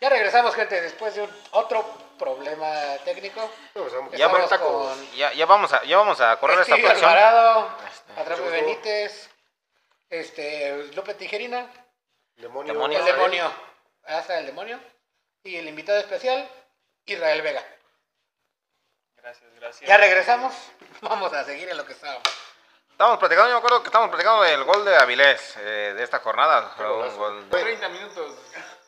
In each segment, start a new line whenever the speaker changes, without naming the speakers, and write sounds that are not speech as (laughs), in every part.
Ya regresamos, gente, después de un- otro problema técnico.
No, pues, vamos.
Ya
Ya,
va-
va.
Estamos
ahorita con-
con-
ya, ya vamos a, ya vamos a correr esta
Steve
producción.
Alvarado,
Ah,
Atrape
Yo-
Benítez, este, López Tijerina,
Demonio.
Demonio.
el
Israel.
demonio, hasta el demonio, y el invitado especial, Israel Vega.
Gracias, gracias.
Ya regresamos, (laughs) vamos a seguir en lo que estábamos.
Estábamos platicando, yo me acuerdo que estábamos platicando del gol de Avilés eh, de esta jornada. Fue un
golazo.
gol-
30 minutos.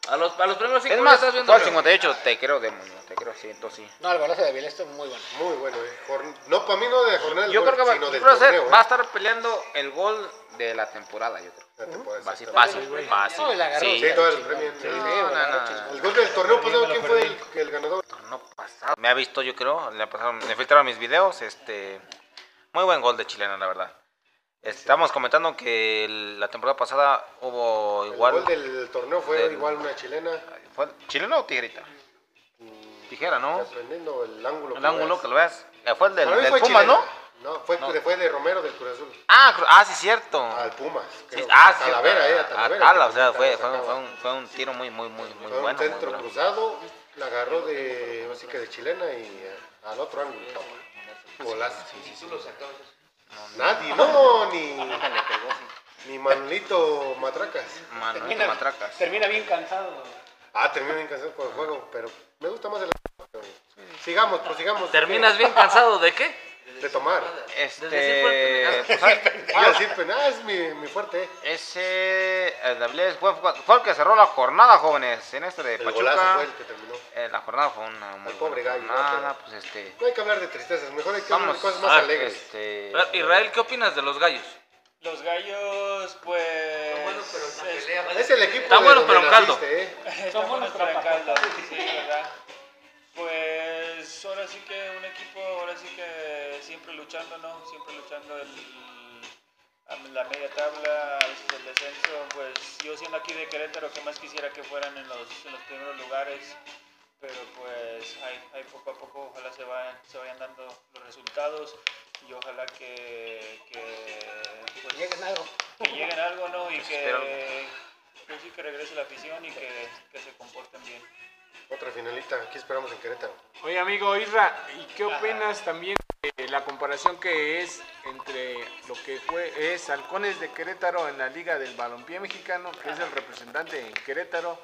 A los, a los primeros cinco
Es más,
estás
fue
viendo.
al 58, te creo, demonio, te creo, siento, sí.
No, el golazo de Avilés estuvo muy bueno.
Muy bueno, eh. Jorn- No, para mí no de jornada del
Yo
gol,
creo que va,
sino
yo
del
creo ser-
torneo, eh.
va a estar peleando el gol de la temporada, yo creo.
La temporada,
Va a ser
exactamente.
fácil,
Sí,
fácil.
No, y la agarró.
Sí.
Sí, todo el premio.
Sí, sí,
No,
bueno,
no,
agarró
no.
chingón.
El gol del torneo pasado, ¿quién fue el, el ganador?
No pasado. Me ha visto, yo creo. Le, pasaron, le filtraron mis videos. Este, muy buen gol de chilena, la verdad. Estamos comentando que el- la temporada pasada hubo igual.
el gol del torneo fue
del-
igual una chilena.
¿Fue chilena o tigrita? Tijera, ¿no?
Dependiendo el ángulo.
El ángulo
veas.
que lo veas. Eh, Fue el del,
Para mí
del
fue
Puma,
chilena.
¿no?
No, fue,
No.
fue de Romero del Cruz Azul.
Ah, cru- ah, sí, cierto.
Al Pumas.
Sí,
creo.
ah, sí,
Talavera, eh, a
a-
Talavera.
a-
que
ala, o sea,
también
fue,
la
fue,
sacaba.
fue un, fue un tiro muy, muy, muy, muy
Fue un
bueno. muy
centro
bravo.
cruzado, la agarró de, así que de chilena y eh, al otro ángulo. papá. Golazo. Nadie, no, ni, ni Manolito Matracas.
Manolito
Termina,
Ah, Matracas.
termina bien cansado.
Ah, termina bien cansado por el juego, pero me gusta más el... Sigamos, prosigamos.
¿Terminas bien cansado de qué?
De tomar.
Este.
Desde
pues, ¿sabes?
Ah, sí, pues, ah, es mi, mi fuerte. eh.
Ese el de Avilés fue, fue- fue el que cerró la jornada, jóvenes. En este de
El golazo
Pachuca.
fue el que terminó.
eh, la jornada fue una muy
El pobre
buena
gallo,
jornada,
¿no?
pues este.
No hay que hablar de tristezas, mejor hay que hablar
Vamos
de cosas
a
más
ver,
alegres.
Este,
Ah, Israel, ¿qué opinas de los gallos?
Los gallos, pues. Son buenos, pero
Es el equipo
Está
de
bueno,
donde
pero en caldo.
naciste, eh.
Son buenos para el caldo, sí, ¿verdad? Pues ahora sí que un equipo, ahora sí que siempre luchando, ¿no? Siempre luchando el- a la media tabla, el descenso. Pues yo siendo aquí de Querétaro, que más quisiera que fueran en los, en los primeros lugares. Pero pues ahí, ahí poco a poco, ojalá se vayan, se vayan dando los resultados y ojalá que, que pues,
Lleguen algo.
que lleguen algo, ¿no? Y
espero.
que, pues sí, que regrese la afición y que, que se comporten bien.
Otra finalita, aquí esperamos en Querétaro.
Oye, amigo Isra, ¿y qué opinas también de la comparación que es entre lo que fue es Halcones de Querétaro en la Liga del Balompié Mexicano, que es el representante en Querétaro,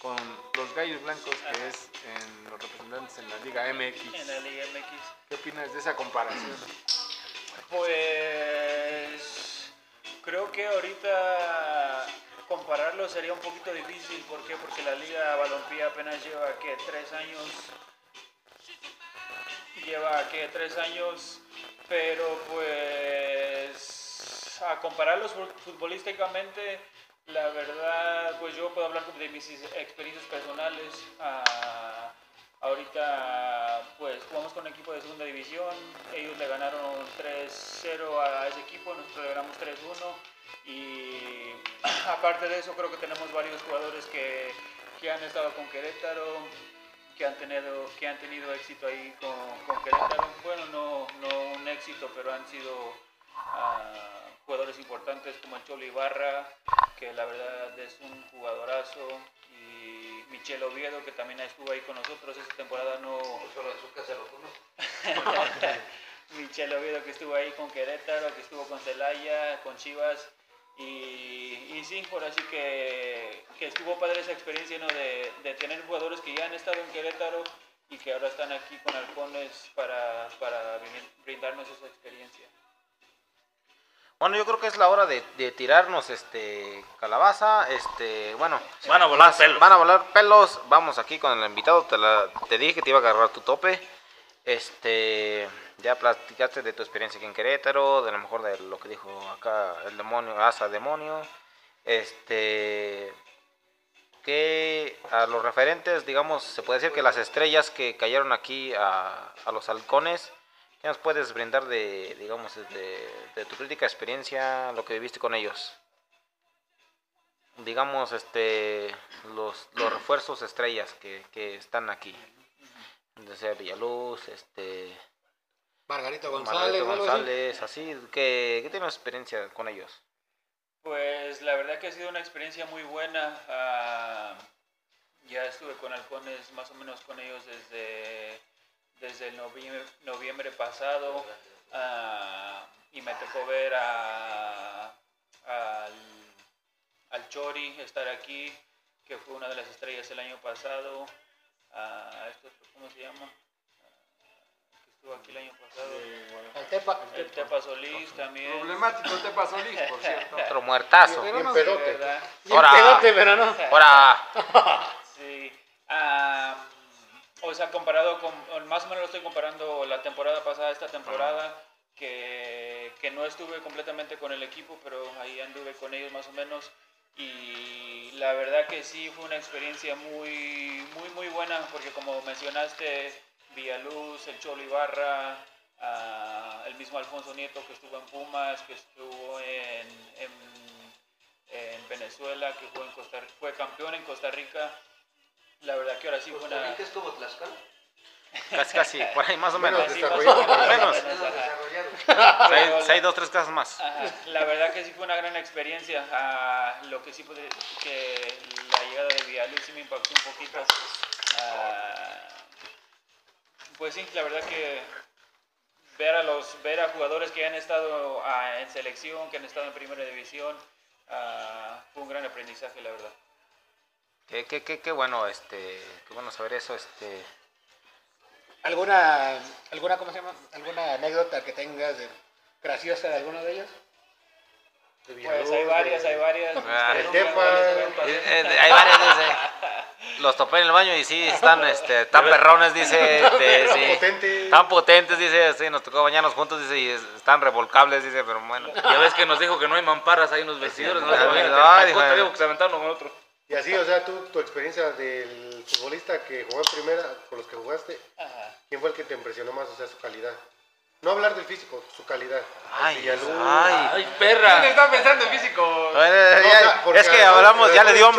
con los Gallos Blancos, que es en los representantes en la Liga
En la
MX?
Liga MX.
¿Qué opinas de esa comparación?
Pues creo que ahorita compararlo sería un poquito difícil. ¿Por qué? Porque la Liga Balompié apenas lleva, ¿qué? Tres años. Lleva, ¿qué? Tres años. Pero pues a compararlos fu- futbolísticamente, la verdad, pues yo puedo hablar de mis experiencias personales. ah, Ahorita, pues jugamos con un equipo de segunda división. Ellos le ganaron 3-0 a ese equipo, nosotros le ganamos 3-1. Y (clears throat) aparte de eso, creo que tenemos varios jugadores que, que han estado con Querétaro, que han tenido, que han tenido éxito ahí con, con Querétaro. Bueno, no, no un éxito, pero han sido ah, jugadores importantes como el Cholo Ibarra, que la verdad es un jugadorazo. y Michel Oviedo, que también estuvo ahí con nosotros esta temporada, no, (laughs) Michel Oviedo que estuvo ahí con Querétaro, que estuvo con Celaya, con Chivas. Y, y sí, por así que, que estuvo padre esa experiencia ¿no? de, de tener jugadores que ya han estado en Querétaro y que ahora están aquí con Halcones para, para brin- brindarnos esa experiencia.
Bueno, yo creo que es la hora de, de tirarnos este calabaza, este, bueno,
Van a volar
más-
pelos.
Van a volar pelos. Vamos aquí con el invitado, te, la- te dije que te iba a agarrar tu tope. Este, ya platicaste de tu experiencia aquí en Querétaro, de lo mejor de lo que dijo acá el demonio, Asa demonio. Este, que a los referentes, digamos, se puede decir que las estrellas que cayeron aquí a, a los halcones, ¿qué nos puedes brindar de, digamos, de, de tu crítica experiencia, lo que viviste con ellos? Digamos, este, los, los refuerzos estrellas que, que están aquí. Ya sea Villaluz, este,
Margarito González.
Margarito
algo así.
González, así, que, que tienes experiencia con ellos.
Pues la verdad que ha sido una experiencia muy buena. ah, ya ya estuve con Halcones, más o menos con ellos desde, desde el noviembre, noviembre pasado. ah, y me tocó ver a, al, al Chori estar aquí, que fue una de las estrellas el año pasado. a este otro, ¿Cómo se llama? Ah, que estuvo aquí el año pasado.
Al Tepa.
El Tepa Solís también.
Problemático te pasó Liz, por cierto.
Otro muertazo.
Bien
Bien
no,
Sí,
pedote.
¿verdad?
Ahora.
Pedote, pero no.
Ahora,
Sí. Ah, o sea, comparado con, o más o menos lo estoy comparando la temporada pasada, esta temporada, que, que no estuve completamente con el equipo, pero ahí anduve con ellos más o menos. Y la verdad que sí, fue una experiencia muy, muy, muy buena, porque como mencionaste, Villaluz, el Cholo Ibarra, ah, el mismo Alfonso Nieto que estuvo en Pumas, que estuvo en- en en Venezuela, que fue, en Costa, fue campeón en Costa Rica. La verdad que ahora sí fue una...
¿Costa Rica es como Tlaxcala?
casi, casi, por ahí más o menos.
Menos
Sí,
desarrollado.
más o menos,
Menos.
Es
ajá.
desarrollado.
Si hay, si hay dos, tres casas más.
Ajá, La verdad que sí fue una gran experiencia. Ah, lo que sí pude, que la llegada de Villaluz sí me impactó un poquito. Ah, pues sí, la verdad que ver a los ver a jugadores que han estado ah, en selección, que han estado en primera división, ah, fue un gran aprendizaje, la verdad.
Qué, qué, qué, qué bueno, este, qué bueno saber eso, este.
¿Alguna, alguna, ¿cómo se llama? ¿Alguna anécdota que tengas de- graciosa de alguno de ellos?
De
Pues
Villalobos,
hay varias,
eh, de-
hay varias.
Ah,
Ustedes
el
nunca
Tepa,
van a saber.
Eh, eh, hay varios, dice. Los topé en el baño y sí, están, este, están perrones, dice. este,
Tan
sí.
potente.
Tan potentes, dice. Sí, nos tocó bañarnos juntos, dice. Y es- están revolcables, dice. Pero bueno.
Ya ves que nos dijo que no hay mamparas ahí en los vestidores. No,
Ah,
Imagínate,
¿verdad?
Paco
Dijo,
te dijo que se aventaron uno con otro.
Y así, o sea, tú, tu experiencia del futbolista que jugó en primera, con los que jugaste,
Ajá.
¿quién fue el que te impresionó más? O sea, su calidad. No hablar del físico, su calidad.
Ay,
Villalobos.
ay.
Ay, perra.
Están pensando en físico.
Ay, ay,
No, o sea,
ay.
porque
Es que
además-
hablamos, ya le
además
dio
el-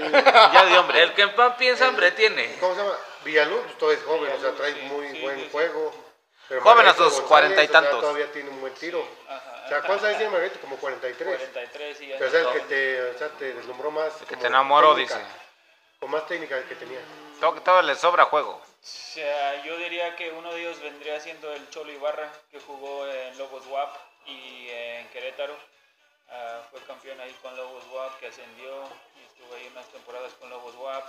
hombre. Ya le dio hombre.
El que en pan piensa, hambre tiene.
¿Cómo se llama? Villaluz, pues, todo es joven, o sea,
Villaluz,
trae
sí,
muy
sí,
buen
sí, sí.
juego. Pero
Joven a
Margarito
sus
González,
cuarenta y
o sea,
tantos.
todavía tiene un buen tiro.
ajá.
O sea, ¿cuántos años tiene Margarito? Como 43.
43 y ya.
Pero, o sea, el que
no.
te, o sea, te deslumbró más.
El que
como
te enamoró,
técnica,
dice.
Con más técnica que tenía.
Todo, todo le sobra juego.
O sea, yo diría que uno de ellos vendría siendo el Cholo Ibarra, que jugó en Lobos WAP y en Querétaro. Ah, fue campeón ahí con Lobos WAP, que ascendió y estuvo ahí unas temporadas con Lobos WAP.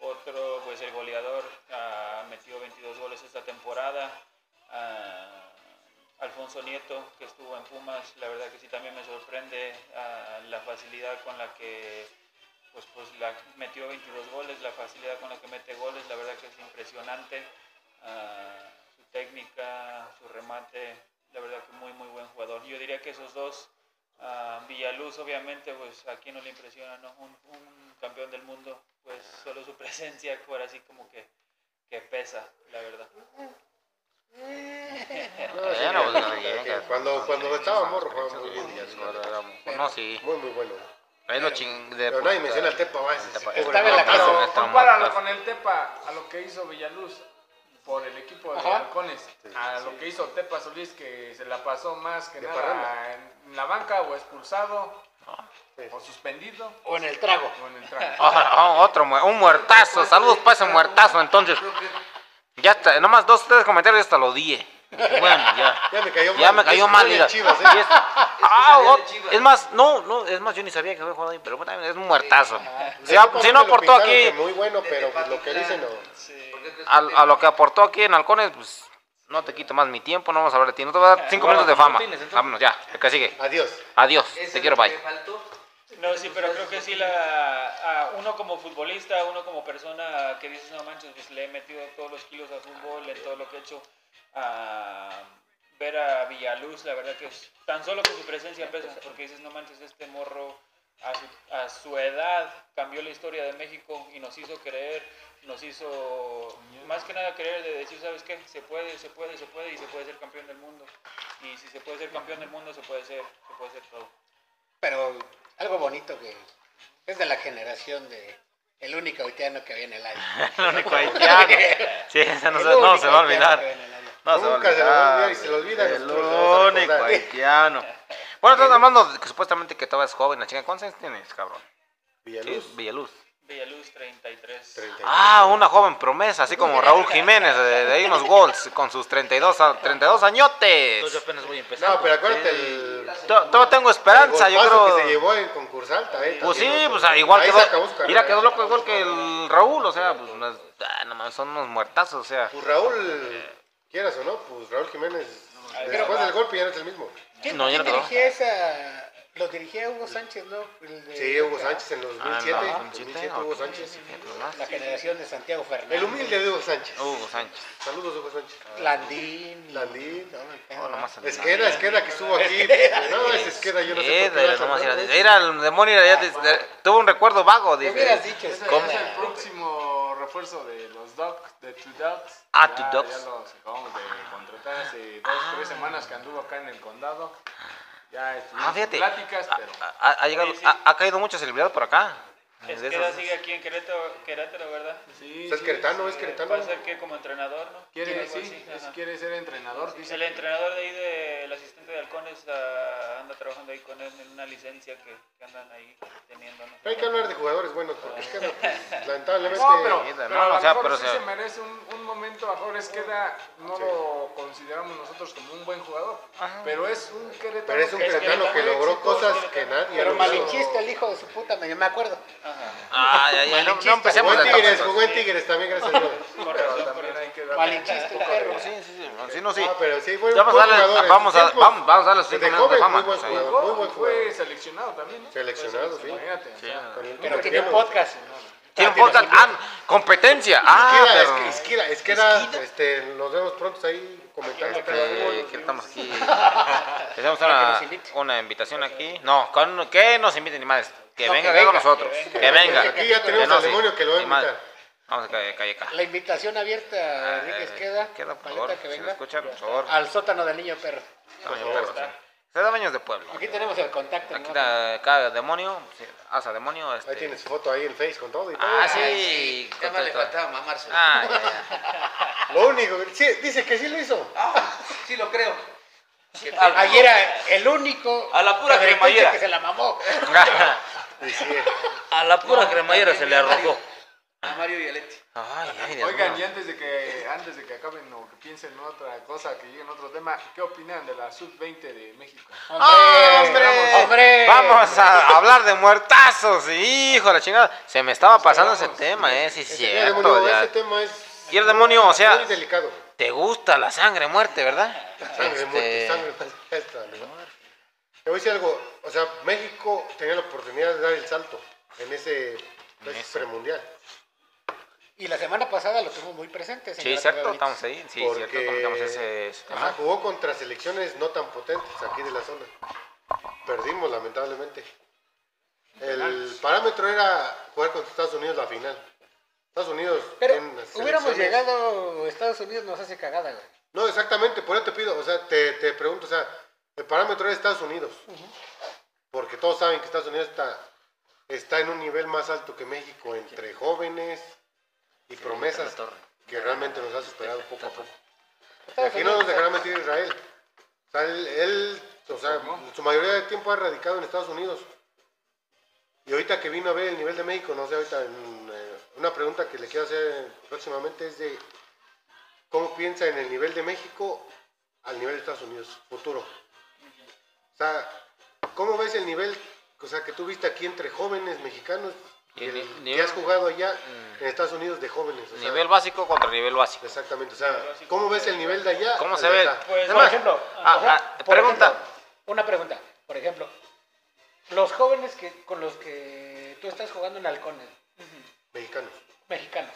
Otro, pues el goleador, ah, metió 22 goles esta temporada. Ah, Alfonso Nieto, que estuvo en Pumas, la verdad que sí también me sorprende ah, la facilidad con la que pues, pues la, metió 22 goles, la facilidad con la que mete goles, la verdad que es impresionante. Ah, su técnica, su remate, la verdad que muy, muy buen jugador. Yo diría que esos dos, ah, Villaluz, obviamente, pues a quien no le impresiona, ¿no? Un, un campeón del mundo, pues solo su (laughs) presencia, ahora así como que, que pesa, la verdad.
Bueno, pues, no, bien, que-
Cuando, cuando estaba morro, jugaba muy bien. Villaluz.
No, sí.
Muy, muy bueno.
Es lo ching de
Pero nadie menciona al Tepa, va. ese sí,
Tepa.
pobre
Estaba en la
matazo.
casa.
Pero
está
compáralo
muertazo.
con el Tepa a lo que hizo Villaluz por el equipo de
Ajá.
Halcones, a lo que hizo Tepa Solís que se la pasó más que
De
nada
parranda.
en la banca o expulsado
Sí.
o suspendido
O en el trago.
o en el traje.
Ahora, oh, otro, mu- un muertazo. Saludos para ese muertazo, entonces. Ya está, nomás dos, tres comentarios y hasta lo di. Bueno, ya.
Ya me cayó mal.
Ya me cayó
Es
mal,
muy
mira.
Chivas, ¿eh? (laughs)
Y es- Ah,
salía de
ot-
Chivas.
es más, no, no, es más, yo ni sabía que había jugado ahí, pero bueno, es un muertazo. Si,
Tepa
ap- si
me
no
lo
aportó
pues, pintaron
aquí,
que Muy bueno, pero pues, lo que dicen,
Tepatitlán.
no.
Sí.
¿Por qué crees
a,
que
a lo que aportó aquí en Halcones, pues no te quito más mi tiempo, no vamos a hablar de ti. No te voy a dar cinco
Guarda
minutos de
tus
fama.
botines, entonces.
Vámonos, ya, el que sigue.
Adiós.
Adiós,
Eso es
te
lo
quiero,
que
bye.
le faltó.
No, sí, pero creo que sí, la, a uno como futbolista, uno como persona que dices, no manches, pues le he metido todos los kilos al fútbol, en todo lo que he hecho. a ver a Villaluz, la verdad que es, tan solo con su presencia pesa, porque dices, no manches, este morro a su, a su edad cambió la historia de México y nos hizo creer, nos hizo más que nada creer de decir, ¿sabes qué? Se puede, se puede, se puede y se puede ser campeón del mundo. Y si se puede ser campeón del mundo, se puede ser, se puede ser todo.
Pero algo bonito que es de la generación de el único haitiano que viene el
(laughs)
año.
El único haitiano.
(laughs)
Sí, ese no, se, no se va a olvidar. No se va a
Nunca se lo va a olvidar
olvidar.
y se lo olvida,
El
nosotros lo vamos a
único
recordar.
haitiano. Bueno, estás hablando de que supuestamente que estabas joven, la chica. ¿Cuántos años tienes, cabrón?
Villaluz.
Villaluz.
Villaluz 33.
33.
Ah, una joven promesa, así como Raúl Jiménez de, de Imos Golds con sus 32, a- 32
Entonces yo
añotes.
apenas voy empezando.
No, pero acuérdate el.
To- Todavía tengo
el
pues, esperanza, yo
golpazo que se
creo.
llevó en concursal también.
Pues sí,
también,
pues
¿no?
igual
Ahí
quedó.
se acabó su carrera.
Mira, quedó loco igual que el Raúl, o sea, pues unas- ah, no mames, son unos muertazos, o sea.
Pues Raúl, quieras o no, pues Raúl Jiménez, después del golpe ya no es el mismo.
¿Quién,
No, ya
quién
no quedó.
dirigía esa? Lo dirigía Hugo Sánchez, ¿no? El de-
Sí, Hugo Sánchez en los
Ah,
2007.
no,
2007
ok.
Hugo Sánchez.
Pues, más.
La generación de Santiago Fernández.
El humilde de Hugo Sánchez.
Hugo Sánchez.
Saludos, Hugo Sánchez.
Landín.
Landín.
No, me
Oh,
cago.
nomás el-
Esqueda, Esqueda que estuvo aquí. No, es Esqueda, yo no sé. por qué
Era,
era
nomás era-
tan-
era el demonio, era- ya te- te- tuvo un recuerdo vago.
¿Qué
dice.
hubieras dicho?
¿Cómo?
Esqueda?
Es el próximo refuerzo de los Ducks, de Two Ducks.
Ah,
Ya-
Two Ducks.
Ya los acabamos de contratar hace dos, tres semanas que anduvo acá en el condado. Ya estuvimos
Ah,
en
fíjate. Ah,
pláticas, pero...
Ha, ha- ha llegado,
Oye, sí.
ha, ha caído mucha celebridad por acá.
Es
Ah, De
que ya
esas-
sigue aquí en Querétaro, Querétaro ¿verdad?
Sí,
¿Estás
sí,
queretano? ¿Es
Eh,
queretano?
Va a ser que como entrenador, ¿no?
Quiere,
Algo
sí,
así,
es-
ajá.
quiere ser entrenador, dice.
El entrenador de ahí, del asistente de halcones, ah, anda trabajando ahí con él en una licencia que, que andan ahí teniendo. ¿no?
Hay que hablar de jugadores buenos, porque
(laughs)
Esqueda, pues, lamentablemente.
No, pero,
Sí,
pero
no,
a
o
lo
sea,
mejor
pero, o
sí
sea-
se merece un, un momento. A Jorge Esqueda no lo consideramos nosotros como un buen jugador, pero es un queretano.
Pero es un
que-
queretano que
fue
logró
exitoso.
cosas que nadie.
Pero
logró.
malinchista el hijo de su puta, me, yo me acuerdo.
Ay, ay, ay, no, no
Malinchista,
empecemos
Jugó en
de
Tigres,
tóxicos.
jugó en Tigres también, gracias
(laughs)
a Dios.
Con
Pero
razón,
también hay que darle-
Malinchista el perro.
Sí, sí, sí, sí, no, sí.
Ah, pero sí, fue un
Ya vamos a
buen
darle-
jugador.
vamos a-
En sus
vamos- vamos a darle
tiempos,
cinco
de
minutos de
joven,
fama,
muy buen
o sea.
jugador, muy
Jugó
buen
y fue
jugador.
seleccionado también. ¿no?
Seleccionado, sí.
Imagínate. o sea,
Ah,
Sí.
Pero tenía un podcast.
Tiene un podcast. Ah, competencia. Ah,
Esqueda,
pero.
es que Esqueda, Esqueda, este, nos vemos pronto ahí comentando.
Este, que
(laughs)
estamos aquí. Les damos una, una invitación aquí. No, con- que nos inviten ni más. Que
No,
venga
que
acá con
venga,
nosotros.
que
Que venga.
Aquí ya tenemos
no,
al
sí,
demonio que lo va a
ni madre.
invitar.
Vamos a ca- calle acá.
La invitación abierta, Enrique Esqueda,
Ah, eh, Queda, por
paleta
favor.
que
Si lo
venga,
escuchan, por favor.
al sótano del niño perro.
Tamaño perro, sí. Se da baños de pueblo.
Aquí tenemos el contacto.
Aquí
¿no?
Ah,
está acá demonio. sí, Asa demonio.
Ahí
Este.
tienes foto ahí en Face con todo y todo.
Ah,
Ay,
sí.
Ya no le faltaba mamarse.
Ah, ya.
Lo único, sí, dice que sí lo hizo.
Ah, sí lo creo.
A- Ayer Ah, era el único
A la pura
caderecuche
cremallera.
que se la mamó.
Y sí,
A la pura cremallera se le arrojó.
A Mario Vialetti.
Ay, ay, Dios
Oigan, y
mío.
antes de que antes de que acaben o que piensen en otra cosa, que lleguen a otro tema, ¿qué opinan de la sub-20 de México?
¡Hombre!
Ah, ¡Hombre!
¡Hombre!
Vamos a hablar de muertazos. Hijo de la chingada. Se me estaba pasando ese tema, eh. Sí, es
ese demonio,
cierto. ya.
ese tema es.
Y el demonio, o sea-
Muy delicado.
Te gusta la sangre muerte, ¿verdad?
Sangre, muerte,
este,
sangre, esta, ¿no? Te voy a decir algo, o sea, México tenía la oportunidad de dar el salto en ese, ese premundial.
Y la semana pasada lo tuvimos muy presente.
Sí,
señora
cierto,
Claudia
estamos
Benítez.
ahí. Sí, cierto,
porque
comentamos ese, ese tema.
ajá, jugó contra selecciones no tan potentes aquí de la zona. Perdimos, lamentablemente. El parámetro era jugar contra Estados Unidos la final. Estados Unidos.
Pero
tiene unas
hubiéramos
selecciones-
llegado, Estados Unidos nos hace cagada, güey.
No, exactamente, por eso te pido, o sea, te, te pregunto, o sea, el parámetro es Estados Unidos. Porque todos saben que Estados Unidos está, está en un nivel más alto que México entre jóvenes y promesas que realmente nos ha superado poco a poco. Y
Estados
aquí no
Unidos,
nos dejará mentir Israel. O sea, él, él, o sea, su mayoría de tiempo ha radicado en Estados Unidos. Y ahorita que vino a ver el nivel de México, no sé, ahorita en, eh, una pregunta que le quiero hacer próximamente es de cómo piensa en el nivel de México al nivel de Estados Unidos, futuro. O sea, ¿cómo ves el nivel o sea, que tú viste aquí entre jóvenes mexicanos
Y
y el
ni-
que
nivel- Mm.
has jugado allá en Estados Unidos de jóvenes? O sea,
Nivel básico contra nivel básico.
Exactamente, o sea, ¿cómo ves el nivel de allá?
¿Cómo
al
se
de
ve?
acá?
Pues,
Es
Por
más,
ejemplo,
ah,
o sea,
ah,
por
pregunta.
ejemplo, una pregunta, por ejemplo, los jóvenes que con los que tú estás jugando en halcones
Mexicanos.
mexicanos,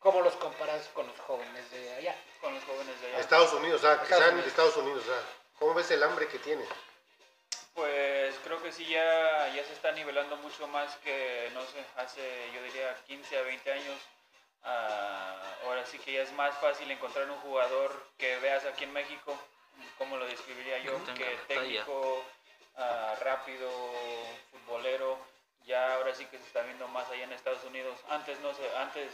¿cómo los comparas con los jóvenes de allá?
Con los jóvenes de allá.
Estados Unidos, o sea, que
Estados
sean de
Unidos.
Estados Unidos, o sea, ¿cómo ves el hambre que tienen?
Pues creo que sí, ya, ya se está nivelando mucho más que, no sé, hace yo diría 15 a 20 años. Ah, ahora sí que ya es más fácil encontrar un jugador que veas aquí en México, como lo describiría yo,
Que tenga
que
talla.
técnico, ah, rápido, futbolero. Ya ahora sí que se está viendo más allá en Estados Unidos. Antes no se, antes,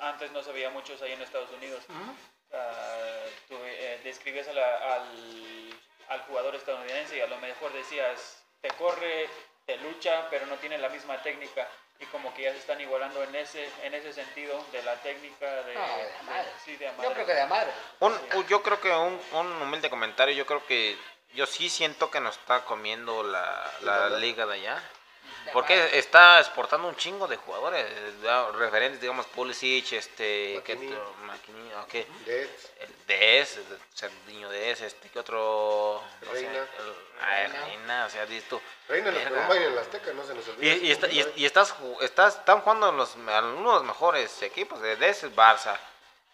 antes no se veía muchos allá en Estados Unidos.
Mm.
Ah, tú, eh, describías a la- al, al jugador estadounidense y a lo mejor decías, te corre, te lucha, pero no tiene la misma técnica. y como que ya se están igualando en ese, en ese sentido de la técnica de,
No, de a madres.
sí, de a
Yo
madres.
creo que de a madres.
Un- u- yo creo que un, un humilde comentario, yo creo que yo sí siento que nos está comiendo la, la liga de allá.
De a madres.
Porque está exportando un chingo de jugadores, eh, da- referentes, digamos, Pulisic, este, que
Maquinini.
otro? Maquinini, ah, ¿qué?
Dex,
el DS, el Cerdiño DS, este, que otro? No sé,
Reina.
el- ah, el Reina, o sea, dices tú.
Reina lo
verga.
pegó en la Azteca, no se nos
Y,
olvide.
y está- y- y estás, ju- estás, están jugando en los, algunos de los mejores equipos. El DS es Barça.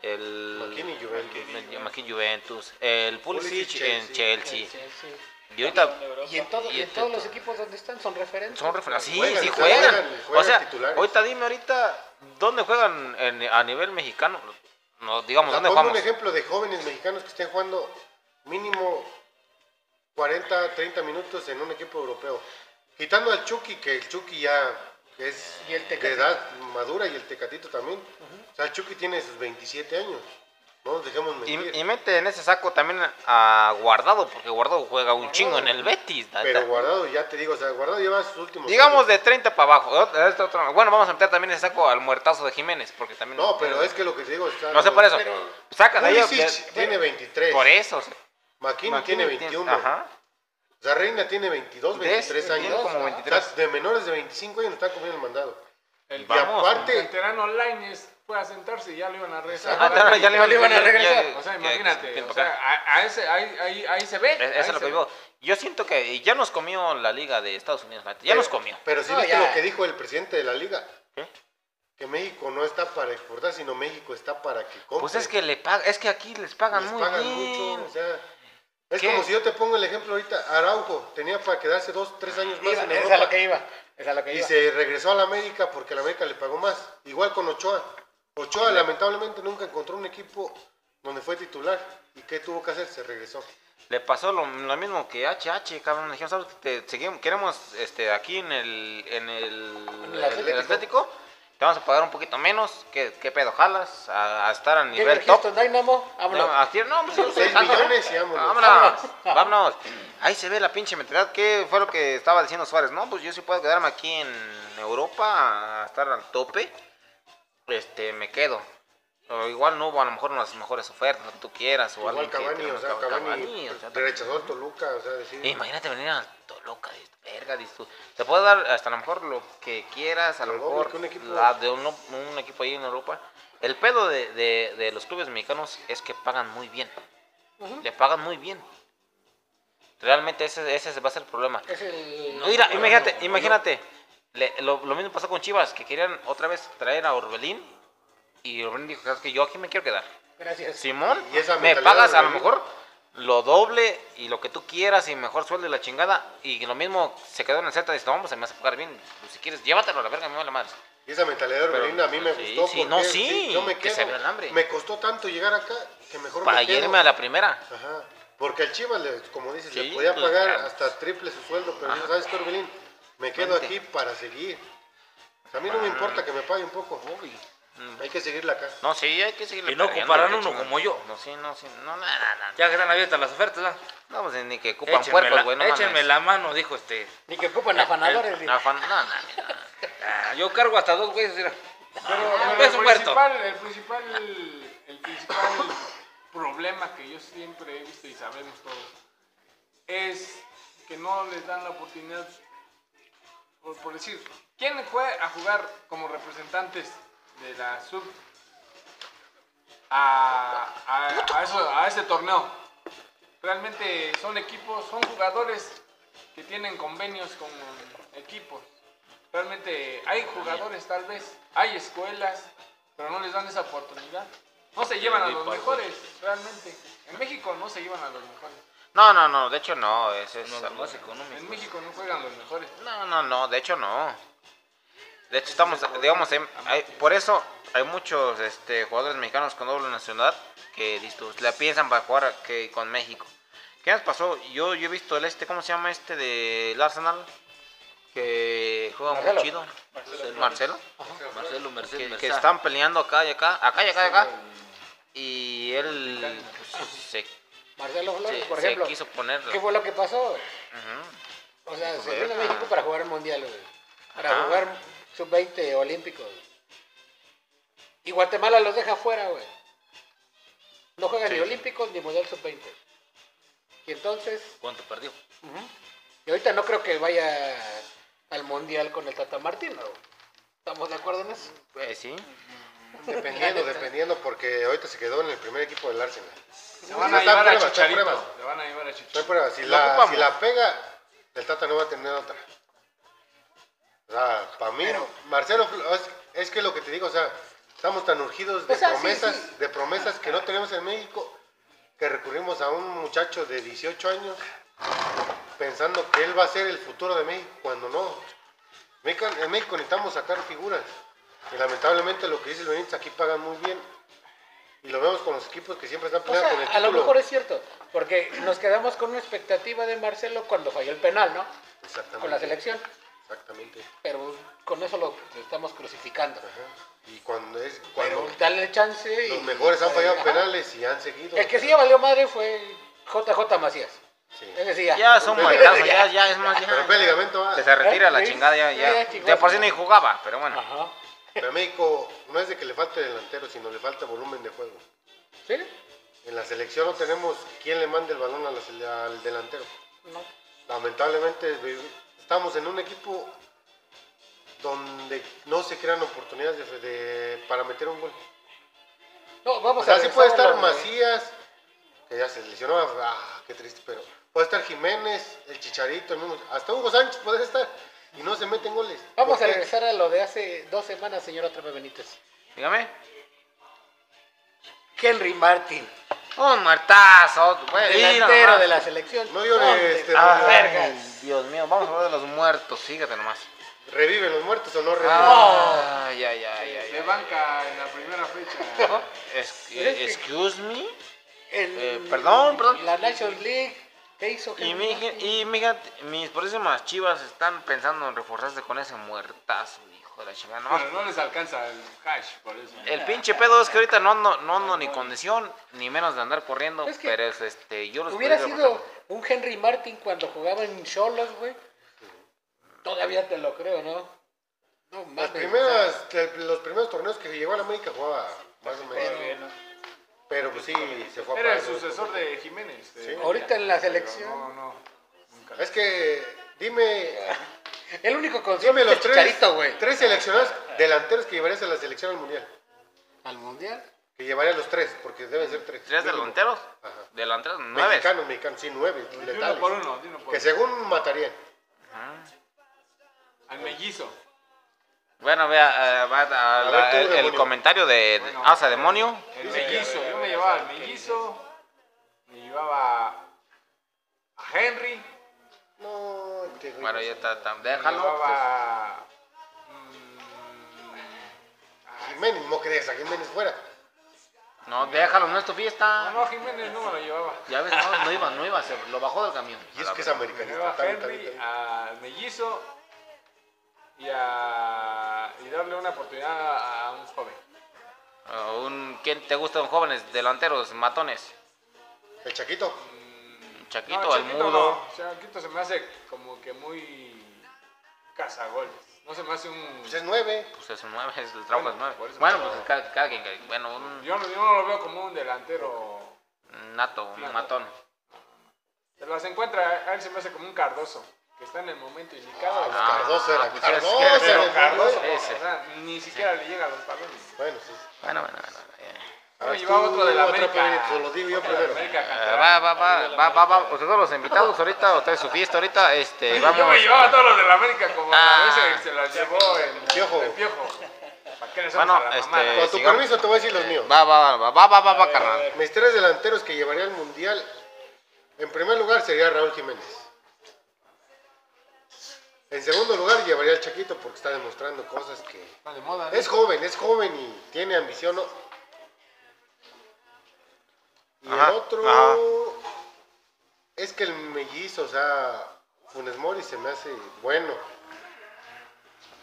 El
Maquini Juventus.
el- Maquini Juventus. El Pulisic
Pulisic,
en Chelsea.
Sí, sí.
Y ahorita
Y en, todo- y
Y
en
este-
todos los equipos donde están son referentes.
son referentes. Sí,
Juegan,
sí
o sea,
juegan.
juegan,
O
juegan
sea,
titulares.
ahorita dime ahorita, ¿dónde juegan en- a nivel mexicano? No, digamos,
O sea,
¿dónde
ponme un
jugamos?
ejemplo de jóvenes mexicanos que estén jugando mínimo 40, 30 minutos en un equipo europeo. Quitando al Chucky, que el Chucky ya es
Y el
de
Tecatito.
edad madura y el Tecatito también. O sea, el Chucky tiene sus 27 años. No nos dejemos mentir.
Y, y mete en ese saco también a Guardado, porque Guardado juega un chingo en el Betis. la
Pero
neta.
Guardado, ya te digo, o sea, Guardado lleva sus últimos...
Digamos
años.
de 30 para abajo. Ot- este otro- Bueno, vamos a meter también ese saco al muertazo de Jiménez, porque también...
No, pero es que lo que te digo está...
No sé por eso. Sacas ahí...
Pulisic
de-
tiene 23.
Por eso. o sea,
Maquini
Martínez
tiene 21.
Ajá.
O sea, Reina tiene 22,
De-
23
tiene
años.
como
O sea,
23.
de menores de 25 años están comiendo el mandado.
El,
y
Vamos.
el
aparte,
veterano Lainez fue a sentarse y ya lo iban a regresar.
Ah, no, ya le iban a regresar.
O sea,
Ya-
imagínate,
ven
o
pa' acá.
sea, a, a ese, ahí, ahí, ahí se ve.
Es-
ahí
Eso es lo
se
que
ve.
digo. Yo siento que ya nos comió la liga de Estados Unidos, la neta, ya nos comió.
Pero sí
No,
viste
ya.
lo que dijo el presidente de la liga.
¿Qué?
Que México no está para exportar, sino México está para que compre.
Pues es que le paga, es que aquí les pagan
Les
muy
pagan
bien.
mucho. O sea, es
¿Qué?
como si yo te pongo el ejemplo ahorita. Araujo tenía para quedarse dos, tres años más
Iba,
en
es a
Europa.
lo que iba. Es a lo que
Y
iba.
se regresó a la América porque la América le pagó más. Igual con Ochoa. Ochoa lamentablemente nunca encontró un equipo donde fue titular. ¿Y qué tuvo que hacer? Se regresó.
Le pasó lo, lo mismo que HH, cabrón. Le dijimos, "Sabes qué? Te seguimos- queremos este, aquí en el, en el,
En el
el- el
Atlético.
Atlético. Te vamos a pagar un poquito menos. ¿Qué, qué pedo jalas? A, a estar a
Llega el
nivel top.
Houston Dynamo, vámonos.
No, así- no, pues,
Ah, Seis
exacto.
millones y vámonos.
Vámonos, vámonos. Ahí se ve la pinche mentalidad. ¿Qué fue lo que estaba diciendo Suárez? No, pues yo sí puedo quedarme aquí en Europa a estar al tope. Este, me quedo. O igual no hubo a lo mejor unas mejores ofertas, lo que tú quieras. O
Igual
alguien que
Cavani,
te-
o sea,
Cavani,
Cavani
o sea,
rechazó al Toluca. O sea, decir,
eh, Imagínate venir a Toluca, dices, verga, dices tú. Te puedo dar hasta a lo mejor lo que quieras, a lo
Lo
mejor
doble que un equipo.
la de un, un equipo ahí en Europa. El pedo de, de- de los clubes mexicanos es que pagan muy bien. Le pagan muy bien. Realmente ese, ese va a ser el problema.
Es el.
Eh, No, mira, imagínate, imagínate. le- lo, lo mismo pasó con Chivas, que querían otra vez traer a Orbelín. Y Orbelín dijo, "¿Sabes qué? Yo aquí me quiero quedar.
Gracias.
Simón,
Y esa
me
mentalidad
pagas
de
a lo
Orbelín.
mejor lo doble y lo que tú quieras y mejor sueldo y la chingada. Y lo mismo se quedó en el Z, dice, no, pues se me hace pagar bien. Pues, si quieres, llévatelo a la verga, me vale madre.
Y esa mentalidad de
Pero,
Orbelín a mí me
sí,
gustó.
sí, no,
porque
sí,
yo me
que
quedo.
se vea el hambre.
Me costó tanto llegar acá que mejor
Para
me quedo.
irme a la primera.
Ajá. Porque al Chivas, le- como dices,
Sí,
le podía
pues,
pagar
claro.
hasta triple su sueldo, pero
Ajá.
yo, ¿sabes qué, Orbelín? Me quedo
Vente.
aquí para seguir. O sea, a mí no me importa que me pague un poco. Mm. Hay que seguirla
(laughs)
acá.
No, sí, hay que seguir
Y no comparar uno como yo.
No, sí, no, sí, no, nada, nada.
Ya que están abiertas las ofertas, ¿verdad?
No, pues ni que ocupan
Échenme,
puercos,
la,
güey, no
échenme
mames.
la mano, dijo este.
Ni que ocupan afanadores.
El- (laughs)
ni-
no, afan- no, no, no, no.
Ah, yo cargo hasta dos güeyes, mira.
Pero,
Ah,
pero
es
el,
un
principal, el principal, el principal problema que yo siempre he visto y sabemos todos es que no les dan la oportunidad, por, por decir, ¿quién fue a jugar como representantes de la sub a, a- a eso- a ese torneo? Realmente son equipos, son jugadores que tienen convenios con equipos. Realmente hay jugadores tal vez, hay escuelas, pero no les dan esa oportunidad. No se llevan a los mejores, realmente. En México no se llevan a los mejores.
No, no, no, de hecho no, ese es
No,
algo-
más económico.
En México no juegan los mejores.
No, no, no, de hecho no. De hecho estamos, digamos, hay- hay- por eso hay muchos este, jugadores mexicanos con doble nacionalidad que listo, la piensan para jugar que con México. ¿Qué nos pasó? Yo, yo he visto el este, ¿cómo se llama este del Arsenal? Que juega
Marcelo.
muy chido. El Marcelo.
Marcelo Mercedes.
Que, que
Merzá.
están peleando acá y acá, acá y acá y acá. Y él pues, se,
Marcelo Flores,
se-
por
se
ejemplo.
quiso poner...
¿Qué fue lo que pasó?
Ujú.
O sea,
Pues,
se vino a
verga.
Ah.
México para jugar el mundial, güey. Para
Ajá.
jugar sub-20 olímpicos. Y Guatemala los deja fuera, güey. No juegan ni olímpicos ni mundial sub-20. Y entonces,
¿Cuánto perdió?
y ahorita no creo que vaya al mundial con el Tata Martino. güey. ¿Estamos de acuerdo en eso?
Pues sí.
Dependiendo, dependiendo, porque ahorita se quedó en el primer equipo del Arsenal.
Se van
Sí, está
a
en
llevar a
pruebas, está en
Chicharito.
pruebas.
Se van a llevar a
No hay
Chicharito.
prueba. Si,
Lo
la,
ocupamos.
si la pega, el Tata no va a tener otra. O sea, para mí, Marcelo, Fl- es, es que lo que te digo, o sea, estamos tan urgidos de
O sea, sí,
promesas,
sí.
de promesas que no tenemos en México, que recurrimos a un muchacho de 18 años pensando que él va a ser el futuro de México, cuando no. México- en México necesitamos sacar figuras. Y lamentablemente lo que dice el Benítez, aquí pagan muy bien. Y lo vemos con los equipos que siempre están
O
peleando
sea,
con el
a lo
título.
mejor es cierto, porque nos quedamos con una expectativa de Marcelo cuando falló el penal, ¿no?
Exactamente.
Con la selección,
Exactamente.
pero con eso lo, lo estamos crucificando.
Y cuando es cuando
Pero dale chance. y-
los mejores han fallado
Ajá.
penales y han seguido.
El que sí ya valió madre fue JJ Macías.
Sí.
Ese sí ya.
Ya son
Pero-
muertazos, ya, ya es más.
Pero
Ya,
fue ligamento
que
ah.
se retira
¿Eh?
la
Sí,
chingada, ya,
sí,
ya.
ya chingó,
De por sí
ya.
ni jugaba, pero bueno.
Ajá.
Pero a México no es de que le falte delantero, sino le falta volumen de juego.
¿Sí?
En la selección no tenemos quien le mande el balón a la sele- al delantero.
No.
Lamentablemente vi- estamos en un equipo donde no se crean oportunidades de- de- para meter un gol.
No,
O
vamos a
sea, sí puede
regresar a
estar
lo de-
Macías, que ya se lesionó, ah, qué triste, pero puede estar Jiménez, el Chicharito, el mismo, hasta Hugo Sánchez puede estar y no se meten goles.
Vamos
¿Por
a
qué?
regresar a lo de hace dos semanas, señora Trepe Benítez.
Dígame.
Henry Martin,
Un muertazo, güey. ve
delantero
nomás.
de la selección.
No llores,
¿Dónde?
este,
Ah,
no llores.
vergas.
Ay, Dios mío, vamos a hablar de los muertos, fíjate nomás. Ah,
¿Reviven los muertos o no reviven?
Ah,
Ay, ay, ay, ay,
De
ay.
banca en la primera fecha.
Es- eh, excuse me.
En
Eh, perdón, perdón.
La National League. ¿Qué hizo
Y,
Henry
mi,
Martin?
y fíjate, mis próximas chivas están pensando en reforzarse con ese muertazo, hijo de la chingada. nomás.
Bueno, no les alcanza el hash por eso.
Eh,
El pinche pedo es que ahorita no ando, no ando ni condición, ni menos de andar corriendo,
Es que
pero es, este, yo los
Hubiera
podría
sido
reforzar.
un Henry Martin cuando jugaba en Cholos, güey. Todavía te lo creo, ¿no? No
Las
mames. o
primeras, los primeros torneos que llegó a la América jugaba más o menos. Pero pues sí, se fue a
Era el
parar.
sucesor de Jiménez. de-
Sí.
eh,
sea, ahorita en la
Pero
selección.
No, no.
Es que
(laughs)
dime,
El único consuelo
dime
es el
los tres,
Chicharito, güey.
tres seleccionados delanteros que llevarías a la selección al mundial.
Al mundial.
Que llevaría los tres, porque deben ser tres.
¿Tres
mínimo.
delanteros?
Ajá.
Delanteros, nueve.
Mexicanos, mexicanos, sí, nueve.
De
letales.
uno por uno, de uno por
Que
uno.
según matarían.
Al mellizo.
Bueno, vea, eh, va a-
A ver,
la-
tú,
el, el
demonio.
comentario de Asa Demonio.
El mellizo. Yo me llevaba al mellizo. Me llevaba a Henry.
No, te doy
Bueno, ya está, está-
Me
déjalo.
llevaba.
mm,
Jiménez, no crees, a Jiménez fuera.
pues. No, déjalo, no es tu
No,
fiesta.
no, Jiménez no me lo llevaba.
Ya ves, no, no iba, no iba, se lo bajó del camión.
Y es que es
Me
americanista.
llevaba a
tan, tan,
Henry, ah.
tan.
al mellizo. Y a. Y darle una oportunidad a un joven.
Ah, un, ¿Quién te gustan jóvenes delanteros, matones?
El Chaquito.
Chaquito,
No,
el
Chaquito
mudo.
no. Chaquito se me hace como que muy cazagoles. No se me hace un.
Pues es nueve.
Pues es un nueve, es el trabajo es
Bueno,
nueve.
por eso
Bueno,
te
pues
digo.
cada, cada quien, que- bueno, un
Yo, no- yo no lo veo como un delantero.
nato, un
Claro.
matón.
Se las encuentra, a él se me hace como un Cardoso, que está en el momento indicado.
Ah, Cardoso era,
pues es
Cardoso
que-
era
pero
el
Cardoso,
fútbol.
o
ese.
sea, ni siquiera le llega a los balones.
Bueno, sí.
Bueno, bueno, bueno. eh.
A
Yo
ver,
llevaba
tú,
otro de la
otra
América.
pregunta, te lo digo yo
Otro de la
primero. Ah,
América,
Eh,
Cantarán.
va, va, va, va, va, va. Ustedes todos los invitados ahorita, ustedes su fiesta ahorita, este,
(laughs) Yo
vamos.
me llevaba a todos los de la América, como
Ah.
a veces se las llevó el
Piojo.
El piojo. ¿Para qué le
Bueno,
bueno, a la
este,
mamada?
Con tu
sigamos.
permiso te voy a decir los míos.
Va, va, va, va, va, va, va, carnal.
Mis tres delanteros que llevaría al mundial, en primer lugar sería Raúl Jiménez. En segundo lugar llevaría al Chaquito porque está demostrando cosas que...
Está de moda, ¿no?
Es joven, es joven y tiene ambición. ¿no? Y
Ajá,
el otro
ajá.
es que el mellizo, o sea, Funes Mori se me hace bueno.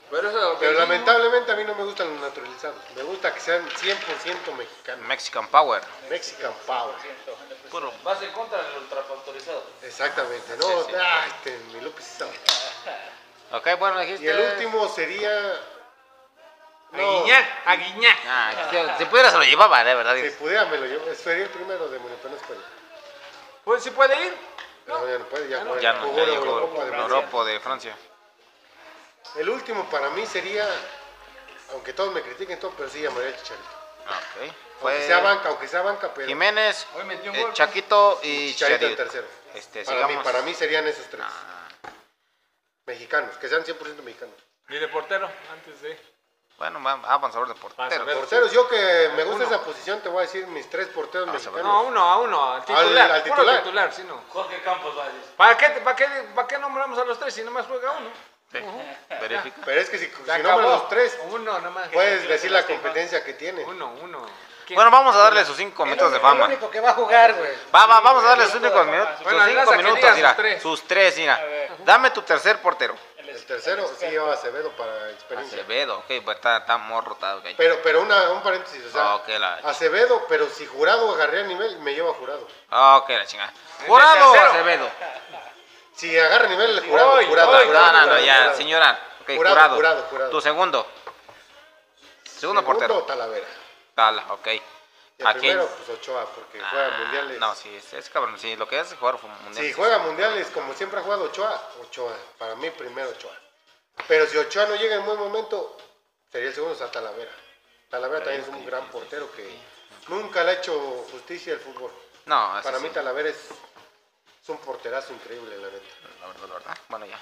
Pero eso
Pero lamentablemente a mí no me gustan los naturalizados. Me gusta que sean 100% mexicanos.
Mexican Power.
Mexican Power.
Puro.
Vas en contra del ultrafactorizado.
Exactamente, no, Ah, este,
Sí, sí.
ay, te- mi López estaba.
Ok, bueno, dijiste.
Y el último sería No,
Guiñac, a Guiñac.
Ah, si pudiera se lo llevaba, de verdad.
si pudiera me lo llevo. Sería el primero de Monetón Escuela.
Pues si puede ir.
Pero ya no puede, ya,
Ya
no,
no,
jugó
ya
la
llegó
Eurocopa de
el Europa de Francia.
El último para mí sería, aunque todos me critiquen todo, pero sí llamaría el Chicharito.
Ah, ok.
Aunque sea
Fue
banca, aunque sea banca, pero
Jiménez,
Hoy metió un
eh,
gol, pues.
Chaquito y
Chicharito el
Chicharito.
tercero.
Este,
para, mí,
sigamos.
para mí serían esos tres.
Ah,
Mexicanos, que sean 100% mexicanos.
Ni de portero, antes de.
Bueno, va- vamos a hablar de
Vas a
portero.
ver.
Porteros, yo que me gusta esa posición, te voy a decir mis tres porteros
Vamos a ver.
mexicanos.
No, uno a uno, al titular.
Al- al
puro
titular.
titular, sí, no.
Jorge Campos Valles.
¿Para qué, para, qué, ¿Para qué nombramos a los tres si nomás juega uno?
Sí. Verifica.
Pero es que si, si
Se
nombran
acabó.
los tres,
Uno nomás.
puedes decir la competencia que tienen.
Uno, uno. (laughs) ¿Quién?
Bueno, vamos a darle sus cinco minutos de
El
fama.
único que va a jugar, güey.
Va, va, vamos a darle
Sí,
sus
güey,
únicos
yo
minutos.
puedo
Sus
Bueno,
cinco
Laza, que diga
minutos,
sus
mira.
tres.
Sus tres, mira.
A ver.
Dame tu tercer portero.
El tercero sí lleva a Acevedo para experiencia.
Acevedo, ok, pues está, está morro, está ok.
Pero, pero una, un paréntesis, o sea,
Ah, ok, la-
Acevedo, pero si jurado agarré a nivel, me lleva a jurado.
Ah, ok, la chingada. Jurado
tercero.
Acevedo.
Si agarra a nivel, jurado,
Hoy,
jurado,
hoy,
jurado.
No, no, no,
jurado,
ya,
jurado.
señora. Ok,
Jurado,
jurado.
jurado, jurado.
Tu segundo. Segundo, portero.
Talavera.
Tala, ok.
Y el
¿A quién?
primero, pues Ochoa, porque juega
Ah,
mundiales.
No, sí, es, es cabrón, sí, lo que hace jugar fue mundial.
Si juega mundiales, como siempre ha jugado Ochoa, Ochoa, para mí primero Ochoa. Pero si Ochoa no llega en buen momento, sería el segundo, o sea, Talavera. Talavera también es un gran portero que nunca le ha hecho justicia el fútbol.
No, eso
Para mí
sí,
Talavera es, es un porterazo increíble, la neta.
la verdad, la verdad. Bueno, ya.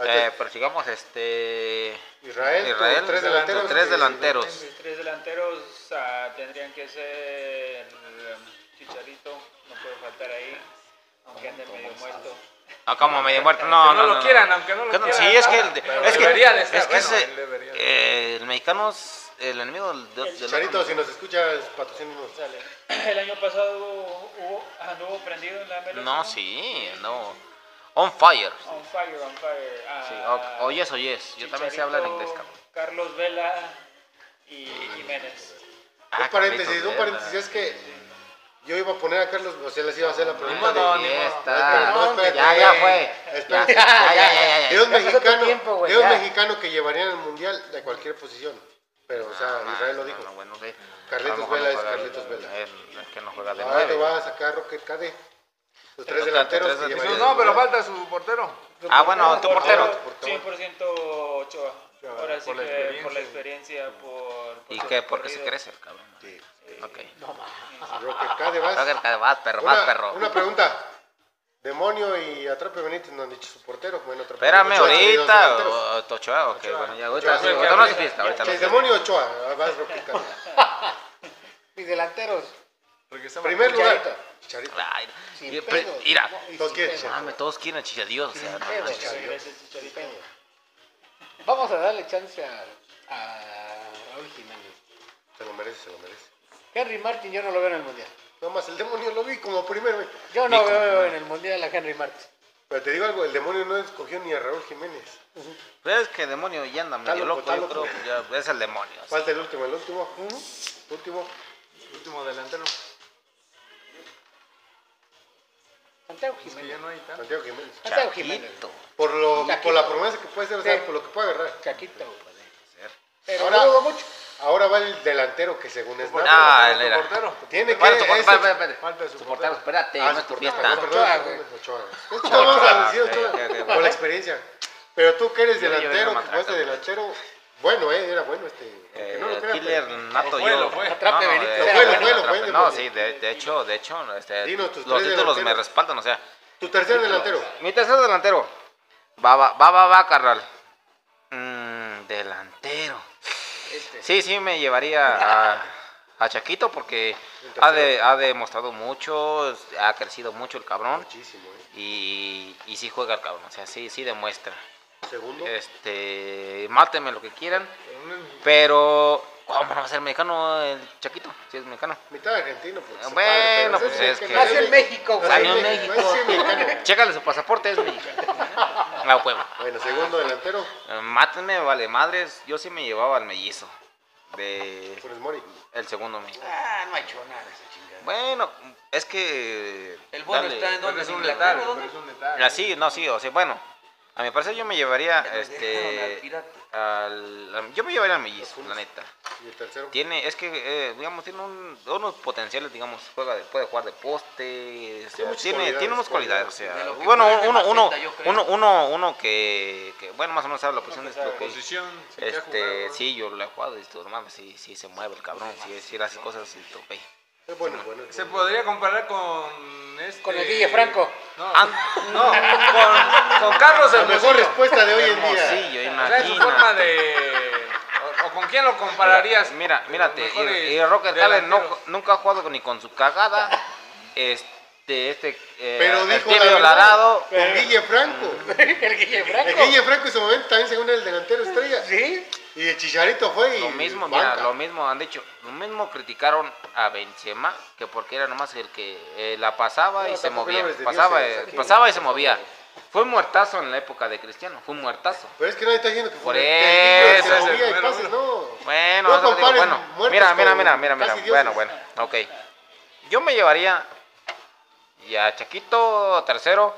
Ahí
Eh,
está.
pero sigamos, este.
Israel, tus tres delanteros, eh,
tus tres
que-
delanteros.
Mis tres delanteros ah, tendrían que ser mm, Chicharito, no puede faltar ahí, aunque ande medio muerto.
No, como medio muerto, no, no,
Aunque no lo quieran,
no.
aunque no lo
Que Sí,
quieran.
es que el, de-
Pero
es que,
debería de estar,
es que
bueno,
ese-
él debería.
eh, el mexicano es el enemigo del, del- del-
Charito, si nos escuchas, patrocínanos.
Sale. (clears throat) El año pasado hubo, anduvo prendido en la MLS.
No, sí, no. On fire.
On fire, on fire. ah,
Sí, o- oyes, oyes. Yo también sé hablar
Chicharito,
inglés, cabrón.
Carlos Vela y Jiménez.
un
Ah,
paréntesis,
Carlitos,
un paréntesis,
¿verdad?
es que yo iba a poner a Carlos, o sea, les iba a hacer la
Ni
pregunta.
modo,
de-
ni
No,
modo.
espérate, no, espérate.
Ya, ya fue. Ya,
Espérate.
ya, ya, ya,
De
ya,
un
Ya pasó tu
mexicano,
tiempo, güey,
de un
ya.
mexicano que llevarían al mundial de cualquier posición. Pero, o sea, Israel lo dijo.
Ah, No, no, bueno, ok.
Carlitos
A lo mejor
Vela es
juega-
Carlitos Vela.
Es, es que no juega de
Ahora Ah, te
nueve.
vas a sacar Rocket KD. Los
Los
tres delanteros
tres
que llevarían.
delanteros.
No,
al
pero
mundial.
falta su portero.
Ah, bueno, tu portero.
Por favor.
100% Ochoa. Ahora sí
por la
que por la
experiencia.
experiencia, por. por
¿Y
su
qué? Porque se
recorrido.
crece el cabrón. Ok.
Rocket KD vas.
Roger, Vas, perro, vas,
Una,
perro.
una pregunta. Demonio y Atrape Benítez no han dicho su portero. Bueno, Atrape
Espérame
Ochoa, y los
ahorita,
delanteros.
o- o Tochoa, ok, bueno, ya
Ochoa,
ahorita sí,
sí,
ahorita
que
no
hable.
se fiesta, ahorita no
El
se
demonio Ochoa, vas Rocket KD.
Mis delanteros.
Primer lugar.
Chicharito.
Chicharito.
fiesta. Ay,
Sin
y- pero-
pedos.
Mira,
No, y
¿Tú
sin
quieres,
pedos.
Chicharito.
mames, todos quieren chilladíos, o sea, no
Sin
manches.
pedos,
Regresa el
sin
Chicharito.
pedos. Vamos a darle chance a, a Raúl Jiménez.
Se lo merece, se lo merece.
Henry Martin yo no lo veo en el mundial.
Nomás el demonio lo vi como primero. güey.
Yo no veo en el mundial a Henry Martin.
Pero te digo algo, el demonio no escogió ni a Raúl Jiménez.
Pero Pues es que demonio ya anda medio
Está loco,
loco,
está
yo
loco.
creo, ya, es el demonio. o sea.
Falta el último, el último. Último.
Último delantero.
Santiago
Es que ya
Jiménez.
no hay tanto.
Santiago Jiménez.
Santiago Jiménez.
Chaquito.
Por, lo,
Chaquito.
por la promesa que puede ser, o sea,
Sí.
por lo que puede agarrar.
Chaquito. Pero
Ahora,
no dudo mucho.
ahora va el delantero que según es nada.
Ah,
Falta
él
su
era.
portero.
Tiene que...
¿Cuál es tu
ese-
portero? Espérate, espérate, espérate.
Falta su
Tu
portero.
portero, espérate,
Ah,
no
su
es tu
portero,
fiesta.
perdón,
Ochoa,
perdón,
güey.
(laughs)
Ochoa. Es que vamos a decir
ok,
Ochoa,
ok, ok,
por
bueno.
la experiencia. Pero tú que eres
Yo- yo vengo
delantero, que
matraca,
jugaste
güey.
delantero, bueno, eh, era bueno este. aunque
Eh,
no lo creas,
killer
pero-
nato
fue,
yo.
lo fue.
Atrape,
no,
Benítez,
eh,
lo
fue, lo
atrape,
fue, lo
atrape.
fue,
No,
Benítez.
sí, de, de hecho, de hecho, este,
Dinos tus
los
tres
títulos me
delanteros.
respaldan, o sea.
Tu tercer delantero.
Mi tercer delantero. Va, va, va, va, va, carnal. Mm, delantero.
Este.
Sí, sí, me llevaría a, a Chaquito porque
tercero.
ha, de- ha demostrado mucho, ha crecido mucho el cabrón
Muchísimo, eh.
y, y sí juega el cabrón, o sea, sí, sí demuestra.
¿eh? Segundo.
Eh. Este, mátenme lo que quieran, pero ¿cómo no va a ser mexicano el Chaquito? Si es mexicano.
Mitad argentino, porque su
Bueno,
padre, pero
pues
ese
es que-
no
Nació en México, güey.
Nació en
no es
México.
mexicano.
Chécale su pasaporte, es mexicano. La huevo.
Bueno, segundo delantero,
Eh, Mátenme, vale madres. Yo sí me llevaba al mellizo. De
Funes Mori.
el segundo mexicano.
Ah, no ha hecho nada esa chingada.
Bueno, es que.
El bueno
dale,
está en
Pero
donde
es
es
un
Inglaterra.
letal,
¿dónde?
Ah,
pero es un letal.
Así, no, sí, o sea, bueno. A mi parecer yo me llevaría
Ya me dejaron al
este
pirata.
al, al- yo me llevaría al mellizo, la neta.
Y el tercero.
Tiene es que eh, digamos tiene un- unos potenciales, digamos, juega de- puede jugar de poste, o sea,
muchas
tiene
cualidades,
tiene unas cualidades, o sea,
De lo que
bueno,
juega de
uno uno
maceta, yo creo.
uno uno uno que, que, bueno, más o menos sabe la posición de esto
Pues,
que-
Posición. se queda jugando,
este,
¿no?
sí, yo lo he jugado y esto, no mames, sí, sí se mueve el cabrón, sí, sí, hace cosas y tope.
Es eh, bueno, bueno. es
Se
bueno.
podría comparar con este...
Con el Guille Franco.
No,
Ah,
no, con, con Carlos
La mejor
Hermosillo.
respuesta de hoy en día.
Hermosillo,
O sea, en su forma
imagínate.
de... O, o con quién lo compararías?
Mira, mírate,
Los mejores
y, y Rocker Allen no-
delanteros.
nunca ha jugado ni con su cagada. Este, este, eh,
Pero
el
dijo la
tibio
verdad.
Larado,
Con Guille Franco.
el Guille
El
Franco.
Guille Franco en su momento también según el delantero estrella.
Sí.
Y el Chicharito fue y.
lo mismo,
banca.
mira, lo mismo han dicho, lo mismo criticaron a Benzema, que porque era nomás el que eh, la pasaba
No,
y se
tampoco
movía,
nombres de
pasaba,
dioses,
eh,
aquí.
pasaba y se movía. Fue un muertazo en la época de Cristiano, fue un muertazo.
Pero es que nadie está diciendo que fue
Por
un- que el Guille
eso,
se
es el
movía y
número
pases, no.
Bueno,
No
eso digo,
comparen
bueno.
muertos
Mira, mira,
con
mira, mira, mira.
casi
Bueno,
dioses.
bueno, ok. Yo me llevaría y a Chaquito tercero,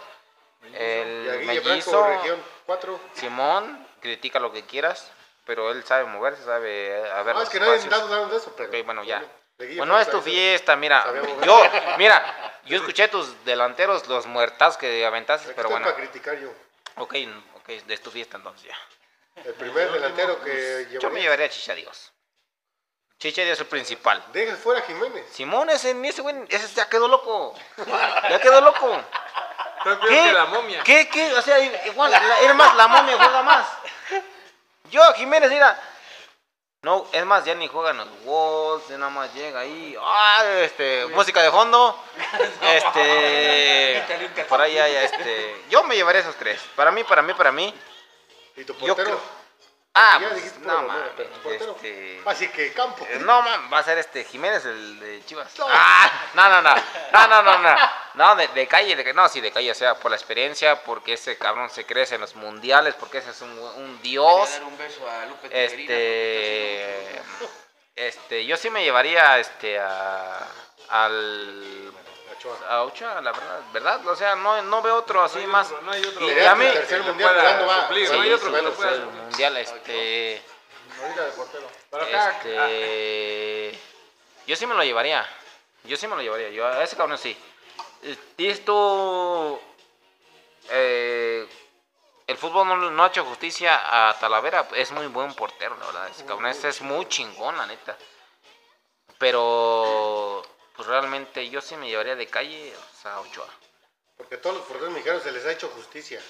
Y a
el
Guille
mellizo,
Franco, región 4.
Simón, critica lo que quieras, pero él sabe moverse, sabe eh, a ver
No, es
los
que nadie
espacios.
está dudando de eso. Pero, pues
Ok, bueno, ya.
De Guille
Bueno, Pues es
Franco,
tu
ahí está.
fiesta, mira.
Sabía moverse.
Yo, mira, yo escuché tus delanteros, los muertas que aventaste,
Aquí
pero
estoy
bueno.
para criticar yo.
Ok, ok, es tu fiesta entonces ya.
El primer delantero que
Yo me
llevaría.
llevaría a Chicha Dios. Chicha Dios es el principal.
Deja fuera a Jiménez.
Simón, ese, ese güey ese ya quedó loco. Ya quedó loco.
Creo
¿Qué?
que la momia.
¿Qué? ¿Qué? O sea, igual, la- era más la momia, juega más. Yo, Jiménez, mira. No, es más, ya ni juegan los Wolves, ya nada más llega ahí. Ah, este, música de fondo. Este. Por ahí, ya, este. Yo me llevaré esos tres. Para mí, para mí, para mí.
Y tu
Yo
portero.
creo. Ah,
Ya
pues,
dijiste pura
no
mamada,
mames.
pero tu portero.
Este.
Así que campo.
Eh, No, man, va a ser este Jiménez, el de Chivas. Ah, no, no, no, no, no, no, no, no de, de calle, de, ca- no, sí, de calle, o sea, por la experiencia, porque ese cabrón se crece en los mundiales, porque ese es un, un
Voy
dios.
a dar un beso a Lupe Tejerina, porque está
Este,
haciendo mucho ruido.
(laughs) este, yo sí me llevaría, este, a, al,
Ochoa.
a Ochoa, la verdad, verdad, o sea, no, no veo otro así
No hay
más.
otro, No hay otro.
Y
Sería
a
tu
mí-
tercer
que
mundial
pueda
jugando va.
suplir,
Sí,
no hay otro
sí,
que lo
sí,
pueda
el mundial, este,
Ahorita de portero.
Pero acá, ah,
Este, yo sí me lo llevaría. Yo sí me lo llevaría. Yo a ese cabrón sí. Eh, Dices tú. eh, el fútbol no, no ha hecho justicia a Talavera. Es muy buen portero, la verdad. Ese cabrón este es muy chingón, la neta. Pero. Pues realmente yo sí me llevaría de calle o sea, a Ochoa.
Porque a todos los porteros mexicanos se les ha hecho justicia.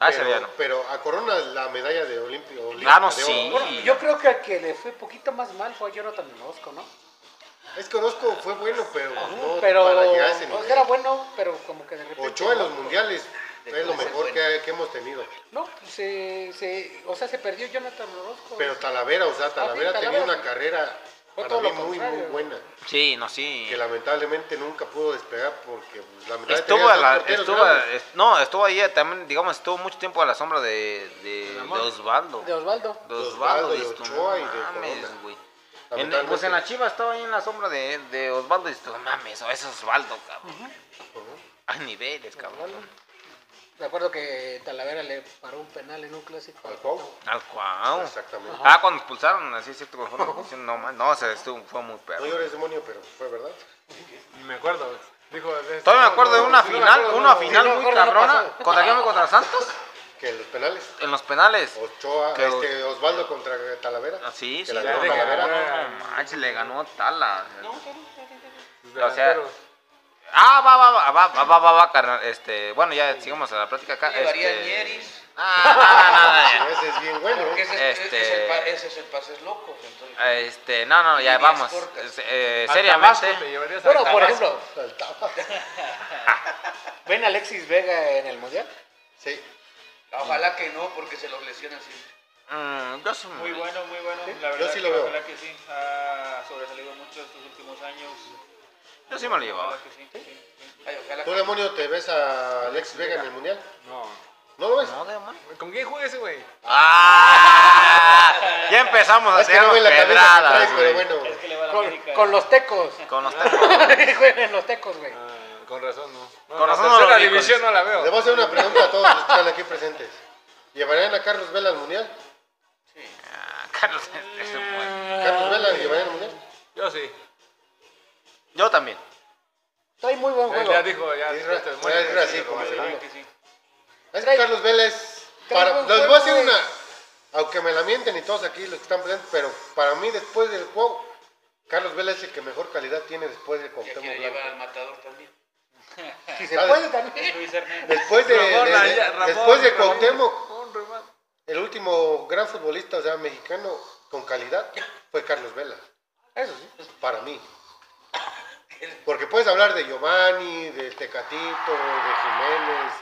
Ah, ese día
pero,
no.
pero a Corona la medalla de Olimpia.
Ah, no,
de oro.
sí.
Bueno, yo creo que al que le fue poquito más mal fue a Jonathan Orozco, ¿no?
Es que Orozco fue bueno, pero no
pero
para llegar a ese
o
nivel.
sea, era bueno, pero como que de repente.
Ochoa en los
no,
mundiales es lo mejor que, que hemos tenido.
No, pues, se, se, o sea, se perdió Jonathan Orozco.
Pero Talavera, o sea, Talavera
Ah, sí,
tenía
Talavera.
una carrera
Fue
para
todo
mí
lo
muy, muy
contrario.
buena.
Sí, no, sí.
Que lamentablemente nunca pudo despegar porque pues, lamentablemente
Estuvo,
tenía
a
dos
la-
porteros
estuvo,
grandes.
est- no, estuvo ahí también, digamos, estuvo mucho tiempo a la sombra de, de, de Osvaldo.
De Osvaldo.
De
Osvaldo,
Osvaldo,
de
y esto,
Ochoa y de
mames,
Corona.
güey. En-
Lamentablemente.
pues en la chiva estaba ahí en la sombra de, de Osvaldo y esto, no mames, o ese es Osvaldo, cabrón. A niveles, cabrón.
Osvaldo. Me acuerdo que Talavera le paró un penal en un clásico.
Al Pau,
Al cuau.
Exactamente.
Ah, cuando expulsaron, así es cierto, cuando fueron a expulsión, no man, no, o sea, estuvo, fue muy
No
perro.
llores demonio, pero fue verdad.
ni me acuerdo. Dijo, este,
Todavía me
no,
acuerdo de
no,
una
sí, no me
final,
acuerdo,
una
no.
final
no me
muy
acuerdo, no
cabrona.
pasó.
¿Contra quién fue? ¿Contra Santos?
Que los penales.
En los penales.
Ochoa,
Que-
este, Osvaldo contra Talavera.
Ah, sí,
que
sí,
la
le
ganó
ganó,
Talavera.
no manches, le ganó Tala.
Sus
O sea,
delanteros.
Ah, va, va, va, va, va, va, va, va, carnal. Este, bueno, ya sigamos a la plática acá.
Llevaría
este...
a Nieris.
Ah, nada, nada,
A veces es bien bueno.
Porque
¿eh?
ese, es-
Este-
ese es el, pa- ese es el pases loco. entonces.
ya. Este, no, no, ya
Líneas
vamos.
cortas.
Eh,
Al
seriamente.
Tabasco te llevarías al
Bueno, por
Tabasco.
ejemplo,
Al Tapa.
¿ven a Alexis Vega en el mundial?
Sí.
Ojalá que no, porque se los lesionan siempre.
mm, yo soy
Muy bueno, muy bueno. La verdad,
Yo sí lo
que
veo.
ojalá que sí. Ha sobresalido mucho estos últimos años.
Yo sí me lo llevaba.
Ojalá que sí, sí, sí.
Ay, ojalá
¿Tú,
que
demonio, te ves a Alex Vega en el mundial?
No.
¿No lo ves?
No, de man.
¿Con quién juega ese güey?
¡Ah! Ya empezamos a
Es que
hacer
no ve la cabeza que
pedradas,
traes, pero
güey.
bueno.
Es que le va a la
Con,
América.
con los tecos. (laughs)
Con los tacos.
Juegan en los tecos, güey.
Ah, Con razón, no. Bueno,
Con razón no
la tercera
lo vi,
división
con-
no la veo.
Le voy a hacer una pregunta a todos los que están aquí presentes. ¿Llevarían a Carlos Vela al mundial?
Ah, Carlos, es un buen-
¿Carlos
Ah.
Vela llevarían al mundial?
Yo sí.
Yo también.
Trae muy buen
Ya,
juego.
ya dijo, ya.
Es
dijo este,
ra-
muy
es
bien.
así como se
Yo
llama.
digo que sí.
Es que Carlos Vela es.
trae
Para,
buen
les voy a decir
juego,
una.
güey.
Aunque me la mienten y todos aquí los que están presentes, pero para mí después del juego, Carlos Vela es el que mejor calidad tiene después de
Ya
Cuauhtémoc
quiere llevar
Blanco.
al matador también.
Si se
¿sabes?
puede también.
Luis Hernández.
Después de,
Ramón,
de- de-
allá, Ramón,
después de
Ramón.
Cuauhtémoc,
Un remate.
el último gran futbolista, o sea, mexicano con calidad, fue Carlos Vela.
Eso sí.
para mí. Porque puedes hablar de Giovanni, del Tecatito, de Jiménez,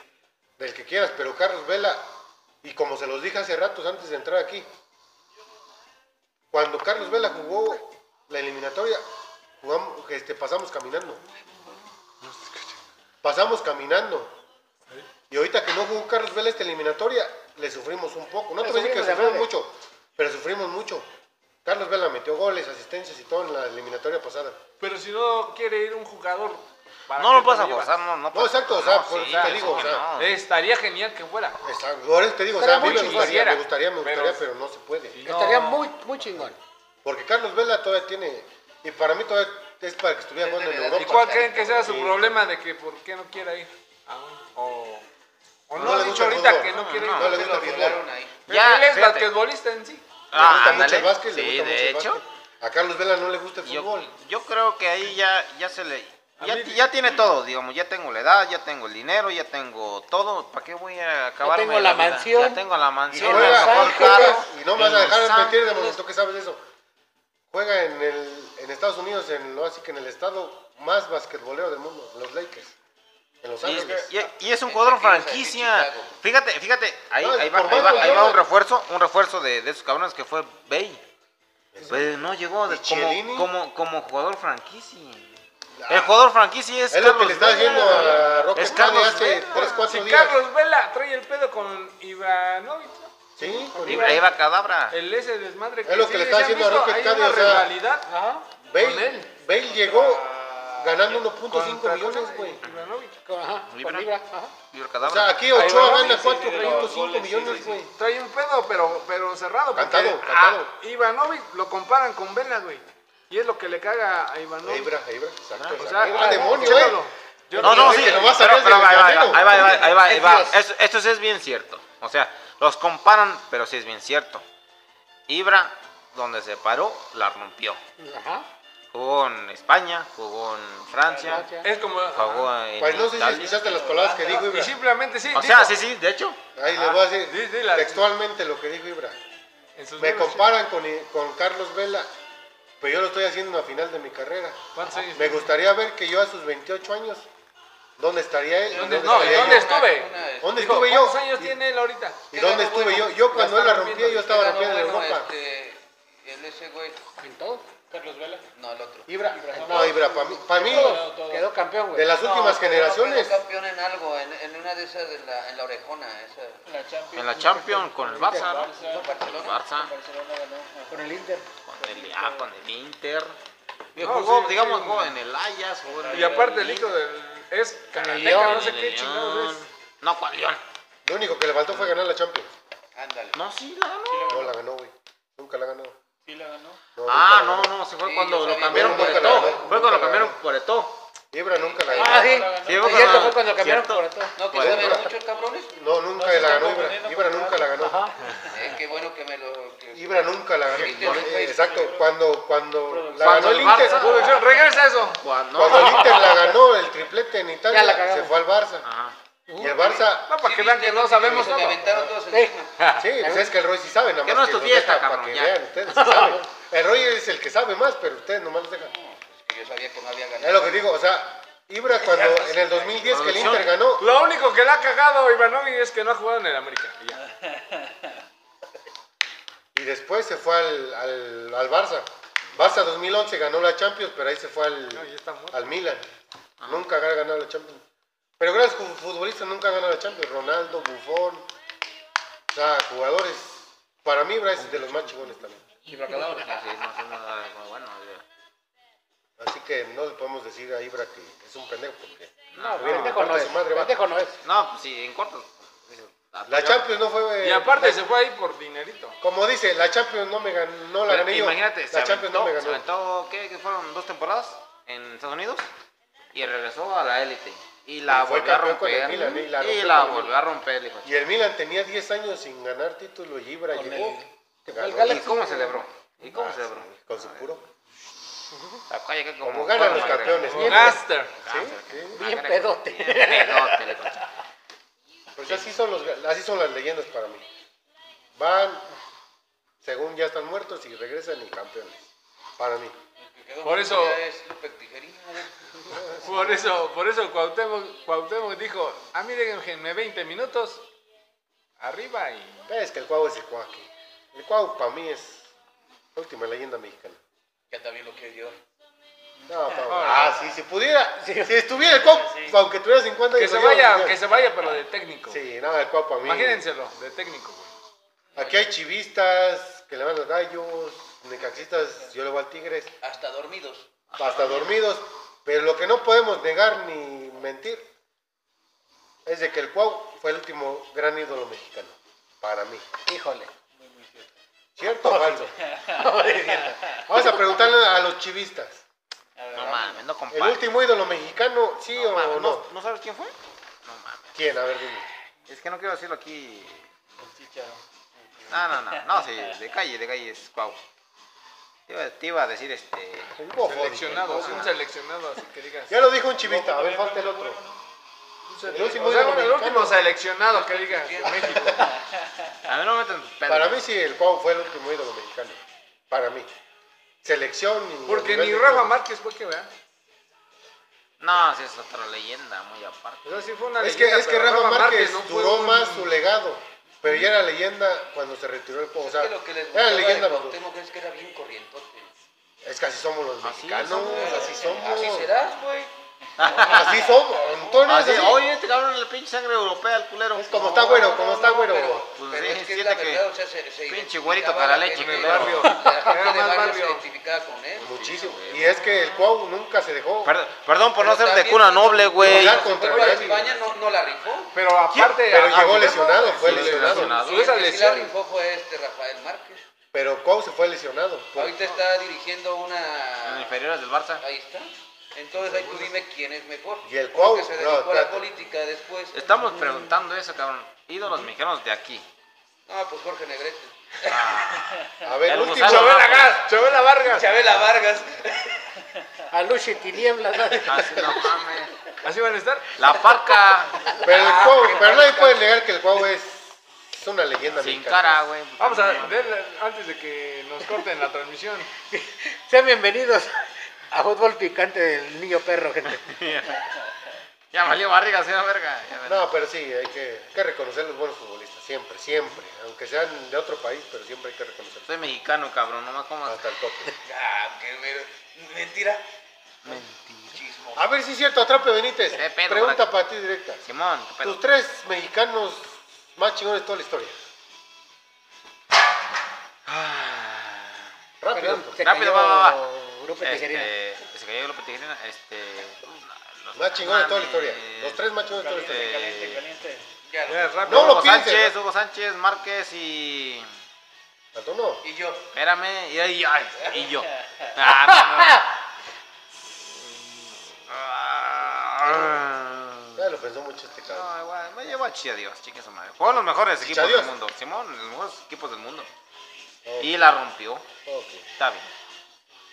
del que quieras, pero Carlos Vela, y como se los dije hace ratos antes de entrar aquí, cuando Carlos Vela jugó la eliminatoria, jugamos, este, pasamos caminando. Pasamos caminando. Y ahorita que no jugó Carlos Vela esta eliminatoria, le sufrimos un poco. No te
Le
voy a decir que
sufrimos de
sufrimos
madre.
mucho, pero sufrimos mucho. Carlos Vela metió goles, asistencias y todo en la eliminatoria pasada.
Pero si no quiere ir un jugador. ¿para
No
qué
lo
te
puedes
llevas?
forzar, no, no.
No, exacto, o sea, por eso te digo, o sea, eh,
no.
Estaría genial que fuera.
Está- ahora te digo, o
Pero
sea, a mí me
mucho
gustaría,
quisiera.
me gustaría, me gustaría,
Pero-
pero, no se puede.
Estaría muy, muy chingón.
Porque Carlos Vela todavía tiene, y para mí todavía es para que estuviera jugando en
Tiene
Europa.
¿Y cuál creen
Pasadito,
que sea su
sí.
problema de que por qué no quiera ir? Aún, O, o no,
No le
ha
gusta
dicho
el
ahorita
fútbol.
que no,
No,
quiere ir.
no,
No le
Se
gusta
lo
el
violaron
fútbol.
ahí.
Pero
Ya,
él es
fíjate.
basquetbolista en sí.
Le gusta mucho el básquet,
sí,
le gusta mucho
de
el
hecho.
básquet. A Carlos Vela no le gusta el
Yo,
fútbol.
yo creo que ahí ya, ya se le...
A
Ya,
mí-
ya tiene todo, digamos, ya tengo la edad, ya tengo el dinero, ya tengo todo, ¿para qué voy a acabar?
tengo la mansión.
Ya tengo la
Y
mansión,
en
juega,
Los
el
juega,
Ángeles,
carro,
y no me vas a
en
dejar
Los
mentir de
Ángeles.
momento que sabes eso. Juega en el, en Estados Unidos, en lo así que en el estado más basquetbolero del mundo, los Lakers, en Los
Y-
Ángeles.
Y, y es un cuadro
Aquí, o sea, aquí en
franquicia.
Chicago.
Fíjate, fíjate, ahí,
No,
ahí va,
por
ahí va-
Michael
ahí va un
Jordan.
refuerzo, un refuerzo de, de esos cabrones que fue Bay. Pues no llegó de-
¿Y
como,
Chiellini?
como, como jugador franquicia.
Ah,
El jugador franquicia es,
es lo que le está
Vela.
diciendo a Rocket
Es Carlos
Money hace
Vela.
3, 4
Si
días.
Carlos Vela trae el pedo con Ivanovic, ¿no?
Ah, Sí, con
Y
Iván.
ahí va Cadabra.
el ese desmadre
Es lo que le está
¿se han
haciendo a
visto?
Rocket
Hay
Cadio,
una
o sea,
rivalidad con
Bale,
él.
Bale llegó ganando
Contra
1.5 millones,
Contra
güey.
Ivanovic.
Ajá.
Libra.
Con libra. Ajá.
Y el
O sea,
Cadabra.
aquí
Ahí
Ochoa gana
va,
sí, sí, de los
4.5
goles, sí,
millones,
sí,
güey.
Trae un pedo, pero, pero cerrado. porque
Cantado,
a
cantado.
Ivanovic lo comparan con Vela, güey. Y es lo que le caga a Ivanovic.
Ebra, Ebra, exacto.
Ah, O
exacto.
sea,
Ebra, demonio,
yo
güey.
no lo- yo
No, no, sí,
Que nomás
pero,
sabías
pero
del
ahí va, ahí va,
camino.
ahí va, ahí va, ahí va, ahí va.
Dios.
Esto, esto sí es bien cierto. O sea, los comparan, pero sí es bien cierto. Ibra, donde se paró, la rompió.
Ajá.
Jugó en España, jugó en Francia,
Francia.
Es como.
jugó en
Pues no sé si
Italia.
escuchaste las palabras que dijo
Y
Ibra.
simplemente sí.
O sea,
dijo,
sí, sí, de hecho.
Ahí les voy a
Sí,
decir
sí, la-
textualmente lo que dijo Ibra.
en sus
Me
libros,
comparan con, con Carlos Vela, pero yo lo estoy haciendo a final de mi carrera.
¿Cuántos años?
Me gustaría ver que yo a sus 28 años, ¿dónde estaría él?
¿Dónde-
¿Dónde,
no,
estaría
¿dónde
yo?
estuve?
¿Dónde
Dijo,
estuve yo?
¿Cuántos años
Y-
tiene él ahorita?
¿Y dónde
Qué
estuve
bueno.
yo? Yo cuando
Ya
él la
está
rompía,
rompiendo,
yo
ya
estaba
Ganó,
rompiendo en
bueno,
Europa.
este, el ese güey,
En todo.
Carlos Vela.
no el otro.
Ibra, no, Ibra, para mí, pa' mí,
Todo, todo.
Quedó campeón, güey.
de las últimas
No, pero
generaciones,
fue campeón en algo, en, en una de esas de la, en la orejona, esa.
En la Champions.
En la Champions con el Barça, ¿no?
Barça,
Con el Barça,
Barcelona ganó. Ajá.
Con el Inter.
con el, ah, con el Inter. Y
No,
jugó,
sí,
digamos,
sí,
jugó
sí.
en el Ajax. jugó en
Y aparte el hijo del. Es
León,
canateca, no sé
en el
qué chingados
León.
es.
No, ¿cuál León?
lo único que le faltó fue ganar la Champions.
Ándale.
No, sí, la ganó.
No la ganó, güey. Nunca la ganó.
Sí la ganó.
No,
Ah,
nunca la
no,
ganó.
no, se fue
Sí, yo
cuando lo
sabía.
cambiaron
Pero
por
nunca
el
la
todo.
ganó,
Fue cuando lo
nunca la
cambiaron
ganó.
por el todo.
Ibra nunca la
Ah,
ganó.
sí.
Sí,
Es
fue
cierto,
cuando-
fue cuando cambiaron
cierto.
por todo.
No, que
Bueno.
saben muchos cabrones.
No, nunca la ganó Ibra. Ibra nunca la ganó.
Eh, qué bueno que me lo. que-
Ibra nunca la ganó.
Sí,
No,
sí,
eh,
sí.
Exacto, cuando, cuando la
Cuando
ganó
el
el Inter.
Barça-
Producción, regresa eso.
Cuando.
Cuando el Inter la ganó el triplete en
Ya la
Italia,
cagamos.
se fue al Barça.
Ajá.
Y el Barça,
No, para
Sí,
que vean
viste,
que no sabemos
se me
todo.
aventaron todos
Eh,
encima.
sí, pues es que el Roy sí sabe, nada más.
Que no es tu
los
fiesta,
deja
cabrón,
Para que
ya.
vean, ustedes sí saben. El Roy es el que sabe más, pero ustedes nomás los dejan.
Que yo sabía que no había ganado.
Es lo que digo, o sea, Ibra cuando en el 2010 que el Inter ganó,
Lo único que le ha cagado a Ivanovic es que no ha jugado en el América. y ya.
Y después se fue al, al, al Barça. Barça 2011 ganó la Champions, pero ahí se fue al,
No, ya está muerto.
al Milan. Nunca ha ganado la Champions. Pero grandes ju- futbolistas nunca han ganado la Champions. Ronaldo, Buffon. O sea, jugadores. Para mí, Ibra es de los más chingones también.
Sí, no, sí, no, bueno,
Así que no le podemos decir a Ibra que es un pendejo porque
No,
viene
pendejo
por parte
no
de
es.
su madre, va.
Pendejo no es.
No, pues, sí, en corto.
la Champions no fue
Y aparte se fue ahí por dinerito.
como dice, la Champions no me ganó, no la
Pero
gané yo.
imagínate, se
la Champions
aventó,
no me
se
ganó.
aventó, ¿qué? Que fueron dos temporadas en Estados Unidos y regresó a la élite. Y la
Y fue
volvió a
campeón con el
romper.
Milan, ¿eh? Y la
y
rompió
la
con el
volvió a romper, hijo.
Y el Milan tenía 10 años sin ganar título y Ibra
Con
llegó.
el- que fue
ganó.
el Galaxy.
¿Y cómo celebró? ¿Y cómo
Ah,
celebró?
sí, Con su puro.
Acá llega como,
Como ganan los
madre.
campeones. ¿no?
Gaster.
Sí, sí.
Bien pedote.
Ah, Bien pedote, hijo.
Pues así son, los, así son las leyendas para mí. Van, según ya están muertos y regresan y campeones. Para mí.
Por eso-
Es Lupe Tijerina, güey.
(laughs) Por eso, por eso Cuauhtémoc, Cuauhtémoc dijo, a mí déjenme 20 minutos arriba y
Es que el Cuau es el Cuau aquí. El Cuau para mí es la última leyenda mexicana.
Ya también lo quiere Dios.
No, Cuau.
Ahora.
Ah, sí, si pudiera, si estuviera el Cuau, aunque tuviera 50
que
años,
se
lo llevan,
vaya,
lo
que se
llevan.
vaya, pero de técnico.
Sí, nada, el Cuau para mí.
Imagínenselo, de técnico, güey.
Aquí hay chivistas que le van a los gallos, necaxistas, yo le voy al Tigres,
Hasta dormidos.
hasta dormidos. Pero lo que no podemos negar ni mentir es de que el Cuau fue el último gran ídolo mexicano. Para mí.
Híjole.
¿Cierto o falso? Vamos a preguntarle a los chivistas. (laughs)
No mames, no
¿El
compadre.
último ídolo mexicano, sí
No
o
mames,
no?
¿no- ¿No sabes quién fue? No mames.
¿Quién? A ver, dime.
Es que no quiero decirlo aquí. No, no, no. No, sí, de calle, de calle es Cuau. Te iba, te iba a decir este.
El bofo,
Seleccionado,
dice.
un seleccionado, así que digas.
Ya lo dijo un chivista, a ver, falta el otro. El último
O sea,
ídolo
bueno, el
mexicano.
último seleccionado que digas, México.
A mí no me meten sus pedos.
Para mí sí, el Cuau fue el último ídolo mexicano. Para mí. Selección y...
Porque
a nivel
ni
de
Rafa
clubes.
Márquez fue que vea.
No, sí, es otra leyenda, muy aparte.
O sea, sí fue una
Es que,
leyenda,
es que
pero
Rafa Márquez
no fue
duró
un-
más su legado. Pero ya era leyenda cuando se retiró el Cuau. O sea,
es que lo que les
era
gustaba
leyenda.
de
cuando-
Cuauhtémoc es que era bien corrientote.
Es que así somos los
Así
mexicanos.
somos,
Así somos.
Así serás, güey.
Así somos, Antonio
Ah, sí,
es así.
oye, este cabrón le pinche sangre europea al culero.
Es como está güero, como está güero.
Pero,
Pues
pero
sí,
es que es
siente
la
que
verdad, o sea, se, se
pinche
identificaba
güerito para
la
leche,
gente,
culero.
La gente de
Era más
barrio se
barrio.
identificaba con él.
Muchísimo. Y es que el Cuau nunca se dejó.
(laughs) Perdón, perdón por no
Pero
ser de
también-
cuna noble, güey.
Jugar
Se
contra
fue para
Brasil.
España, no, no la rifó.
Pero aparte.
Pero
a-
llegó
a-
lesionado, fue
Sí,
lesionado.
lesionado.
Y
Tú
el
esa
que sí la
lesión.
rifó fue este Rafael Márquez.
Pero Cuau se fue lesionado.
Ahorita está dirigiendo una...
En inferiores del Barça.
Ahí está. Entonces ahí tú dime quién es mejor.
Y el
Uno
Cuau,
que se
no,
dedicó a la
espérate.
política después.
Estamos preguntando eso, cabrón. Ídolos mexicanos de aquí. Ah,
No, pues Jorge Negrete.
A ver,
El
último.
Gusano
Chabela
Ramos.
Gas, Chabela Vargas.
Chabela Vargas.
A luz y tinieblas. ¿no?
Así Ah, no mames.
Así van a estar.
La
(laughs)
parca.
Pero el
Ah,
Cuau, pero nadie puede negar que el Cuau es, es una leyenda
Sin
mexicana.
cara, güey.
Vamos a ver antes de que nos corten la transmisión.
(laughs) Sean bienvenidos a Fútbol Picante del Niño Perro, gente.
Ya valió barriga, señora verga. Ya valió.
No, pero sí, hay que, hay que reconocer los buenos futbolistas, siempre, siempre. Aunque sean de otro país, pero siempre hay que reconocerlos.
Soy mexicano, cabrón. No me comas.
Hasta el
(laughs)
tope.
Ah, qué ver- mentira.
A ver si es cierto, Atrape Benítez.
Qué Eh, pedo,
Pregunta
Braco.
para ti directa.
Simón, qué pedo.
Tus tres mexicanos más chingones de toda la historia. Rápido.
Perdón, se
Rápido,
cayó
va, va, va.
Grupo Tijerina.
Ah, Este, se cayó López Tijerina. Este. los-
Más chingones de toda la historia.
mames.
Los tres más chingones de toda la historia.
Eh,
Caliente, caliente.
Ya lo-
Mira, rápido.
No
Hugo
lo pienses.
Sánchez, Hugo Sánchez, Márquez y.
Tanto no.
Y yo.
Espérame, y, y- ay, y
(laughs)
yo. Ah, no, no. Ah,
Ya lo pensó mucho este cabrón.
No, igual, me llevo a Chiadios, chicas su madre. Fueron los mejores equipos
Chiadios.
del mundo. Simón, los mejores equipos del mundo.
Ok.
Y la rompió.
Ok.
Está bien.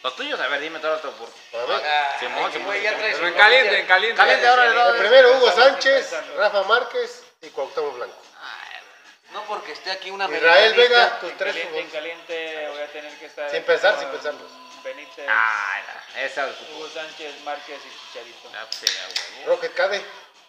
Los tuyos, a ver, dime todo otro por.
A ver.
Ah,
Simón,
que
Simón,
güey, ya
Simón.
traes
Pero en
su
caliente,
familia.
en caliente.
Caliente ahora le
El
doy.
primero, Hugo Sánchez, Rafa Márquez y Cuauhtémoc Blanco.
No porque esté aquí
Ah,
una
Israel
americanista.
Vega, tus
En
tres
caliente, en
futbolistas.
caliente voy a tener que estar.
Sin pensar,
con
sin pensarlos.
Benítez,
Ay, la- esa es.
Hugo Sánchez, Márquez y Chicharito.
la pega, güey.
Rocket Cade.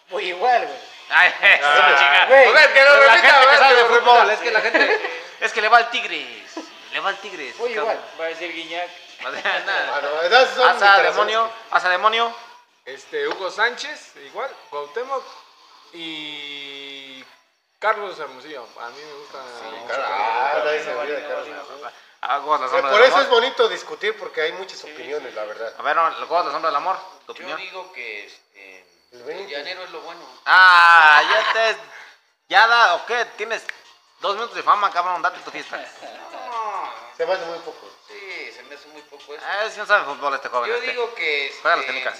Pues igual, güey.
Ay, (laughs) esa chica.
Güey,
A ver, que lo
Pero la
repita,
gente
a
Pues que
ver,
sabe
que
de
lo
fútbol,
repita.
es que la gente. Es que le va al Tigres. Le va al Tigres.
Muy
cabrón.
igual.
Va a decir Guiñac.
O sea, nada.
Ah, no, esas son
Asa
declaraciones
demonio, asa demonio.
Este, Hugo Sánchez, igual, Cuauhtémoc y Carlos Hermosillo. A mí me gusta.
que- Ah, nadie se olvida de Carlos.
A Aguas la
Pero
sombra
por
del
eso es
amor.
bonito discutir porque hay muchas opiniones, la verdad.
A ver, no, aguas la sombra del amor. Tu
Yo
opinión.
digo que este,
El
el
20.
llanero es lo bueno.
Ah, ya te. Ya da, ¿o qué? Tienes dos minutos de fama, cabrón, date tu fiesta.
No,
Se me hace muy poco.
sí, se me hace muy poco eso.
Ah, si no sabe fútbol este joven.
Yo
este.
digo que... este,
Juega las canicas.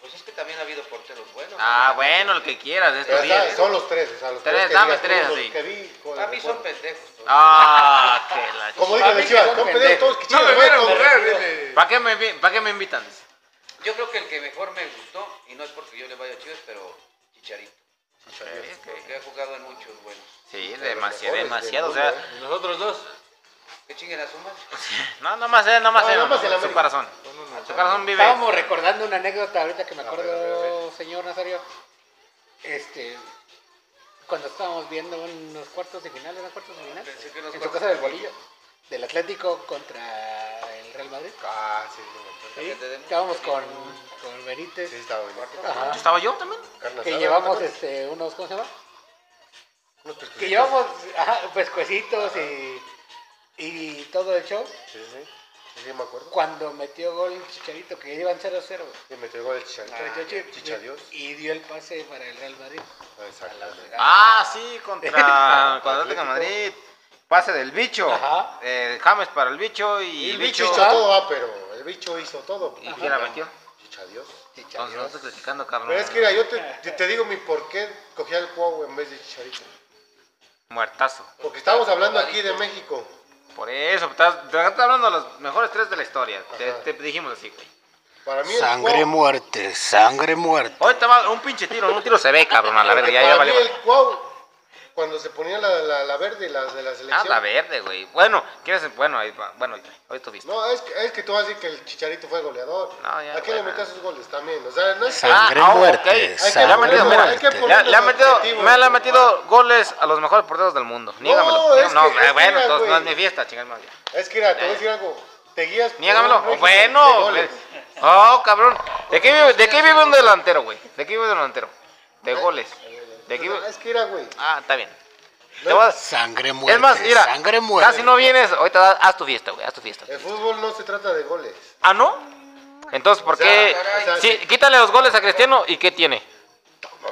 Pues es que también ha habido porteros buenos.
Ah,
¿no?
bueno, el que quieras de estos
Pero, ¿sabes?
días.
Son los tres, o sea, los
Tres,
tres. que
dame
digas,
tres,
todos los
así.
que vi, joder,
Para mí son
joder.
pendejos. todos.
Ah,
(laughs)
que la
Como dije,
mí
los
que
chivas,
son
son pendejos
pendejos.
todos que
No
chivas,
me vieron
todos
correr,
metidos.
dile.
¿Para qué, me, vi- ¿Para qué me invitan?
Yo creo que el que mejor me gustó, y no es porque yo le vaya a Chivas, pero Chicharito. Porque ha jugado en muchos buenos.
Sí,
De los mejores
demasiado,
del
demasiado. O
mundo,
sea,
¿eh?
¿Y los otros dos?
Que chinguen a su madre.
Pues, no, nomás es, nomás
No,
es.
nomás el
su
América.
corazón. Su corazón vive.
Estábamos recordando una anécdota ahorita que me
A ver, a ver, a
acuerdo, señor Nazario. Este, cuando estábamos viendo unos cuartos de final, unos cuartos de final,
Pensé que unos
en su
cuartos
casa
de
del bolillo, del Atlético contra el Real Madrid.
Ah, sí, sí, me acuerdo.
Sí, Estábamos con, con Benítez,
Sí, estaba bien.
ajá,
¿Estaba yo también?
Carne
que
asada,
llevamos
¿no?
este, unos, ¿cómo se llama?
Unos
Que
pescaditos.
llevamos ajá, pescuecitos y, y todo el show.
Sí, sí. Sí, sí, me acuerdo.
Cuando metió gol Chicharito, que iban 0-0. güey.
Y me traigo el chicharito.
Ah, Chicha-
Chichadios.
Y dio el pase para el Real Madrid.
Ah, Exactamente.
Ah, sí, (laughs) contra, contra Atlético
Atlético.
Madrid. Pase del bicho.
Ajá.
Eh, James para el bicho y
Y el
el
bicho
bicho.
hizo todo, ah, pero el bicho hizo todo.
¿Y quién la metió?
Chichadios.
Entonces no estoy criticando, cabrón.
Pero es que mira, yo te, te- te digo mi por qué cogía el Cuau en vez de Chicharito.
Muertazo.
Porque estábamos hablando aquí de México.
Por eso, estás, te estás hablando de los mejores tres de la historia. Te,
Ajá.
te dijimos así, güey.
Para mí el
Sangre
Cuau,
muerte, sangre muerte.
Hoy te va un pinche tiro, un tiro se ve, cabrón, a la verga,
porque
ya, ya
para mí
valió.
el Cuau, cuando se ponía la, la, la verde, la de la
Ah,
selección.
la verde, güey. Bueno, quieres, bueno, ahí va, bueno, hoy tuviste.
No, es que, es que tú vas a decir que el Chicharito fue goleador.
No, ya,
¿A quién le
bueno.
metías sus goles también? O sea, no es...
Sangre
ah,
muerte,
ok. Hay que-
sangre
le ha metido, mira,
muerte.
hay que poner-
Le, le ha metido,
Objetivo,
me le ha
güey.
metido goles a los mejores porteros del mundo. Niégamelo.
No, es
No, eh,
que- es que
bueno,
mira,
entonces no es
güey.
mi fiesta, chingada madre.
Es que mira, te voy a decir algo. Te guías... por
Niégamelo.
un régimen de
bueno.
goles.
güey. Oh, cabrón. ¿De qué vive, de qué vive un delantero, güey? ¿De qué vive un delantero?
Eh,
De goles. ¿De qué
O sea,
vive-
Es que mira, güey.
Ah, está bien. Te voy a-
Sangre muerte.
Es más, mira,
sangre muerte.
casi no vienes, ahorita da- haz tu fiesta, güey, haz tu fiesta.
El fútbol no se trata de goles.
¿Ah, no? Entonces, ¿por
sea,
qué?
caray. o sea,
Sí,
sí.
quítale los goles a Cristiano y ¿qué tiene?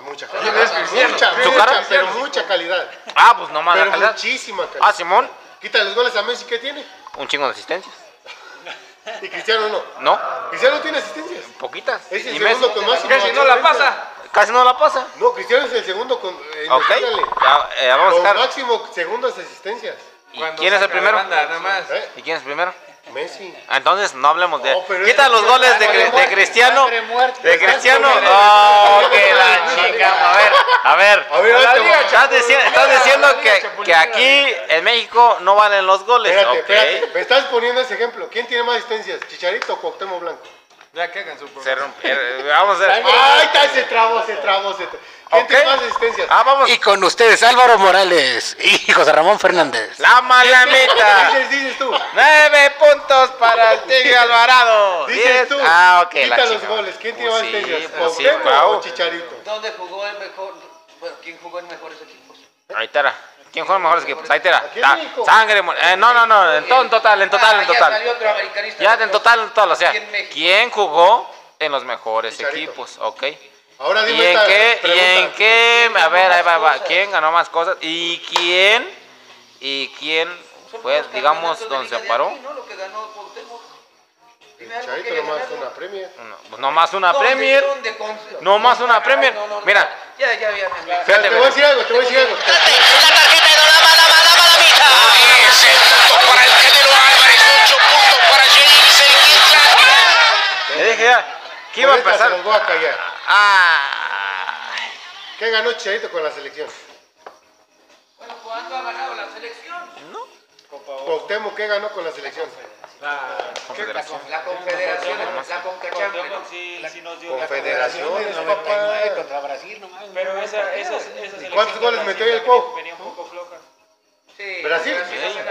Mucha
¿Quién es
calidad.
Cristiano?
Mucha,
¿Su
mucha,
cara?
pero mucha calidad.
Ah, pues no más la
Pero
calidad.
muchísima calidad.
Ah, Simón,
Quita los goles a Messi que tiene.
un chingo de asistencias.
Y Cristiano no.
¿No,
Cristiano tiene asistencias.
poquitas.
Es el
Y
segundo con más
Casi no la pasa.
Casi no la pasa.
No, Cristiano es el segundo con. eh,
Ok,
imagínale.
ya, eh, vamos a
Con
buscar.
máximo segundas asistencias.
¿Y
Cuando
quién es el
saca la
primero?
banda, nada más.
¿Eh?
¿Y quién es el primero?
Messi.
Ah, Entonces no hablemos de...
No, pero
Quita
es-
los goles de,
Sangre
Cri- de
muerte,
Cristiano.
sangre muerte.
De Cristiano.
Sangre
Oh,
muerte.
que la chingada. A ver, a ver.
A ver, ahí te va.
Estás, dici- estás diciendo que, que aquí en México no valen los goles.
Espérate,
ok.
espérate. Me estás poniendo ese ejemplo. ¿Quién tiene más asistencias? ¿Chicharito o Cuauhtémoc Blanco?
Ya que hagan su
Se rompe- eh, Vamos a ver.
¡Ay, está ese trabo, ese trabo, ese trabo! ¿Quién
Ok.
tiene más asistencias?
Ah, vamos.
Y con ustedes Álvaro Morales y José Ramón Fernández.
(laughs)
La malameta.
Dices, dices tú.
Nueve puntos para el Tigre Alvarado.
Dices
Diez.
tú.
Ah, ok.
Quita
la
los
chingada.
goles. ¿Quién tiene
Pues
más
sí,
asistencias?
pues sí,
¿Cuauhtémoc
Cuau.
o Chicharito?
¿Dónde jugó el mejor? Bueno, ¿quién jugó en mejores equipos?
Ahí está. ¿Quién juega mejores equipos? Ahí está.
Aquí en
Ta-
México.
Sangre. mu- eh, no, no, no. En, to- en total, en total,
Ah,
en
Ya salió
total.
otro americanista.
Ya en total, en total. O sea,
Aquí en México.
¿quién jugó en los mejores
Chicharito.
equipos? Ok.
Ahora
¿Y
dime
en
esta
qué? ¿Y
pregunta.
en qué? A ver, ahí va,
más
va.
cosas?
¿Quién ganó más cosas? ¿Y quién? ¿Y quién fue,
Son puros campeonatos
digamos,
de
donde
liga
se
de
paró?
aquí, ¿no? Lo que ganó Cuauhtémoc. Dime algo que
Chicharito
haya
nomás
ganado.
una premia.
No, pues nomás una
¿Dónde,
Premier.
dónde cons-
No más una Premier.
No, no, no.
Mira.
Ya, ya, ya. ya.
Pero
Fíjate,
te voy a decir algo, te voy a decir algo.
Le dije ya. ¿Qué iba a
Ahorita
empezar?
Se los voy a callar.
Ah.
¿Qué ganó Chicharito con la selección?
Bueno, ¿cuándo ha ganado la selección?
Cuauhtémoc, ¿qué ganó con la selección?
Confederación.
La Confederación, la Concachampions.
Cuauhtémoc sí, sí nos dio
Confederaciones, papá.
contra Brasil, nomás.
Pero esa, esa, esa selección
cuántos
de
goles
Brasil
metió ahí el
también
Cuau?
Venía un poco floja.
Sí,
Brasil.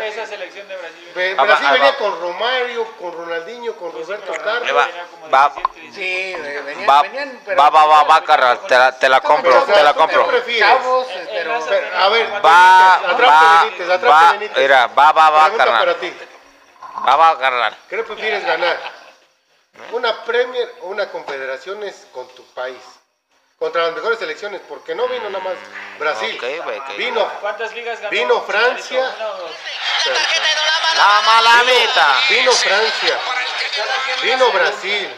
Esa selección de Brasil.
Ve-
Ah,
Brasil
va, ah, va.
venía con Romario, con Ronaldinho, con Roberto
Ahí
Carlos.
va,
Tenía como
va.
17, 18.
Sí, güey, venían,
Va,
venían,
va, va, va, va, carnal, te la, te la compro,
Pero,
te la
¿tú
compro.
qué prefieres?
Chavos,
Eh,
pero...
raza,
Pero, a ver,
tenía
Va,
cuatro
Atrapa
va,
Benítez, atrapa
va,
Benítez.
mira, va, va, va,
Pregunta
carnal.
para ti.
Va, va, carnal.
¿Qué le prefieres ganar? ¿Una Premier o una Confederaciones con tu país? Contra las mejores selecciones, porque no vino nada más Brasil.
Ok, güey, ok.
Vino,
¿Cuántas ligas ganó?
Vino Francia.
Chicharito? Una o dos.
La malameta.
vino Francia, vino Brasil,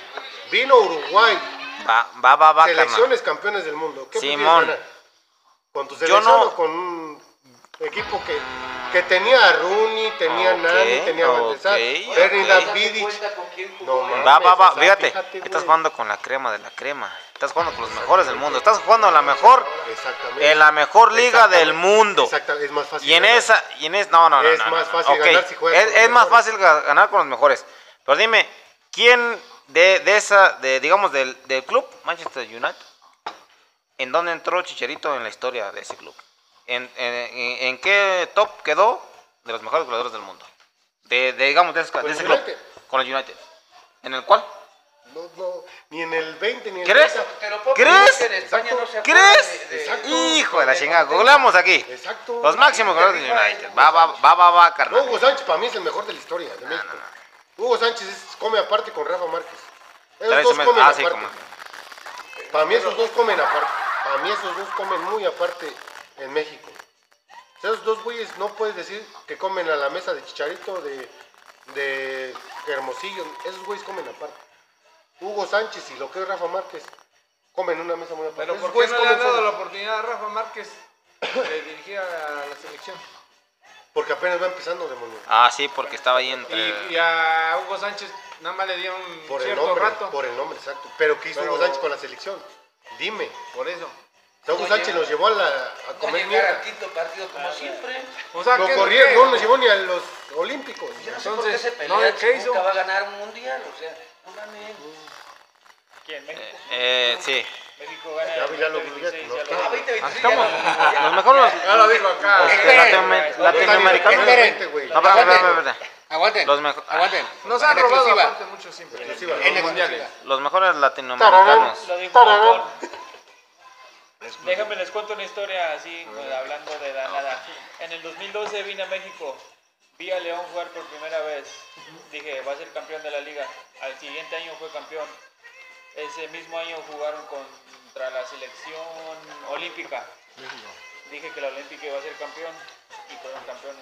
vino Uruguay.
Va, va, va, va, carnal.
Selecciones campeones del mundo. ¿Qué prefieres
Simón.
ganar? ¿Con tu
Yo
selección
no-
o con un equipo que, que tenía a Rooney, tenía a
Ok,
Nani, tenía a
ok,
Bendezar,
ok.
Ferdinand
Date
Vidic?
Eh, cuenta con quién
No,
jugó,
mames,
Va, va, va,
o sea,
fíjate,
fíjate,
estás
güey.
jugando con la crema de la crema. Estás jugando con los mejores del mundo. Estás jugando en la mejor,
Exactamente.
en la mejor liga
Exactamente.
del mundo.
Exactamente, es más fácil.
Y en
ganar.
esa, y en es, no, no, no,
Es
no, no,
más
no,
fácil
ok.
ganar si juegas
es,
con los
es más
mejores.
fácil ga- ganar con los mejores. Pero dime, ¿quién de, de esa, de, digamos, del, del club Manchester United, en dónde entró Chicharito en la historia de ese club? ¿En, en, en- en qué top quedó de los mejores jugadores del mundo? De, de, digamos, de, ese- de
el
ese club.
United.
Con el United. ¿En el cual?
No, no, ni en el 20 ni en el
¿Crees?
30.
Te lo puedo
¿Crees?
prometer, En España no se acuerdan
¿Crees?
de- de-
Exacto.
Hijo de la chingada, googleamos aquí.
Exacto.
Los máximos goleadores del United. Va, va, va, va, va,
No,
carnal.
Hugo Sánchez para mí es el mejor de la historia de México. Hugo Sánchez es- come aparte con Rafa Márquez. Esos
Tres
dos
meses-
comen
ah, sí,
aparte.
como-
Para mí esos dos comen aparte. Para mí esos dos comen muy aparte en México. Esos dos güeyes no puedes decir que comen a la mesa de Chicharito, de, de Hermosillo. Esos güeyes comen aparte. Hugo Sánchez y lo que es Rafa Márquez comen una mesa muy aparte.
Pero
Esos
¿por qué
güeyes
no le
comen
han dado la
solos.
oportunidad a Rafa Márquez de dirigir a la selección?
Porque apenas va empezando, demonio.
Ah, sí, porque estaba ahí entre.
Y, y a Hugo Sánchez nada más le dieron un
Por el
cierto
nombre,
rato.
por el nombre, exacto. Pero ¿qué hizo
Pero-
Hugo Sánchez con la selección? Dime.
Por eso.
O sea, Hugo
No
Sánchez
llega.
nos llevó a, la, a
No
comer
llegar al
mierda.
quinto partido como siempre.
O sea,
Lo
¿qué-
corrieron,
qué?
no nos llevó ni a los Olímpicos.
Yo no sé por qué
Entonces,
se
no,
pelean
¿qué
si
hizo?
nunca va a ganar un mundial. O sea, no mames.
¿Quién? México.
Eh, sí.
México gana.
Ya,
el
ya lo
2026,
googleaste, ¿no?
ya lo-
Ah, 20, 23 ya
Estamos.
no- ya-
Los mejores.
Ya lo dijo acá.
Este,
los-
Esperen.
latino- Latinoamericanos.
Esperen.
güey.
No, espera, espera, espera, espera.
Aguanten.
Los mejo-
Aguanten.
Nos
En
han robado
exclusiva.
aparte mucho siempre.
Exclusiva.
En
En
los mundiales.
exclusiva.
Los mejores latinoamericanos.
Lo dijo
Tararán.
Bocón. Déjame les cuento una historia así, pues, hablando de la nada. En el 2012 vine a México, vi a León jugar por primera vez. Dije, va a ser campeón de la liga. Al siguiente año fue campeón. Ese mismo año jugaron contra la selección olímpica. Dije que la olímpica iba a ser campeón y fueron campeones.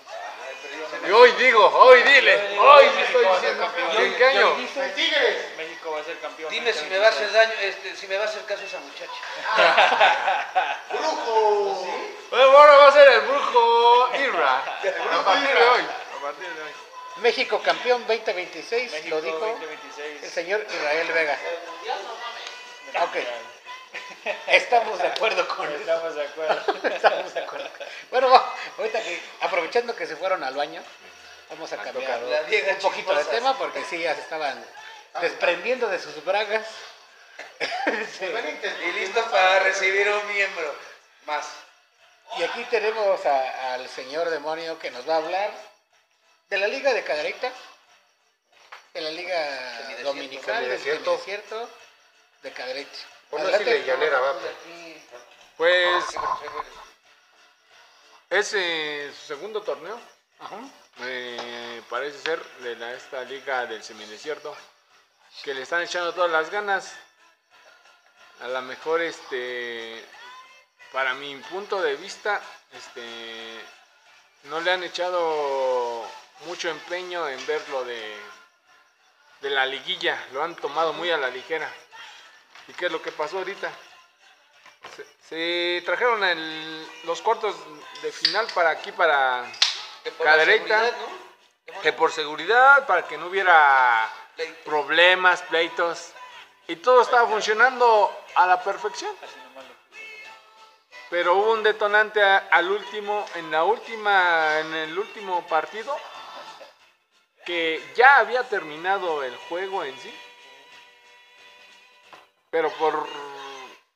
Y hoy digo, hoy dile, hoy te
México
estoy
va a ser
diciendo.
campeón.
¿En qué año?
México va a ser campeón.
Dime si me va a hacer daño, este, si me va a hacer caso esa muchacha.
Bueno, ahora va a ser el brujo Irra.
(laughs)
A partir de hoy. A partir de hoy.
México campeón 2026,
México
lo dijo
2026.
el señor Israel Vega. Ok. Estamos de acuerdo con eso.
Estamos de acuerdo.
Estamos de acuerdo. Bueno, va- ahorita que, aprovechando que se fueron al baño, vamos a cambiar
la vieja
un poquito de
chismosa.
tema porque sí, ya se estaban desprendiendo de sus bragas. Sí.
Y listo para recibir un miembro más.
Y aquí tenemos a- al señor demonio que nos va a hablar de la Liga de Cadereyta, de la Liga
Semidesierto.
Dominical, del
Semidesierto.
semidesierto de Cadereyta.
Ponlo así
Adelante.
de llanera, va. pero-
Aquí,
Pues
qué grosero eres.
es eh, su segundo torneo.
Ajá.
eh, parece ser de la, esta liga del semidesierto. Que le están echando todas las ganas. A lo mejor este. Para mi punto de vista. Este. No le han echado mucho empeño en ver lo de. De la liguilla. Lo han tomado muy a la ligera. ¿Y qué es lo que pasó ahorita? Se, se trajeron el- los cuartos de final para aquí, para
Que por la
Cadereyta.
seguridad, ¿no?
que por seguridad, para que no hubiera
Pleito.
problemas, pleitos. Y todo estaba funcionando a la perfección. Pero hubo un detonante a- al último, en la última, en el último partido, que ya había terminado el juego en sí. Pero por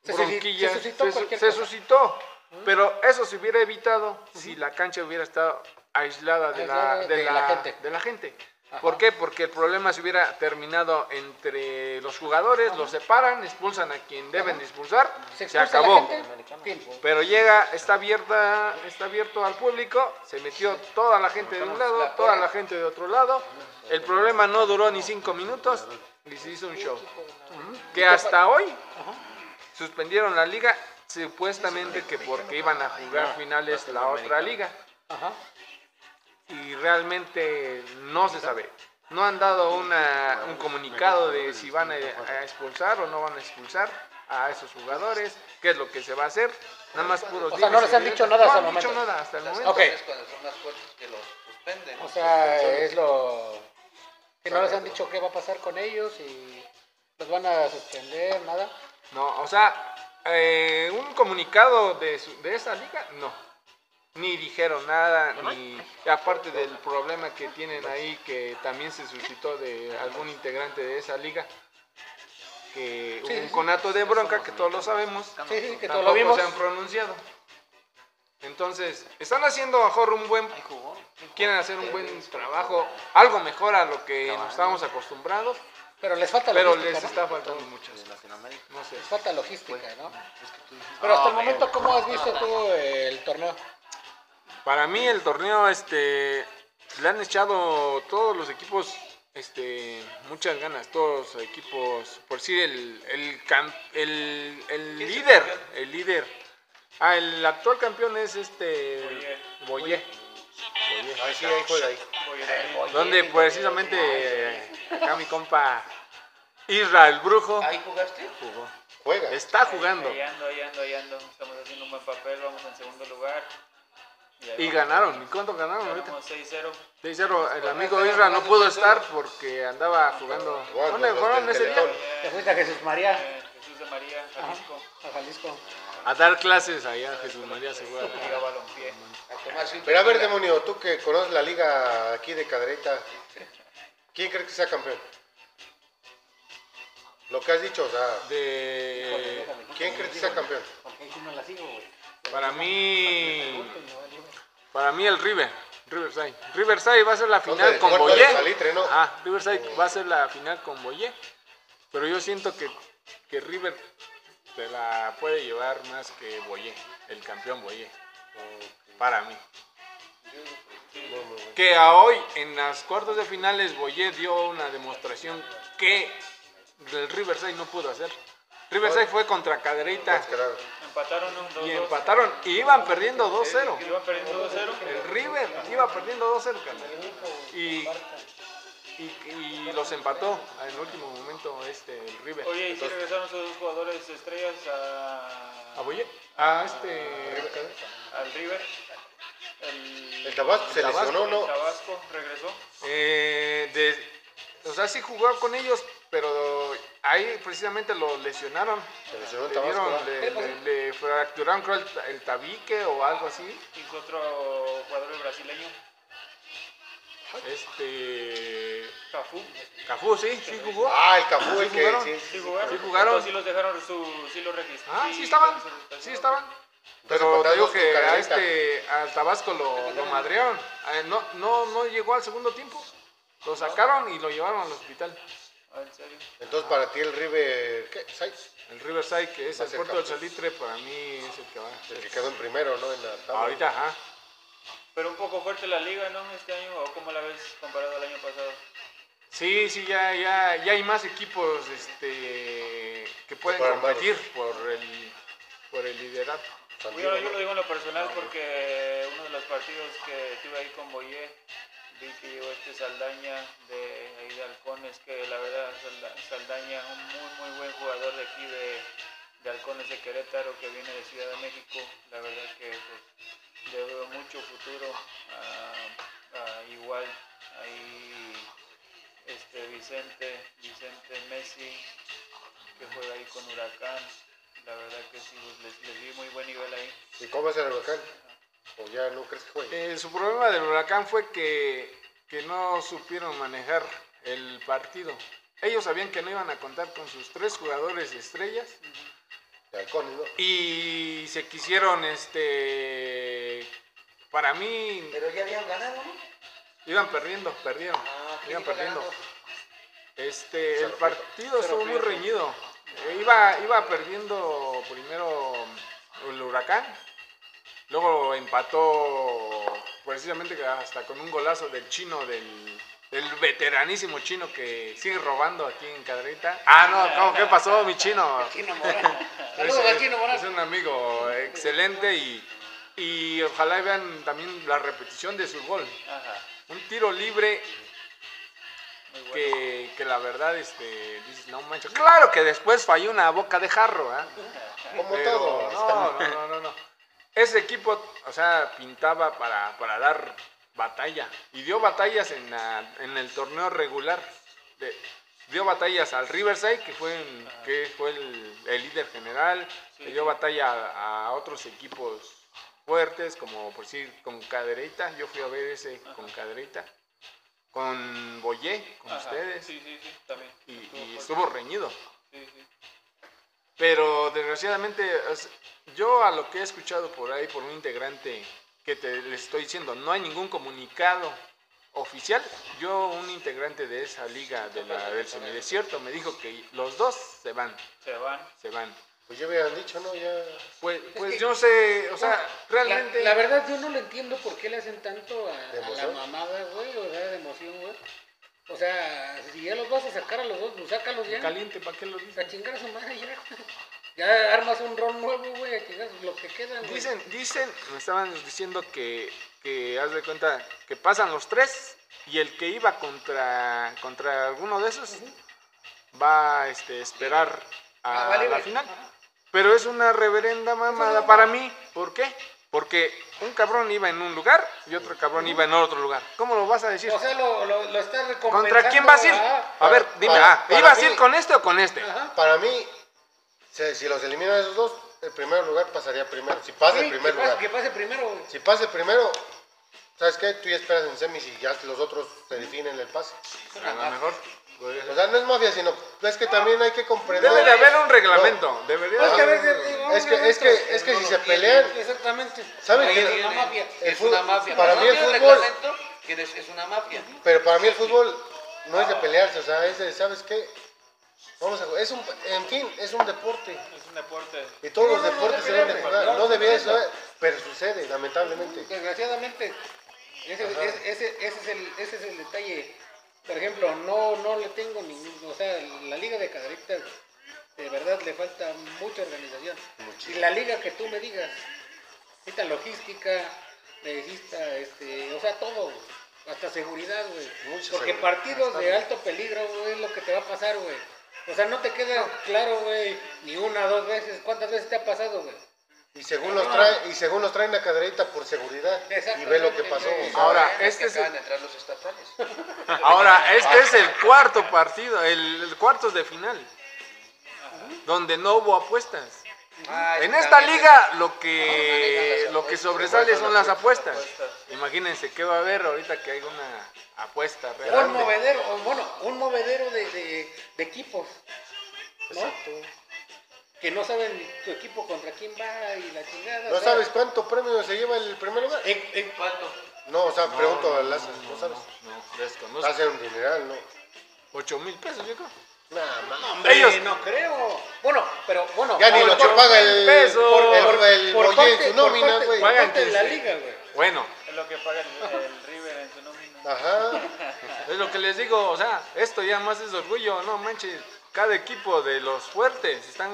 Se susci-
bronquillas
se suscitó
se su-
cualquier
se
cosa.
suscitó. Pero eso se hubiera evitado si la cancha hubiera estado aislada de, la,
Aislada
de
de
la-
la gente.
de la gente. ¿Por qué? Porque el problema se hubiera terminado entre los jugadores, los separan, expulsan a quien deben de expulsar, se,
expulsa la
acabó.
gente, fin.
Pero llega, está abierta, está abierto al público, se metió toda la gente de un lado, toda la gente de otro lado. El problema no duró ni cinco minutos y se hizo un show. Que hasta hoy suspendieron la liga supuestamente que porque iban a jugar finales la otra liga. Y realmente no se sabe. No han dado una, un comunicado de si van a, a expulsar o no van a expulsar a esos jugadores, qué es lo que se va a hacer. Nada más puro
sea, no les han dicho nada hasta
hasta
el
No han dicho
momento.
nada hasta el
Las
momento.
Ok.
cosas cuando son las fuertes que los suspenden.
O sea, es lo. Que no les han dicho qué va a pasar con ellos y los van a suspender, nada.
No, o sea, eh, un comunicado de, su- de esa liga, no. Ni dijeron nada, ni aparte del problema que tienen ahí, que también se suscitó de algún integrante de esa liga, que hubo un conato de bronca, que todos lo sabemos,
Sí, sí, que todos lo
tampoco
vimos.
se han pronunciado. Entonces, están haciendo a lo mejor un buen, quieren hacer un buen trabajo, algo mejor a lo que nos estábamos acostumbrados,
Pero les falta
pero
logística.
les
¿no?
está faltando mucho. No sé.
Les falta logística, ¿no?
Pues,
Pero
"Ah,
hasta el momento, ¿cómo has visto tú el torneo?
Para mí el torneo, este, le han echado todos los equipos, este, muchas ganas, todos los equipos, por decir el, el, cam- el,
¿Quién es
el
el
líder,
campeón?
el líder. Ah, el actual campeón es este
Boyer.
Boyer,
Ahí sí, ahí juega ahí.
Voy a ir.
donde precisamente eh, acá mi compa Israel Brujo
¿Ahí jugaste?
jugó.
Juega.
Está jugando
Ahí ando, ahí ando, ahí ando. Estamos haciendo un buen papel, vamos en segundo lugar. Y, ahí
y
vamos.
ganaron. ¿Y cuánto ganaron ahorita?
Ganamos 6-0.
Te hicieron, el amigo Israel no pudo estar porque andaba jugando.
Bueno,
¿Dónde
los
fueron
del
ese día?
Teletón.
Te fuiste a Jesús María,
Eh, Jesús de María, Jalisco.
a Jalisco.
A dar clases allá a Jesús María Segura.
Liga Balompié.
A tomarse un
Pero a ver,
tequila.
demonio, tú que conoces la liga aquí de Cadereyta, ¿quién crees que sea campeón? Lo que has dicho, o sea,
De,
¿quién crees que sea campeón?
Ah.
Porque ahí sí no la sigo, güey.
para mí,
Pues me vale, güey.
para mí el River, Riverside. Riverside va a ser la final
Entonces,
con
cuarto de
Boyé.
Salitre, ¿no?
Ah, Riverside va a ser la final con Boyé. Pero yo siento que, que River se la puede llevar más que Boyé, el campeón Boyé. Para mí. Que a hoy, en las cuartos de finales, Boyé dio una demostración que el Riverside no pudo hacer. Riverside fue contra Cadereyta
Pues, claro.
Empataron un 2-2.
y empataron y iban perdiendo 2-0.
Iban perdiendo 2-0.
El River iba perdiendo 2-0, carnal. Y, y, y los empató en el último momento este, el River.
Oye, y si
Entonces,
regresaron sus dos jugadores estrellas a,
¿A Boyé? A este...
al River. El,
El Tabasco se
Tabasco,
lesionó,
el
¿no?
Tabasco regresó.
Eh, de- o sea, sí jugó con ellos, pero ahí precisamente lo lesionaron.
Se lesionó el
Le, dieron-
Tabasco. ¿no?
¿eh?
le- le- le fracturaron creo el, ta- el tabique o algo así.
Y otro jugador brasileño,
Este...
Cafú.
Cafú, sí, sí jugó.
Ah, el Cafú, el
¿Sí
que
jugaron?
sí.
Sí jugaron.
Sí jugaron.
Entonces, Sí los dejaron, su, sí los registraron.
Ah, sí estaban, sí estaban. Pero te
empatados
digo
con
que a
Cadereyta.
este, al Tabasco lo, lo madrearon. Eh, No, no, no llegó al segundo tiempo. Lo sacaron y lo llevaron al hospital.
Ah, en serio.
Entonces, para ti el River, ¿qué? ¿Seis?
El Riverside, que es
Va a
el
ser
puerto
campeón.
del
Ah,
Salitre, para mí es el que va. a ser.
El que quedó en primero, ¿no? En la tabla.
Ahorita, ajá.
Pero un poco fuerte la liga, ¿no? Este año, o cómo la ves comparado al año pasado.
Sí, sí, ya, ya, ya hay más equipos este, que pueden
fueron varios.
competir por el, por el liderato.
Bueno, yo lo digo en lo personal porque uno de los partidos que tuve ahí con Boyé, vi que llegó este Saldaña de ahí de Halcones, que la verdad Salda- Saldaña, un muy muy buen jugador de aquí de, de Halcones de Querétaro que viene de Ciudad de México, la verdad que pues, le veo mucho futuro, a- a igual ahí este Vicente, Vicente Messi, que juega ahí con Huracán. La verdad que sí, pues, les, les di muy buen nivel ahí.
¿Y cómo es el huracán? ¿O ya no crees que juegue?
Eh, su problema del huracán fue que, que no supieron manejar el partido. Ellos sabían que no iban a contar con sus tres jugadores estrellas
De halcones, ¿no?
y se quisieron, este, para mí,
Pero ya habían ganado, ¿no?
iban perdiendo, perdieron.
Ah,
iban perdiendo. Este, el partido estuvo muy reñido. Eh, Iba, iba perdiendo primero el huracán, luego empató precisamente que hasta con un golazo del chino, del, del veteranísimo chino que sigue robando aquí en Cadrita. Ah, no, ¿cómo, ¿qué pasó, mi chino? (laughs)
Chino
(laughs)
Morán.
Es,
Saludos al Chino Morán.
es un amigo excelente y, y ojalá vean también la repetición de su gol.
Ajá.
Un tiro libre
Muy bueno.
que, que la verdad, este, dices, no manches. Claro que después falló una boca de jarro, ¿ah?
Como
Pero
todo.
No, no, no, no, no. Ese equipo, o sea, pintaba para, para dar batalla. Y dio batallas en, la- en el torneo regular. De- dio batallas al Riverside, que fue, en- que fue el, el líder general.
Ah. Sí,
le dio
sí.
batalla a, a otros equipos fuertes, como por decir, con Cadereyta. Yo fui a ver ese con Cadereyta. Con Boyé, con
Ajá.
ustedes.
Sí, sí, sí, también.
Y, y
fuerte.
estuvo reñido.
Sí, sí.
Pero desgraciadamente, es- yo a lo que he escuchado por ahí, por un integrante que te les estoy diciendo, no hay ningún comunicado oficial. Yo, un integrante de esa liga de la, del semidesierto, me dijo que los dos se van,
Se van.
se van.
Pues ya habían dicho, ¿no? Ya.
Pues, pues
que-
yo no sé, o sea,
La-
realmente...
La, verdad, yo no le entiendo por qué le hacen tanto a,
¿De
a la
emoción?
mamada, güey, o sea, de emoción, güey. O sea, si ya los vas a sacar a los dos, pues sácalos ya.
Caliente, ¿para qué lo
A
dicen?
chingar a su madre ya, (laughs) güey. Ya armas un ron nuevo, güey, a chingar lo que quedan, güey.
Dicen, dicen, me estaban diciendo que, que haz de cuenta que pasan los tres y el que iba contra contra alguno de esos va a este, esperar a
Ah, vale,
la
güey.
final. Pero es una reverenda mamada para mí. ¿Por qué? Porque un cabrón iba en un lugar y otro cabrón iba en otro lugar. ¿Cómo lo vas a decir?
O sea, lo, lo, lo está recompensando.
¿Contra quién vas a ir?
ah,
A ver, dime,
Para-
ah,
para
¿ibas a
mí-
ir con este o con este?
Ajá.
Para mí, se- si los eliminan esos dos, el primer lugar pasaría primero. Si pasa
Sí,
el primer
que, pase,
lugar.
que pase primero, güey.
Si pasa el primero, ¿sabes qué? Tú ya esperas en semis y ya los otros se definen el pase.
A lo mejor.
O sea, no es mafia, sino es que también hay que comprender.
Debe de haber un reglamento. Debería de
Es que a
haber un
veces-
reglamento.
Es que, es que, es que si se pelean,
Exactamente.
¿saben
Ahí
qué?
es una mafia.
El
es una
fútbol-
mafia.
para
No
mí el
tiene
fútbol-
reglamento, tienes- es una mafia.
pero para mí el fútbol no es de pelearse, o sea, es de, ¿sabes qué? Vamos a jugar. Es un, en fin, es un deporte.
Es un deporte.
Y todos
No,
los
no, no,
deportes
no
se deben de
pelearme, no,
jugar. No debía
entiendo.
eso, pero sucede, lamentablemente.
Desgraciadamente, ese, ese, ese, ese es el, ese es el detalle. Por ejemplo, no, no le tengo ningún. O sea, la Liga de Cadaritas, de verdad, le falta mucha organización. Y la Liga que tú me digas, necesita logística, necesita, este, o sea, todo, güey. hasta seguridad, güey.
Mucha
Porque
seguridad.
partidos de
Bastante.
alto peligro, güey, es lo que te va a pasar, güey. O sea, no te queda claro, güey, ni una, dos veces. ¿Cuántas veces te ha pasado, güey?
Y según los trae, y según los traen la caderita por seguridad. Y ve lo que pasó. o sea,
Ahora,
Bueno, es
este
que
es
acaban de entrar los estatales.
Ahora, este es el cuarto partido, el, el cuartos de final, donde no hubo apuestas.
Ah,
En
eso
esta
también
liga lo que lo que sobresale son las apuestas. Imagínense qué va a haber ahorita que hay una apuesta
Un
real.
movedero, o bueno, un movedero de, de- de equipos. ¿no? Que no saben tu equipo contra quién va y la chingada.
¿No
o sea,
sabes cuánto premio se lleva el primer lugar?
En, en-
¿Cuánto?
No, o sea, pregunto a Laza, ¿no sabes?
No, desconozco.
Hace un dineral, ¿no?
Ocho mil pesos, yo creo.
Nada más.
hombre,
ellos-
no creo. Bueno, pero bueno.
Ya ni
por-
lo que
por-
paga el,
pesos.
el,
por-
el
por
Boyer en
parte-
su
por
nómina,
parte-
güey.
por
Pagan
parte de la
15.
liga, güey.
Bueno,
Es lo que paga el, el River en su nómina.
Ajá.
es lo que les digo, o sea, esto ya más es orgullo, no manches. Cada equipo de los fuertes están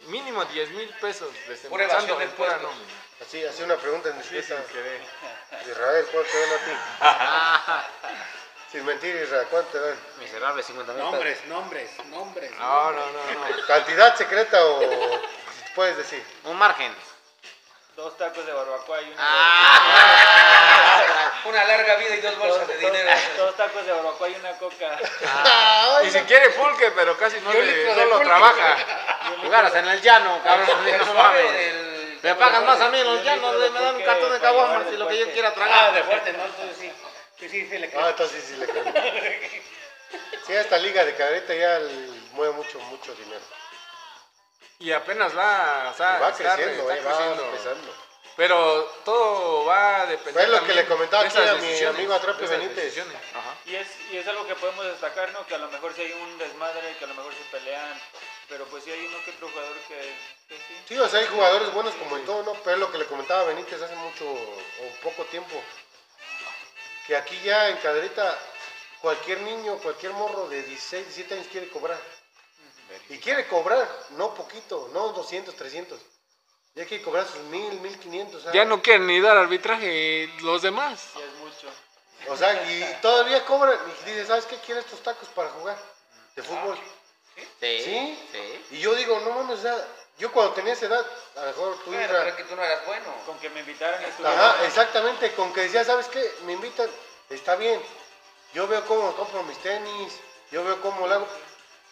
mínimo 10 mil pesos
Pura evasión
desembolsando
de
en pura
impuestos.
nómina.
Así, así una pregunta indiscreta.
querer.
Israel, ¿cuánto te dan a ti? Sin mentir, Israel, ¿cuánto te dan?
Miserable, 50 mil pesos.
Nombres, nombres, nombres.
No, no, no, no.
¿Cantidad secreta o puedes decir?
Un margen.
Dos tacos de barbacoa y una.
Ah.
Ah. (laughs)
Una larga vida y dos bolsas
dos,
de
dos-
dinero.
dos tacos de barbacoa y una coca.
Y si quiere pulque, pero casi no,
Yo
le-
litro
no
de
lo
pulque.
trabaja.
Jugaras en el llano, cabrón.
El
no
suave
mames.
del...
Me pagan Ah, más a mí los
Yo
llanos,
litro de
me dan un
pulque
cartón de
para llevar
caguamas y lo que yo
después.
quiera
Ah,
tragar.
de fuerte, ¿no? Entonces sí. Sí, sí, sí, le creo.
Ah, entonces sí le creo. Sí, esta liga de cadereta ya el- mueve mucho, mucho dinero.
Y apenas va, o sea,
Y va
está-
creciendo,
está
eh, va
creciendo.
empezando.
Pero todo va a depender.
Es lo que
también
le comentaba
de
aquí
esas
a mi
decisiones,
amigo Atrape
de esas
Benítez.
decisiones. Ajá.
Y es, y es algo que podemos destacar, ¿no? Que a lo mejor si hay un desmadre, que a lo mejor se pelean, pero pues si hay uno que otro jugador que, que sí.
Sí, o sea, hay jugadores buenos como en todo, ¿no? Pero es lo que le comentaba a Benítez hace mucho o poco tiempo. Que aquí ya en Caderita cualquier niño, cualquier morro de 16, 17 años quiere cobrar. Y quiere cobrar, no poquito, no 200, 300. Ya quiere cobrar sus 1000, 1500. o sea,
Ya no quieren ni dar arbitraje los demás.
Y es mucho.
O sea, y todavía cobran. Y dice, ¿sabes qué? Quiere estos tacos para jugar de fútbol.
Ah,
Sí.
¿Sí?
sí.
Y yo digo, no mames, o sea, yo cuando tenía esa edad, a lo mejor tú
Bueno,
Isra,
pero es que tú no eras bueno.
Con que me invitaran y estuviera-
Ajá, exactamente, con que decía, ¿sabes qué? Me invitan, está bien. Yo veo cómo compro mis tenis, yo veo cómo lo hago.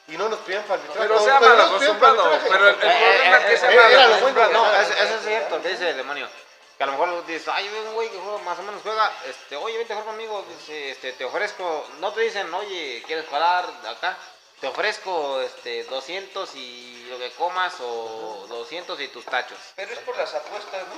Y no nos piden para arbitrar.
Pero se
No,
ha mal
no nos piden para
acostumbrado.
arbitraje.
Pero el, el problema es que se ha
eh,
mal
era lo
acostumbrado.
bueno,
No,
o sea,
eso, eso es cierto, que dice el demonio. Que a lo mejor dices, ay, yo veo un güey que juega, más o menos juega, este, oye, vente a jugar conmigo, dice, este, te ofrezco, no te dicen, oye, ¿quieres jugar acá? Te ofrezco este, 200 y lo que comas o 200 y tus tachos.
Pero es por las apuestas, ¿no?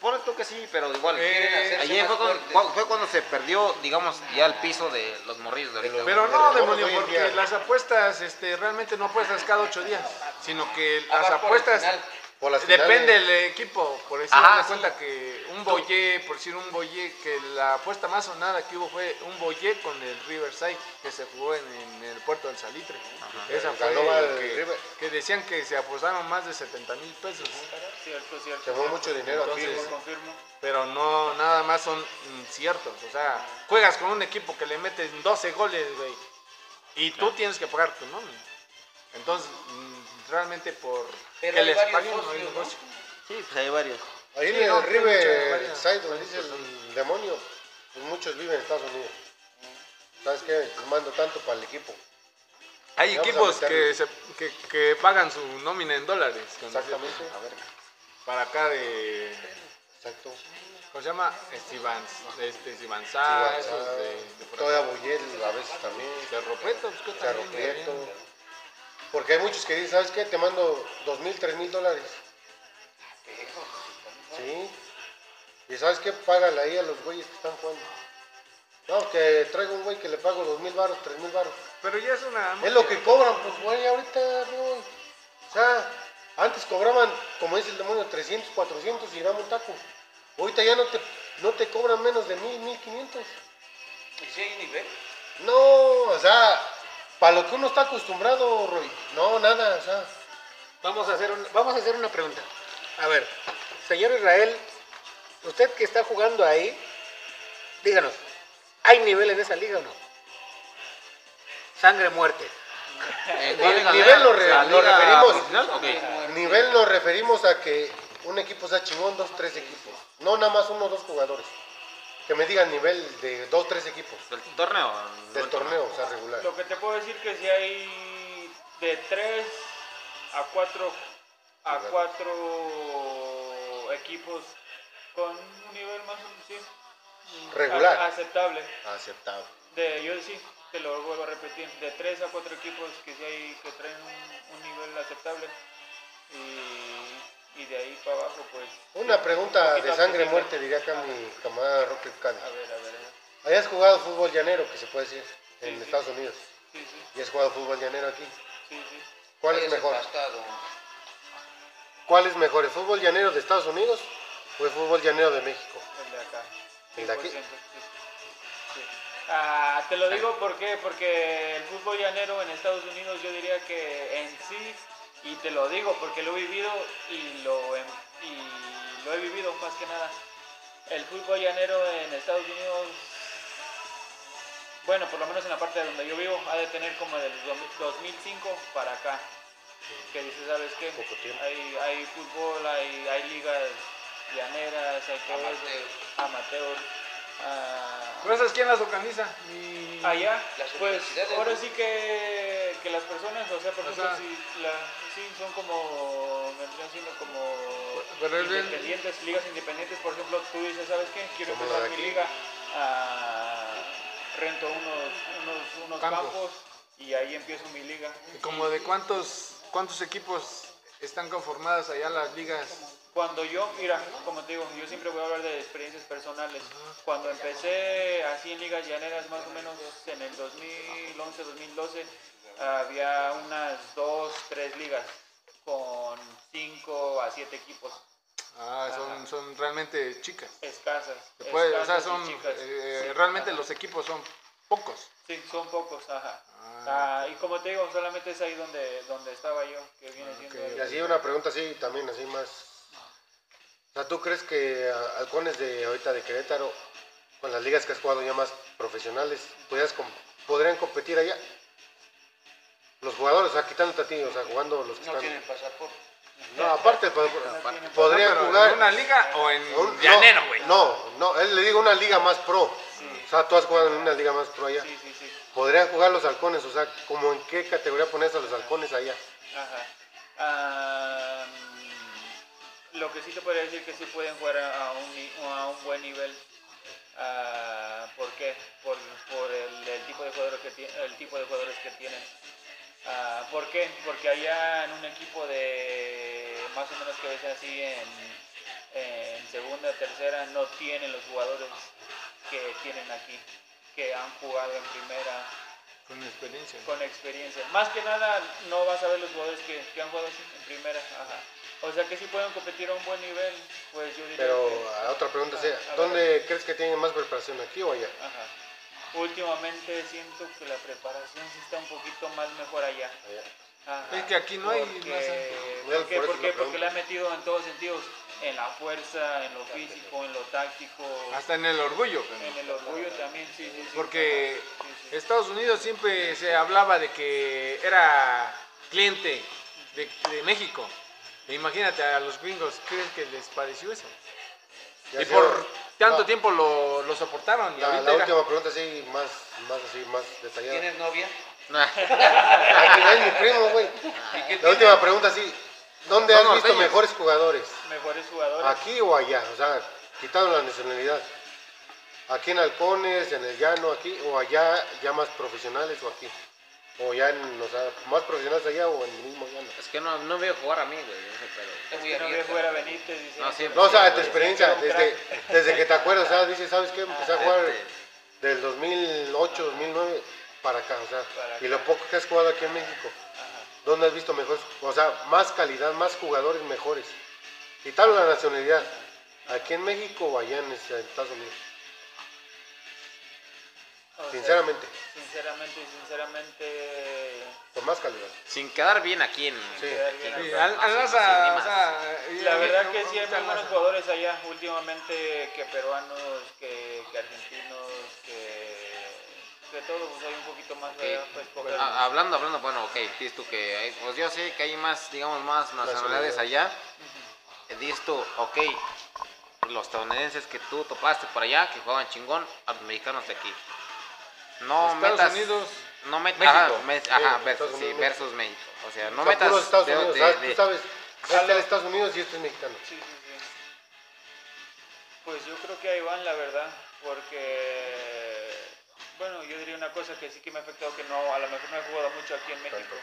Pone tú que sí, pero igual.
Quieren hacerse
Eh, ayer
más
fue cuando,
fuertes.
fue cuando se perdió, digamos, ya el piso de los morrillos de ahorita. güey.
Pero no,
Pero
demonio,
hoy en
porque
día-
las apuestas, este, realmente no apuestas cada ocho días, sino que
Ah,
las
vas por el
apuestas
final.
Por las
depende
finales.
del equipo. Por decir,
Ajá,
haz
sí.
de cuenta que un boyé, por decir un boyé, que la apuesta más sonada que hubo fue un boyé con el Riverside, que se jugó en, en el puerto del Salitre. Esa
El
fue
Canova del
que,
River.
que decían que se apostaron más de 70 mil pesos.
Cierto, cierto.
Se fue mucho dinero aquí.
Confirmo,
¿no?
confirmo.
pero no nada más son inciertos. O sea, juegas con un equipo que le meten 12 goles, güey, y tú tienes que pagar tu nómina. Entonces, mm, realmente por
Pero
que
hay
les
varios
paguen no hay
socios, ¿no?
negocio.
Sí, pues hay varios.
Ahí
Sí,
en
no,
el
sí,
River
muchas-
Side, donde dice el demonio, pues muchos viven en Estados Unidos. ¿Sabes qué? Te Mando tanto para el equipo.
Hay
Vamos a
equipos que,
meterle.
se, que, que pagan su nómina en dólares. con-
Exactamente. A ver,
Para acá de.
exacto.
¿Cómo se llama? Estivans, este,
Ah,
Estivanzá, esos de, de por
Todavía Bullel a veces también.
acá. Cerropeto, pues, que
Cerro
también
Prieto.
deberían-
Porque hay muchos que dicen, ¿sabes qué? Te mando dos mil, tres mil dólares. Sí. Y ¿sabes qué? Págale ahí a los güeyes que están jugando. No, que traigo un güey que le pago dos mil baros, tres mil baros.
Pero ya es una.
Es lo que cobran, pues güey, ahorita, güey. O sea, antes cobraban, como dice el demonio, 300, 400 y dame un taco. Ahorita ya no te, no te cobran menos de mil, mil quinientos.
Y si hay nivel.
No, o sea, para lo que uno está acostumbrado, Roy. No, nada, o sea.
Vamos a hacer, un- vamos a hacer una pregunta. A ver, señor Israel, usted que está jugando ahí, díganos, ¿hay nivel en esa liga o no? Sangre muerte.
Eh,
Ni-
liga-
nivel lo re-
la
lo
liga
referimos.
profesional, ok.
Nivel nos referimos a que un equipo sea chingón, dos, tres equipos. No nada más uno, dos jugadores. Que me digan nivel de dos, tres equipos.
Del torneo.
Del torneo, o sea, regular.
Lo que te puedo decir que si hay de 3 a 4 a
Jugadores.
cuatro equipos con un nivel más o menos sí,
Regular.
a- aceptable.
Aceptado.
De, yo sí, te lo vuelvo a repetir, de 3 a 4 equipos que sí hay que traen un, un nivel aceptable y, y de ahí para abajo pues...
Una pregunta
poquito
de sangre
accesible.
muerte, diría acá mi camarada Roque Cade.
A ver, a ver,
Hayas jugado fútbol llanero, que se puede decir, en
Sí, sí.
Estados Unidos.
sí, sí,
Y has jugado fútbol llanero aquí.
sí, sí.
¿Cuál
Ahí
es
se
mejor?
ha gastado.
¿Cuál es mejor? ¿El fútbol llanero de Estados Unidos o el fútbol llanero de México?
El de acá.
¿El de aquí?
100%, sí. Sí. Ah, te lo digo ¿por qué? porque el fútbol llanero en Estados Unidos yo diría que en sí, y te lo digo porque lo he vivido y lo, em- y lo he vivido más que nada, el fútbol llanero en Estados Unidos, bueno, por lo menos en la parte de donde yo vivo, ha de tener como del 2005 para acá, que dice, ¿sabes qué?
Poco tiempo.
Hay, hay fútbol, hay, hay ligas llaneras, hay todo
Amateur.
eso, amateur. ah,
¿Pero esas quién las organiza? Mi-
allá,
Las
pues
universidades,
ahora
¿no?
sí que, que las personas, o sea, por
O
ejemplo,
sea-
si la- sí, son como, vendrían siendo como
Pero es bien-
independientes, ligas independientes, por ejemplo, tú dices, ¿sabes qué? Quiero
Como la de
empezar mi
aquí.
liga, ah, rento unos, unos, unos
Campos.
campos y ahí empiezo mi liga.
¿Y como de cuántos cuántos equipos están conformadas allá las ligas?
Cuando yo, mira, como te digo, yo siempre voy a hablar de experiencias personales. Cuando empecé así en ligas llaneras, más o menos en el 2011, 2012, había unas dos, tres ligas con cinco a siete equipos
Ah, son, son realmente chicas.
escasas.
Se puede- Pues, o sea,
escasas y
son,
chicas.
eh,
Sí,
realmente
ajá.
los equipos son pocos.
Sí, son pocos, ajá.
Ah.
Ah, y como te digo, solamente es ahí donde, donde estaba yo, que viene siendo...
Ah, ok.
el-
Y así una pregunta así también, así más. O sea, ¿tú crees que a- halcones de ahorita de Querétaro, con las ligas que has jugado ya más profesionales, podrías com- podrían competir allá? Los jugadores, o sea, quitándote a ti, o sea, jugando los que
No
están.
tienen pasaporte.
No, aparte, pa- podrían
Pero,
jugar.
¿En una liga o en
Un-
llanero,
no,
güey?
No, no, él le digo una liga más pro. O sea, tú has jugado en una liga más pro allá.
Sí, sí, sí.
Podrían jugar los halcones, o sea, como en qué categoría pones a los halcones allá.
Ajá. Ah, lo que sí te podría decir que sí pueden jugar a, a un, ni- a un buen nivel. Ah, ¿Por qué? Por, por el, el tipo de jugadores que, ti- el tipo de jugadores que tienen. Ah, ¿Por qué? Porque allá en un equipo de más o menos que ves así en, en segunda, tercera, no tienen los jugadores que tienen aquí, que han jugado en primera,
Con experiencia.
con experiencia. Más que nada, no vas a ver los jugadores que, que han jugado así en primera. Ajá. O sea que si pueden competir a un buen nivel, pues yo diría
Pero
que-
a otra pregunta sea,
Ah, a ver.
¿dónde crees que tienen más preparación, aquí o allá?
Ajá. Últimamente siento que la preparación sí está un poquito más mejor allá.
Allá.
Ajá.
Es que aquí no hay, no
Porque,
sé.
Bueno,
¿por qué?
por eso
¿Por
la
qué?
pregunta.
Porque le ha metido en todos sentidos, en la fuerza, en lo físico, en lo táctico,
Hasta en el orgullo. güey.
en el orgullo también, sí, sí, sí.
Porque
Ajá. Sí, sí.
Estados Unidos siempre se hablaba de que era cliente de, de México. E imagínate a los gringos, ¿crees que les pareció eso?
Ya
y
sea-
por tanto
la-
tiempo lo, lo soportaron. Y
La,
ahorita
la
era-
última pregunta sí, más, más así, más detallada.
¿Tienes novia?
Ah, Es mi primo, güey.
¿Y qué
La
tiene?
última pregunta sí, ¿dónde
Son
has visto
norteños.
mejores jugadores?
Mejores jugadores.
¿Aquí o allá? O sea, quitando la nacionalidad. ¿Aquí en Halcones, en el Llano, aquí o allá, ya más profesionales o aquí? O ya, en, o sea, más profesionales allá o en el mismo Llano.
Es que no, no veo jugar a mí, güey. ese pedo.
Está muy
Que no vio
abierta.
jugar a Benítez, dice.
No, sí,
No, o sea, tu
güey.
experiencia, desde, desde que te acuerdas, o sea, dices, ¿sabes qué? Empecé a jugar
Este.
del 2008, 2009 para acá, o sea,
Para
y lo poco que has jugado aquí en México,
Ajá.
¿dónde has visto mejores, o sea, más calidad, más jugadores mejores? Quitando la nacionalidad, ¿aquí en México o allá en Estados Unidos?
O sea,
Sinceramente,
Sinceramente, sinceramente.
con más calidad.
Sin quedar bien aquí en.
Sí.
quedar bien
Sí,
acá.
al- Alnaza, o sea, y
La
a mí-
verdad que sí hay
ahorita
muy buenos
Alnaza.
jugadores allá últimamente que peruanos, que, que argentinos, que que todo, pues hay un poquito más de
Ok.
pues
Ah,
coger.
hablando, hablando, bueno, ok, dices tú que hay, pues yo sé que hay más, digamos, más nacionalidades allá. Eh, Dices tú, ok, los estadounidenses que tú topaste por allá, que jugaban chingón, a los mexicanos de aquí. No
Estados
metas,
Unidos,
no metas,
México.
ajá, mes- ajá,
Estados
versus, sí,
Unidos.
versus México. O sea, no
O sea,
metas
puros Estados
de-
Unidos,
de-
¿sabes?
de-
Tú sabes, este es Estados Unidos y este es mexicano.
Sí, sí, sí. Pues yo creo que ahí van, la verdad, porque, bueno, yo diría una cosa que sí que me ha afectado, que no, a lo mejor no he jugado mucho aquí en México.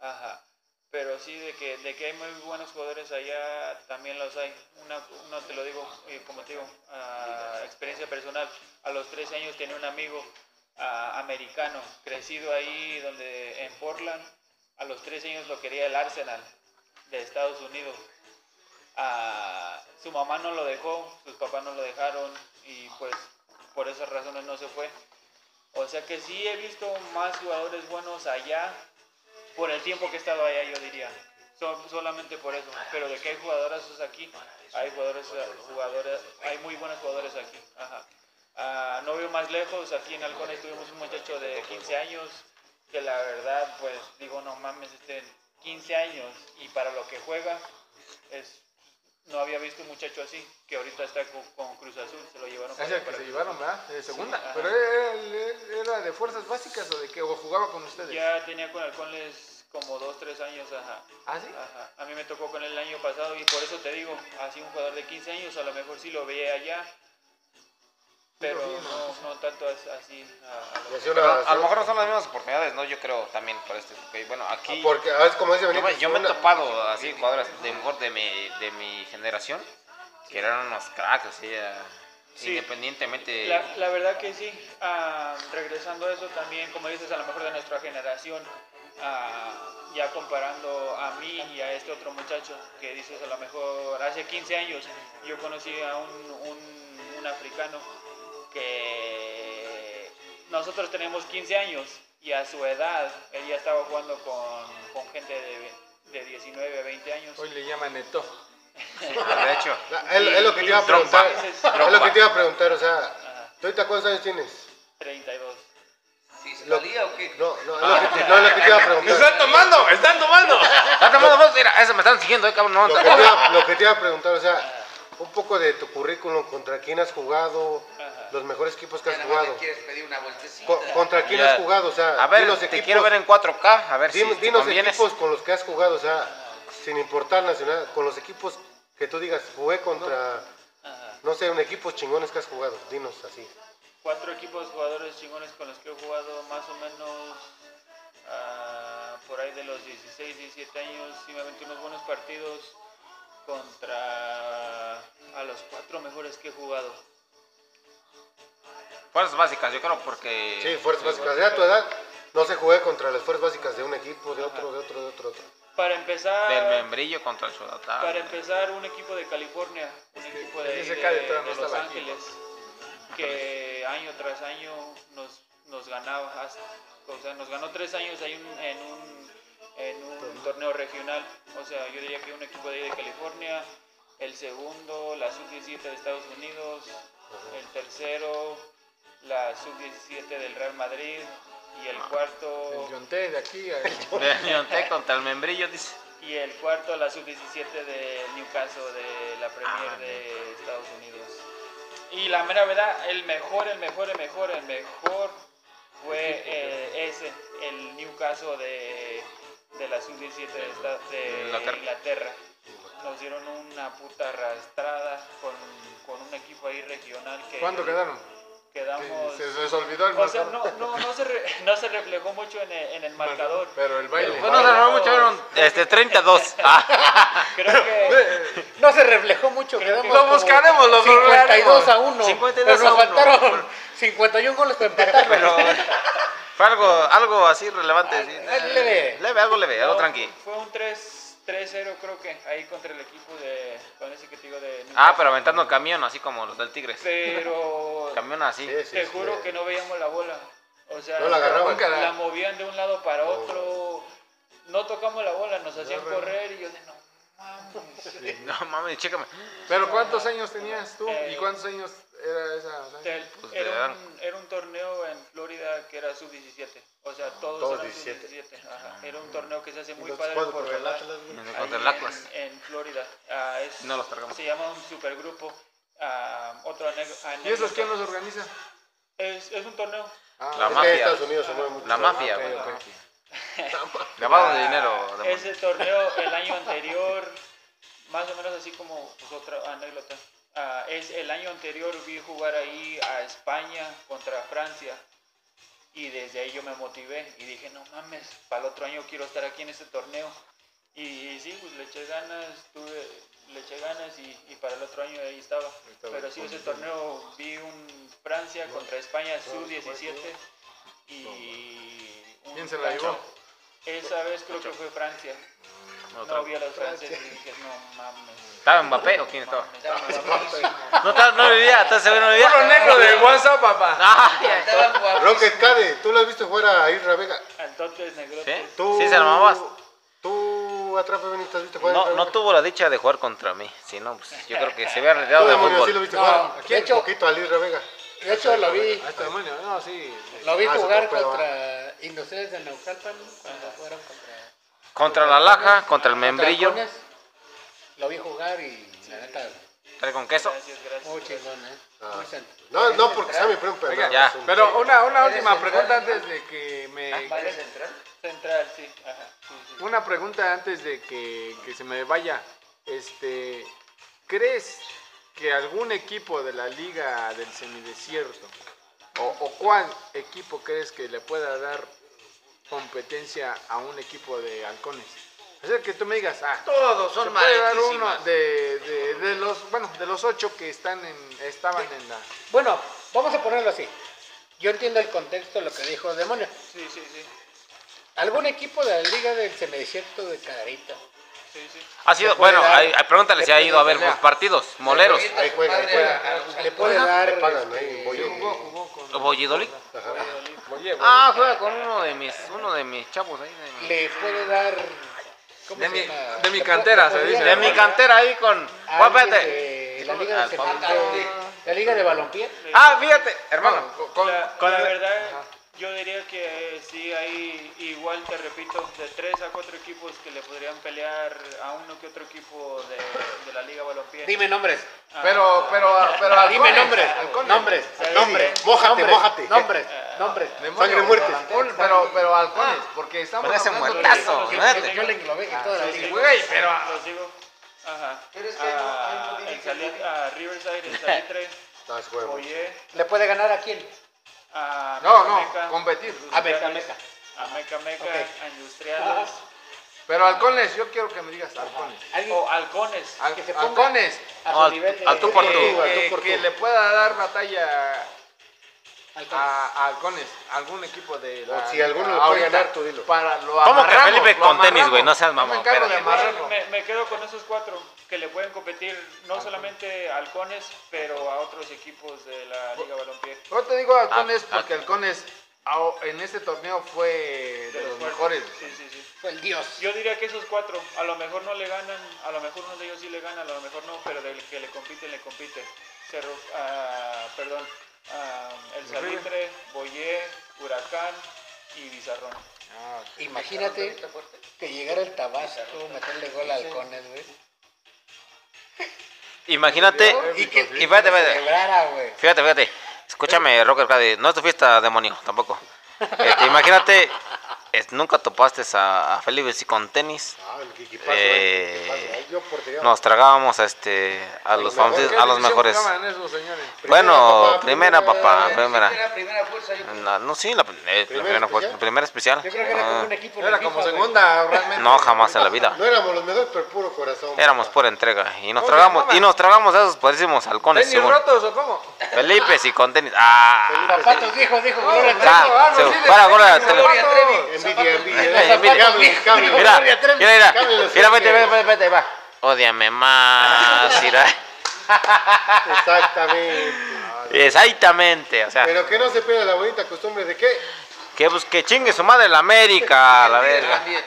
Ajá. Pero sí, de que, de que hay muy buenos jugadores allá, también los hay. Una, uno te lo digo, eh, como te digo, ah, experiencia personal. A los 13 años tenía un amigo ah, americano, crecido ahí donde en Portland. A los 13 años lo quería el Arsenal de Estados Unidos. Ah, su mamá no lo dejó, sus papás no lo dejaron y pues por esas razones no se fue. O sea que sí he visto más jugadores buenos allá por el tiempo que he estado allá, yo diría. So- solamente por eso. Pero de que hay jugadorazos aquí, hay jugadores, jugadores, hay muy buenos jugadores aquí. Ajá. Ah, no veo más lejos, aquí en Halcones tuvimos un muchacho de 15 años que la verdad, pues digo, no mames, este 15 años y para lo que juega, es, no había visto un muchacho así, que ahorita está con, con Cruz Azul, se lo llevaron
es el que
para-
se llevaron, ¿verdad? De segunda.
ajá.
Pero era, era- era de fuerzas básicas o de que o jugaba con ustedes.
Ya tenía con Halcones como 2-3 años, ajá.
¿Ah, sí?
Ajá. A mí me tocó con él el año pasado y por eso te digo, así un jugador de 15 años, a lo mejor sí lo veía allá, pero no, no tanto as- así. a- a lo
Y
que-
así una-
Pero a lo mejor no son las mismas oportunidades, ¿no? Yo creo también para este. porque, Bueno, aquí.
Ah, Porque a veces, como dice
Yo me,
Benito,
yo me he
una-
topado así cuadras de mejor de mi, de mi generación que eran unos cracks, así, ah,
Sí.
independientemente.
La, la verdad que sí, ah, regresando a eso también, como dices, a lo mejor de nuestra generación, ah, ya comparando a mí y a este otro muchacho que dices, a lo mejor hace 15 años yo conocí a un, un- un africano que nosotros tenemos 15 años y a su edad él ya estaba jugando con, con gente de, de 19, 20 años.
Hoy le llaman Neto.
De hecho,
(laughs) la- Ah, es, es lo que te iba a
Drogba.
preguntar.
Drogba.
Es lo que te iba a preguntar, o sea,
Ajá,
¿tú ahorita cuántos años tienes?
32.
¿Sí se
Lo-
salía o qué?
No, no, es lo que, no, es lo que te
(laughs)
iba a preguntar.
tomando! ¡Me están tomando!
ah, tomando fotos, mira, ese me están siguiendo, eh, cabrón. No,
Lo que, te iba, lo que te iba a preguntar, o sea, un poco de tu currículum, contra quién has jugado,
Ajá.
los mejores equipos que
Ya
has
nada más
jugado.
le quieres pedir una vueltecita.
Co- ¿Contra quién has jugado? O sea,
a ver,
dinos
te
equipos,
quiero ver en 4K, a ver
dim-
si te
dinos
convienes.
equipos con los que has jugado, o sea, sin importar nacional, con los equipos que tú digas, jugué contra,
Ajá.
no sé, un equipo chingones que has jugado, dinos así.
cuatro equipos jugadores chingones con los que he jugado más o menos ah, por ahí de los 16, 17 años y me aventé unos buenos partidos contra a los cuatro mejores que he jugado.
Fuerzas básicas, yo creo, porque.
Sí, fuerzas básicas. Ya a tu edad no se jugué contra las fuerzas básicas de un equipo, de otro, de otro, de otro, de otro.
Para
Del
empezar,
membrillo contra el Sudatán.
para empezar un equipo de California, un equipo de,
es
ahí
ese Cali,
de-
pero no
de Los
estaba aquí.
Ángeles que año tras año nos, nos ganaba, hasta- o sea, nos ganó tres años ahí un- en un, en un torneo regional. O sea, yo diría que un equipo de ahí de California, el segundo, la sub-17 de Estados Unidos, el tercero, la sub-17 del Real Madrid y el
El
cuarto,
Yonté de
(laughs)
aquí. el-
De Leonte contra el membrillo, dice.
y el cuarto, la sub-17 del Newcastle de la Premier de Estados Unidos. Y la mera verdad, el mejor, el mejor, el mejor, el mejor fue eh, ese, el Newcastle de, de la sub-17 de, esta- de
Inglaterra.
Inglaterra. Nos dieron una puta arrastrada con, con un equipo ahí regional que
¿Cuándo quedaron?
quedamos...
Se les olvidó el
o sea,
marcador.
no, no, no, se re- (laughs) no se reflejó mucho en el, en el marcador.
Pero el baile.
Bueno, se robó mucho, fueron este, 32. Ah,
Creo que...
No se reflejó mucho, quedamos
Lo
como
buscaremos, lo
52 a 1.
52
pero nos
a uno.
faltaron 51 goles para empatar.
pero. Fue algo, algo así relevante. sí.
Al- leve.
Leve, algo leve, Eh, algo
No,
tranqui.
Fue un 3 3-0 creo que ahí contra el equipo de con ese que te digo de
Ah, pero aventando camión, así como los del Tigres. (laughs)
pero
Camión así.
Sí, sí,
te
sí.
juro que no veíamos la bola. O sea,
No la agarraban.
la, la movían de un lado para otro. No tocamos la bola, nos hacían correr y yo de no
(laughs)
mames.
No mames, chécame.
Pero ¿cuántos años tenías tú?
Eh,
¿Y cuántos años era esa? o sea?
Del-
Pues te
era,
dan.
un, era un torneo en Florida que era sub-17. O sea, todos,
Todos
eran
17.
sub-17. ajá. Era un torneo que se hace muy
Entonces,
padre
¿cuándo
por
contra el
verdad.
Atlas, güey?
En-
ahí
Ah. Contra el Atlas.
En, en Florida. Ah, es-
No los tragamos.
Se llama un supergrupo. Ah, otra ane-
¿Y esos
anécdota.
quién los organiza?
Es, es un torneo.
La
Es que
mafia.
Estados Unidos se mueve mucho. Ah,
La mafia, güey.
ok.
Lavado de
Ah,
dinero. de-
Ese torneo
(laughs)
el año anterior, más o menos así como pues, otra anécdota. Ah, es el año anterior vi jugar ahí a España contra Francia y desde ahí yo me motivé y dije, no mames, para el otro año quiero estar aquí en este torneo. Y, y sí, pues le eché ganas, tuve, le eché ganas y, y para el otro año ahí estaba. Pero sí, ese torneo vi un Francia contra España, sub-17 y... un
¿Quién se la
cacho-
llevó?
Esa vez creo que fue Francia.
Otra.
No vi a los franceses y dije, no mames.
¿Estaba Mbappé o quién estaba?
Estaba guapísimo.
No, estaba- no vivía, entonces seguro no vivía.
Puro negro de WhatsApp, papá.
(laughs) Ah, ya.
Estaba guapísimo.
Rocket Cade, ¿tú lo has visto jugar a Isra Vega?
Al Totes Negro.
¿Sí?
¿Tú,
Sí, se armabas.
¿Tú, Atrape Benito, has visto jugar a
No,
Isra
no
Vega?
tuvo la dicha de jugar contra mí. Si no, pues yo creo que se había retirado
¿Tú,
de
demonio, sí lo
fútbol.
viste
No,
jugar?
de
¿Aquí?
hecho-
Un poquito a Isra Vega.
De hecho, lo vi,
Hasta demonio, no, sí.
lo vi
Ah, se
jugar
topea,
contra Industriales de Naucalpan cuando fueron contra.
Contra la Laja, contra el membrillo.
Contra Halcones, Lo vi jugar y la neta,
Trae con queso.
Gracias, gracias.
muy chingón, ¿eh?
Ah.
Muy santo.
No, no, porque sea mi primo, pero
Oiga,
no,
ya.
es un-
Pero una, una última
central,
pregunta
¿no?
antes de que me...
¿Vale central?
Central, sí. Ajá. sí, sí.
Una pregunta antes de que, que se me vaya. Este, ¿crees que algún equipo de la liga del semidesierto o, o cuál equipo crees que le pueda dar competencia a un equipo de halcones? O sea, que tú me digas, ah,
Todos
se
son
puede dar
malísimos.
uno de, de- de los, bueno, de los ocho que están en, estaban en la...
Bueno, vamos a ponerlo así. Yo entiendo el contexto de lo que dijo Demonio.
Sí, sí, sí.
Algún equipo de la Liga del Semidesierto de Caderita.
sí, sí.
Ha sido,
Le puede
bueno,
dar-
hay- hay- pregúntale
le
si ha
puede
ido a ver
dar-
los partidos, moleros.
Le revienta
Ahí
su
juega, ahí
madre
juega.
a- a los
Le puede
halcones.
dar.
Le pagan,
este,
ahí, voy.
Jugó, jugó con...
¿Valladolid?
Ajá.
Ah, juega con uno de mis, uno de mis chavos ahí. De mi,
Le puede dar. ¿cómo
De
se
mi-
llama?
de mi
Le
cantera,
puede-
se
le
dice.
podría
de
dar
mi cantera ahí con.
a
Guau,
alguien
espérate.
de La Liga
Al
del
Pablo.
Semidesierto. La Liga de Balompié.
Ah, fíjate, hermano.
la, la verdad, yo diría que eh, sí hay, igual te repito, de tres a cuatro equipos que le podrían pelear a uno que otro equipo de, de la Liga Balompié.
Dime nombres.
Ah,
Pero, pero, pero...
Dime
halcones,
nombres.
halcones.
Nombres.
Sí,
Nombres.
sí. Mójate,
nombres,
mójate.
Nombres. Nombres.
Sangre muerte.
Full, pero, pero halcones, porque estamos
Con ese
hablando de-
muertazo,
Sí,
¿verdad?
sí,
Yo le englobé en toda la
Ah, sí,
liga.
sí.
Güey, pero-
Lo sigo. Ajá.
Pero es que hay no-
Ah,
hay no
el Sali-
dirigente.
a Riverside, el
(laughs)
Salitre,
No, se juega mucho.
Oye,
¿Le puede ganar a quién?
a
No, no,
Meca,
competir.
A Meca Meca.
A Meca Meca,
Ok.
a Industriales,
Ah, Pero halcones, yo quiero que me digas halcones.
Alguien
o Halcones.
Al-
que se ponga
halcones,
a
o
su
al-
nivel de-
al tú por
que,
tú.
que-
Al tú por
que
tú.
le pueda dar batalla
Halcones.
a, a halcones, algún equipo de la...
O si alguno le puede
ahorita,
ganar, tú dilo.
Para lo
¿Cómo que
amarramos,
Felipe
lo
con tenis, güey?
amarramos.
No seas
Yo
mamón,
Me encargo de
espérate.
amarrarlo.
Me, me quedo con esos cuatro que le pueden competir no solamente a halcones, pero a otros equipos de la Liga Balompié.
Yo te digo halcones
Ah,
porque
ah.
halcones ah, en este torneo fue de los
fuertes.
mejores.
Sí, sí, sí.
Fue el dios.
Yo diría que esos cuatro, a lo mejor no le ganan, a lo mejor uno de ellos sí le gana, a lo mejor no, pero del que le compiten, le compite. Cerro, ah, perdón, ah, El Salitre, Boyé, Huracán y Bizarrón.
Imagínate que llegara el Tabasco, meterle gol a Halcones, güey.
Imagínate.
Y que,
Y
que
espérate,
se
espérate.
quebrara, güey.
Fíjate, fíjate.
¿Eh?
Escúchame, Rocker Caddy. No es tu fiesta, demonio, tampoco. Este, imagínate, es- nunca topaste a, a Felipe sí, con tenis.
Ah, qué equipazo,
Eh,
eh, qué equipazo. Yo portería.
Nos tragábamos a, este, a, los,
mejor
famosos-
¿Qué
a los
división
mejores.
jugaban esos señores?
Primera,
Bueno,
papá,
primera, papá, primera.
Era primera fuerza, yo creo.
No, no, sí, la, eh, la primera, fue-
especial?
la primera especial.
Yo creo que era
Ah,
como un equipo de
Era
FIFA,
como
güey.
segunda, realmente.
no, jamás en la vida.
No éramos los mejores, pero puro corazón.
Ah, Éramos
papá.
pura entrega. Y nos
¿Cómo se
tragamos,
llama?
y nos tragamos a esos parísimos halcones,
¿Tenis
según.
rotos o cómo?
Felipe sí, con tenis. Ah,
Zapatos dijo, dijo, no,
no,
ah,
Ah, no,
se-
sí, de
fuera,
tenis,
gol de
no,
tele-
no,
Envidia, envidia.
Eh, (laughs) envidia.
Cambio, cambio.
Mira, mira, mira,
Cámbiale los
mira, vete,
frentes.
vete, vete, vete, va. Ódiame más, irá.
Exactamente.
Exactamente, o sea,
Pero que no se pierda la bonita costumbre de que
que, pues, que chingue su madre la América, la verga.
También.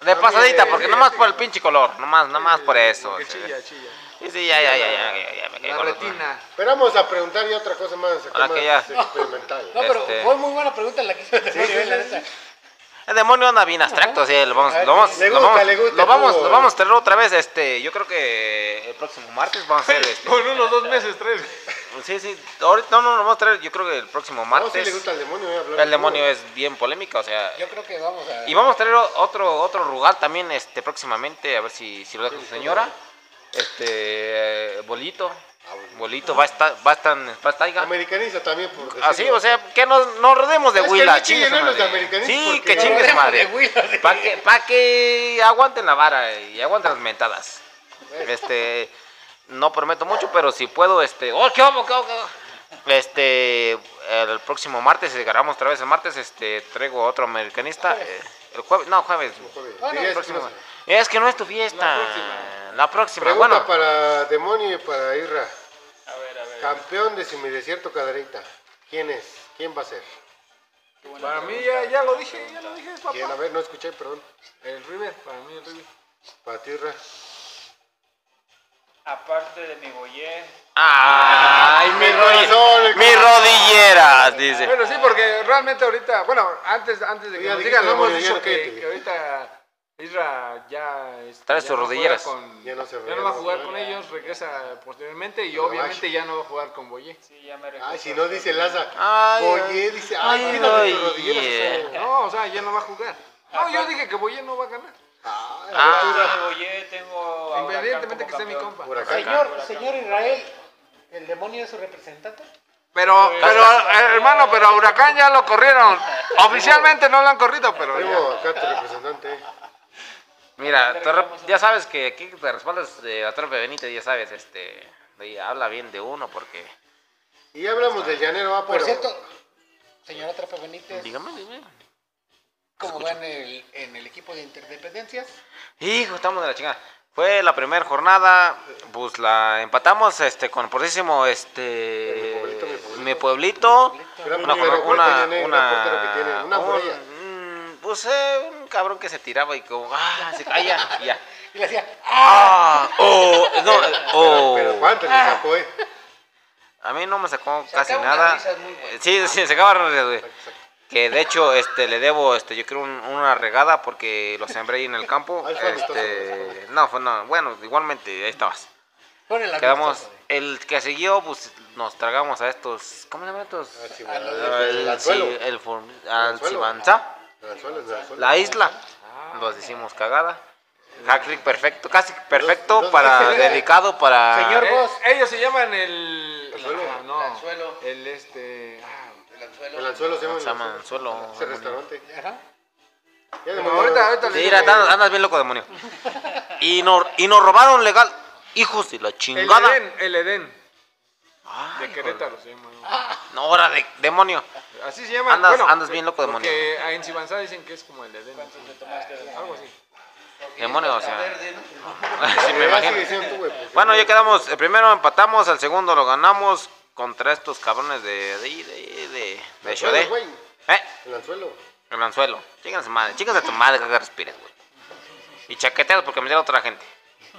De pasadita, porque
sí,
nomás
sí,
por el pinche color, nomás, nomás por eso. o
Que
sea.
chilla, chilla.
Sí, sí, ya, ya, ya, ya, ya, ya, me caí
La
gordo.
retina.
Pero vamos a preguntar ya otra cosa más, acá
Ahora
más
Ah, que ya. (laughs)
experimental.
No, pero
Este-
fue muy buena pregunta la que hizo el demonio,
sí,
la
sí,
neta.
El demonio anda bien abstracto, sí, lo vamos,
Ah,
lo vamos,
le
lo
gusta,
vamos,
le gusta
lo
el
vamos,
fútbol.
lo vamos a traer otra vez, este, yo creo que el próximo martes vamos a hacer este.
Con unos dos meses, tres.
Sí, sí, ahorita no, no, lo vamos a traer, yo creo que el próximo
No, sí
martes.
le gusta al demonio, eh, hablar
El
de
demonio
fútbol.
es bien polémica, o sea,
Yo creo que vamos a...
Y vamos a traer o- otro otro rugal también este próximamente, a ver si, si lo deja su señora. Este eh, Bolito.
Ah,
Bolito va a estar va a estar en Spaz Taiga.
Americaniza también por decirlo.
Así, Ah, o sea, que nos, nos rodemos de
Es que
Huila,
no
chingue
chinguen
su
a los
madre.
americanistas
Sí,
porque
que
no
chingue su
Hablemos
madre.
de Huila, sí.
Para que, pa' que aguanten la vara y aguanten las mentadas. Este, no prometo mucho, pero si puedo, este. ¡Oh, qué vamos, qué vamos, qué vamos! Este, el próximo martes, si grabamos otra vez el martes, este, traigo otro americanista. eh, el jueves, no, jueves.
Joder,
Ah, no,
diría
El
es
próximo.
más.
Es que no es tu fiesta. La próxima.
Pregunta
Bueno,
para demonio y para Irra.
A ver, a ver.
Campeón de semidesierto Cadereyta. ¿Quién es? ¿Quién va a ser?
qué buena
Para mí
pregunta.
ya, ya lo dije, ya lo dije,
¿Quién? A
papá.
ver, no escuché, perdón.
El River, para mí el River.
Para ti, Irra.
Aparte de mi Boyé,
ay, mi,
Mi
rodi-
corazón, el
mi
corazón.
rodilleras, dice.
Bueno, sí, porque realmente ahorita, bueno, antes, antes de que
Ya
nos
dijiste
digan, no
lo
hemos
bueno, ya
dicho
no
que,
quédate.
que ahorita Isra ya... este,
Trae
ya
sus
no juega
rodilleras.
con-
Ya
ya,
no
no
se
va a
regresa.
jugar con ellos, regresa posteriormente y
Con la
obviamente
Bash.
ya no va a jugar con Boye.
sí, ya me recuerdo.
Ay, si no dice Laza.
Ay,
Oye, dice. Ay,
ay,
quítate
ay,
tus rodilleras.
yeah.
o sea.
No, o sea, ya no va a jugar. No, yo dije que Boye no va a ganar.
Ay,
Ah.
Aparte de Boyé, tengo. a Huracán
Independientemente
como
que sea mi
campeón.
compa.
Huracán.
Señor, señor Israel, ¿El demonio es su representante?
Pero, pero, eh, hermano, pero a Huracán ya lo
(laughs)
corrieron. Oficialmente no lo han corrido, pero
Primo,
ya.
acá tu representante.
Mira, te re- ya sabes que aquí te respaldas de la tropa de Benítez, ya sabes, este, ahí habla bien de uno porque...
Y ya hablamos del llanero, va,
Por
pero-
cierto, señora Trapa Benítez,
Dígame, dime.
¿cómo va en el, en el equipo de interdependencias?
Hijo, estamos de la chingada. Fue la primera jornada, pues la empatamos este con porcísimo este
Mi pueblito, mi pueblito.
mi pueblito.
Gran
Una
portero,
jor- una-
buen portero,
una-
gran portero que tiene, una
un-
morrilla.
mm, pues eh, un cabrón que se tiraba y como ah, se caía
(laughs)
y ya.
Y le hacía,
Ah, oh, no, oh.
Pero cuánto le sacó, eh.
A mí no me sacó
Se
casi
acaban las
nada.
risas muy buenas.
Sí, sí, se acabaron las risas, güey. Que de hecho, este, le debo, este, yo creo un- una regada porque lo sembré ahí en el campo.
Ahí fue amistoso,
Este, no, fue no, bueno, igualmente ahí estabas.
pon el
Quedamos,
amistoso, güey.
el que siguió, pues nos tragamos a estos, ¿cómo se llaman estos?
Así,
Ah, no,
El
Al- sí,
anzuelo.
el form- al
anzuelo.
Sibanza,
El anzuelo, el anzuelo.
Ah, la isla. Los hicimos cagada. Hack trick perfecto, casi perfecto
dos-
para
Señor-
dedicado para
señor
Eh,
Vos.
ellos se llaman el.
Anzuelo.
Ah, no.
El anzuelo.
El este. ah,
El anzuelo.
El anzuelo se llama.
Se llama
el
anzuelo.
Ese restaurante.
Ajá.
Ya le
No,
mandé-
ahorita, ahorita
Sí, mira, andas, andas bien loco, demonio. Y nos, y nos robaron legal. Hijos de la
El
chingada.
Edén, el Edén.
Ay,
De Querétaro se llama.
joder. No, ahora de demonio.
Así se llama.
Andas- andas bien loco, demonio.
Porque en Sibanzá dicen que es como el Edén. Algo así.
Demonio, o sea. (laughs)
Verde, ¿no?
Sí, me
Ya
imagino.
sigue siendo tú, güey, pues. porque-
Bueno, ya quedamos. El primero empatamos, el segundo lo ganamos contra estos cabrones de. de. de. de. de
El
Shodé.
anzuelo, güey.
¿Eh?
El anzuelo.
El anzuelo. Chingas a su madre. Chingas a tu madre que respires, güey. Y chaqueteas porque me dieron otra gente.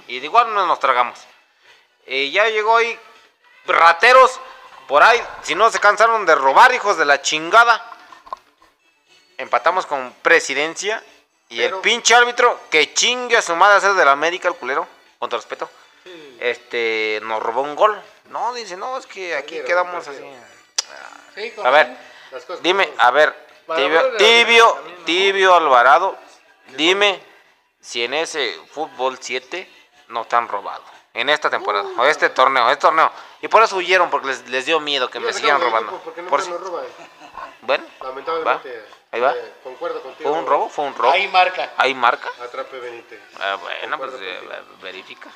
Y de igual no nos tragamos. Y ya llegó ahí rateros por ahí. Si no se cansaron de robar, hijos de la chingada. Empatamos con presidencia. Y
Pero-
el pinche árbitro que chingue a su madre hacer de la América el culero. Con todo respeto. Este nos robó un gol. No, dice, no, es que aquí
Perdieron,
quedamos
perdieron.
así.
Sí, con-
A ver,
Las cosas
dime,
como son.
a ver, tibio, tibio, tibio Alvarado, dime si en ese fútbol 7 no están robado. En esta temporada, o este torneo, este torneo. Y por eso huyeron, porque les, les dio miedo que
Ya
me
sacamos
siguieran
del
robando.
grupo, Porque
Por
nunca
si-
nos roban.
bueno,
Lamentablemente.
Ahí va.
eh, Concuerdo contigo.
fue un robo, fue un robo.
Ahí marca.
¿Hay marca?
Atrape Benítez.
Ah, bueno, pues
Concuerdo
eh,
contigo.
verifica.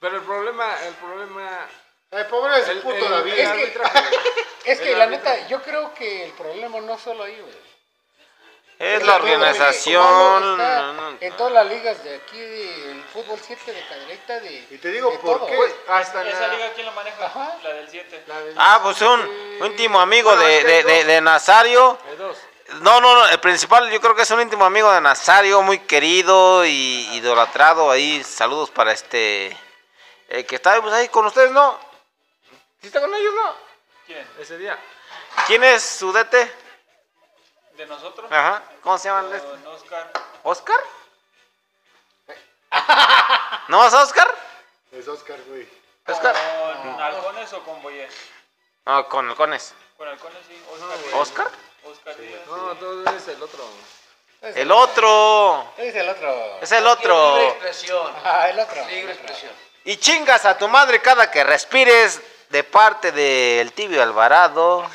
Pero el problema, el problema.
Ay, Eh, pobre ese
el-
puto
el-
David.
el
es que-
arbitraje.
(laughs) Es que
El
la
árbitro.
neta, yo creo que el problema no es solo ahí, güey.
Es
Yo
la
creo que
organización.
está
no, no, no.
En todas las ligas de aquí, del fútbol 7, de caderecta, de.
Y te digo
de
por
todo,
qué.
güey.
Hasta
¿Esa
la.
liga quién la maneja?
Ajá.
La del 7.
la del-
Ah, pues un íntimo amigo
Bueno,
de,
es que
de,
hay
de-
dos.
de Nazario.
Hay dos.
No, no, no, el principal yo creo que es un íntimo amigo de Nazario, muy querido y idolatrado ahí. Saludos para este... eh, que está pues, ahí con ustedes, ¿no? ¿Sí está con ellos, no?
¿Quién?
Ese día.
¿Quién es su DT?
¿De nosotros?
Ajá. ¿Cómo se llama? Ah, este?
Con Oscar.
¿Oscar? ¿No vas a Oscar?
Es Oscar, güey.
¿Oscar?
¿Con halcones o con Boyer?
No, con halcones.
Con halcones sí. Oscar. Díaz.
¿Oscar?
Oscar Díaz.
No, tú eres el otro.
Ese-
El otro.
ese Es el otro.
Es el
Libre
otro.
expresión.
Ah, el otro.
Libre expresión.
Y chingas a tu madre cada que respires de parte del tibio Alvarado.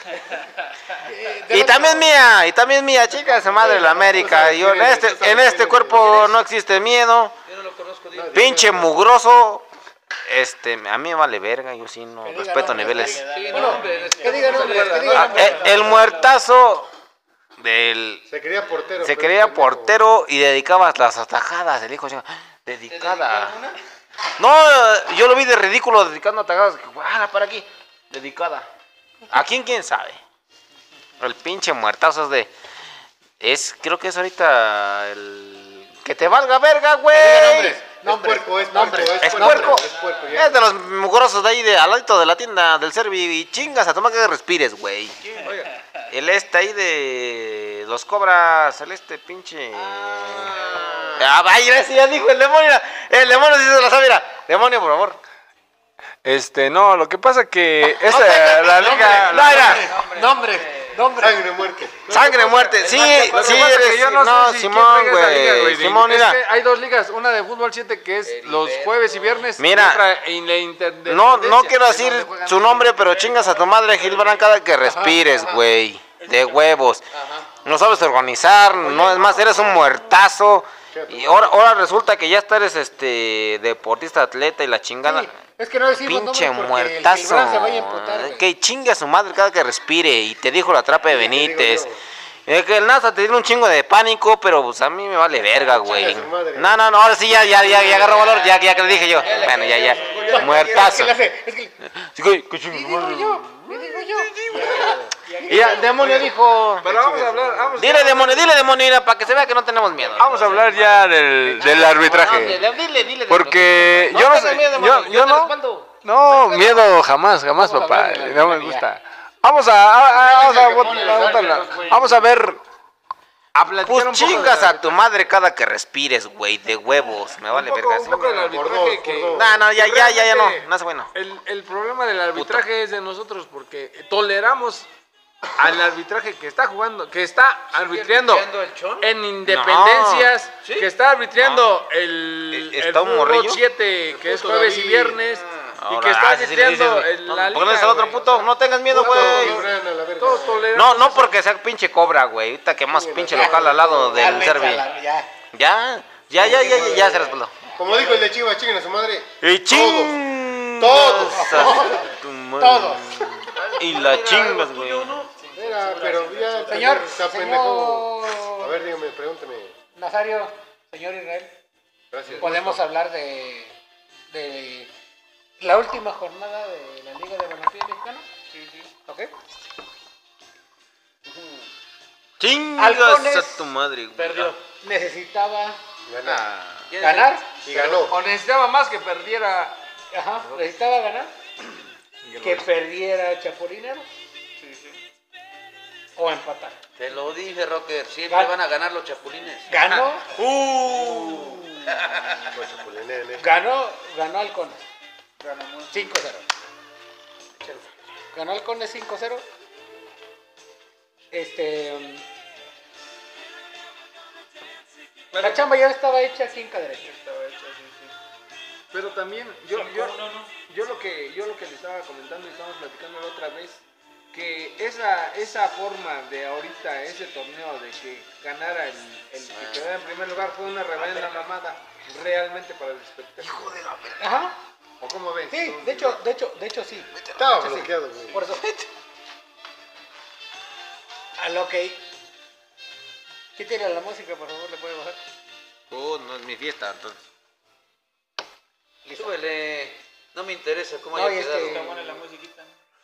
Eh, del
Y
otro.
también mía, y también mía, chicas, madre de la América. Yo en este, en este cuerpo no existe miedo.
Yo no lo conozco, digo.
Pinche mugroso. Este, a mí me vale verga, yo sí no
Que diga
respeto
nombres,
niveles.
que diga-
no,
Bueno,
hombre,
que diga
no se
nombres,
acuerda,
que
¿no?
diga
Ah,
nombres.
el, el muertazo del
Se quería portero.
se
pero
creía
pendejo.
portero y dedicaba las atajadas. El hijo decía, dedicada.
dedicaba una?
No, yo lo vi de ridículo dedicando atajadas. Guara, para aquí. Dedicada. ¿A quién quién sabe? El pinche muertazo es de. Es, creo que es ahorita el. Que te valga verga, güey.
Nombres, es puerco, es puerco,
nombres.
es
Es puerco.
Es puerco, ya.
Es de los mugrosos de ahí, de, al ladito de la tienda del Servi. Y chingas, a tomar que respires, güey.
Oiga.
El este ahí de los cobras, el este pinche. Ah, vaya, ese ya dijo el demonio. El demonio sí se lo sabe, mira. Demonio, por favor.
(laughs) Este, no, lo que pasa que esa la liga,
No,
la,
mira.
Nombres. Nombre.
Sangre, muerte.
Sangre muerte, sí,
Lo
sí,
que pasa es que
eres,
yo
no,
sé si quién
Simón,
juega esa liga,
güey, Simón,
Es
mira,
que hay dos ligas, una de fútbol 7 que es los
Heriberto.
jueves y viernes.
Mira,
y otra en la interdependencia,
no, no quiero
en
decir
donde juegan
su nombre, pero chingas a tu madre, Gil Barán, cada que respires, güey, de huevos, no sabes organizar, no, es más, eres un muertazo, y ahora, ahora resulta que ya hasta eres, este, deportista, atleta y la chingada,
Sí, es que no decimos
pinche
nombres porque el
muertazo,
Gilbrán se vaya a emputar, güey.
que chingue a su madre cada que respire, y te dijo la trapa de Benítez,
digo yo.
Es que el NASA te tiene un chingo de pánico, pero pues a mí me vale verga, güey.
su madre.
No, no, no, ahora sí ya, ya, ya, ya agarró valor, ya, ya que le dije yo. Bueno, ya, ya.
Es que
Muertazo.
le hace- es que le-
Sí, güey, qué chingo
y
su
digo
madre.
yo, y digo yo.
Y ya, demonio dijo.
Pero vamos a hablar, vamos,
Dile demonio, dile demonio, mira, para que se vea que no tenemos miedo.
vamos a hablar ya del, del
No,
arbitraje.
dile, dile, dile.
Porque
No
yo no
tengas
sé,
miedo,
yo,
demonio,
yo
te
no,
respaldo.
no, miedo jamás, jamás, papá, no me gusta. Vamos a, a- a- vamos a, vamos a- vamos a ver, a platicar
Pues
un poco de
chingas
la-
a tu madre cada que respires, güey, de huevos. Me vale
un poco,
verga.
un poco del arbitraje
Gordo,
que...
gordo.
No, no, ya, ya, ya, ya no.
Realmente-
No es bueno.
El, el problema del arbitraje es de nosotros porque toleramos al arbitraje que está jugando, que está arbitriando
arbitrando el chon?
en independencias,
¿Sí?
que está arbitrando el,
¿E-
el
está un
fútbol
morrillo?
7, que es jueves y
David.
viernes, y que
Ahora,
está
ah, sí, sí, le
arbitrando
dices,
el,
no,
la
ponles
liga,
al otro
güey.
puto, no tengas miedo,
Todos
güey.
Gibran a la verga.
Todos toleramos.
No, no porque sea pinche cobra, güey. Ahorita que más pinche local al lado del Servi.
Ya.
Ya, ya, ya, ya, ya, ya se respaldó.
Como dijo el de Chivas, chinguen a su madre.
Y ching. (laughs) Todos. Y la chingas, güey. pues
Era, pero ya.
Señor,
está pendejo. A
señor
ver, dígame, pregúntame.
Nazario, señor Israel,
Gracias.
podemos hablar de, de la última jornada de la Liga de Balompié Mexicana. Sí, sí. ¿Ok?
Chingas a tu madre, güey.
Perdió.
Necesitaba
Ganar.
ganar.
Y ganó.
O necesitaba más que perdiera.
Ajá, necesitaba ganar. Que perdiera Chapulinero
Sí, sí.
o empatar.
Te lo dije, Rocker. Siempre
Gan-
van a ganar los chapulines.
Ganó,
Pues, Chapulinea, ¿eh?
ganó, ganó Halcones. 5-0. Ganó Halcones 5-0. Este. mm, La chamba ya estaba hecha aquí en Cadereyta.
Estaba hecho, sí, sí.
Pero también, yo,
No,
yo,
no, no.
yo lo que yo lo que le estaba comentando y estábamos platicando la otra vez que esa esa forma de ahorita ese torneo de que ganara el, el que
Ah.
quedara en primer lugar fue una reverenda mamada realmente para el espectáculo
Ajá.
o cómo ves
Sí,
tú,
de hecho,
Gibran?
de hecho, de hecho sí.
Estaba
Sí, sí.
bloqueado, güey.
Por eso. (laughs) A lo que. Quítale la música, por favor, le puede bajar.
Oh, no es mi fiesta, entonces.
Listo.
Súbele.
eh,
No me interesa cómo
No,
haya
y es
quedado.
que-
Está buena la musiquita.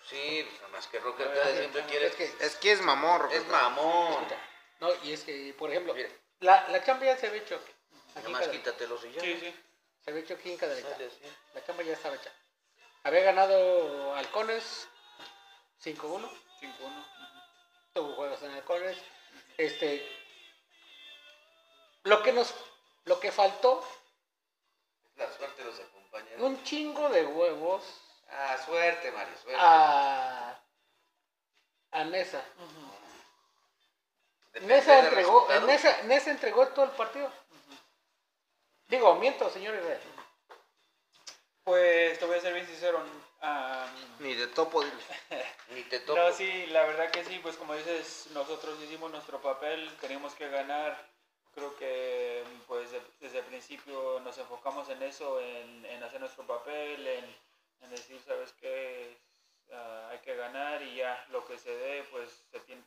Sí, pues, nada más que Rocker cada siempre quiere.
Es que
Es que es mamón,
Es mamón.
Escucha, No, y es que, por ejemplo,
Mira.
la, la chamba ya se había hecho. Aquí en
Nomás
Cadereyta.
quítatelos y ya.
Sí, sí.
Se había hecho aquí en Cadereyta.
Dale, sí.
La chamba ya estaba hecha. Había ganado Halcones 5-1.
5-1.
Tuvo juegos en Halcones. Este. Lo que nos. Lo que faltó,
La suerte los acompaña.
un chingo de huevos
Ah, suerte, Mario, suerte.
Ah, a. A Nesa.
Depende
Nesa
del
entregó,
resultado.
Nesa, Nesa entregó todo el partido. Digo, miento, señores.
Pues te voy a ser bien sincero. ah,
Ni de topo, dile.
(laughs) Ni te topo.
no, sí, la verdad que sí, pues como dices, nosotros hicimos nuestro papel, teníamos que ganar. Creo que pues de- desde el principio nos enfocamos en eso, en, en hacer nuestro papel, en, en decir, sabes qué, Ah, hay que ganar y ya lo que se dé, pues se, tiene-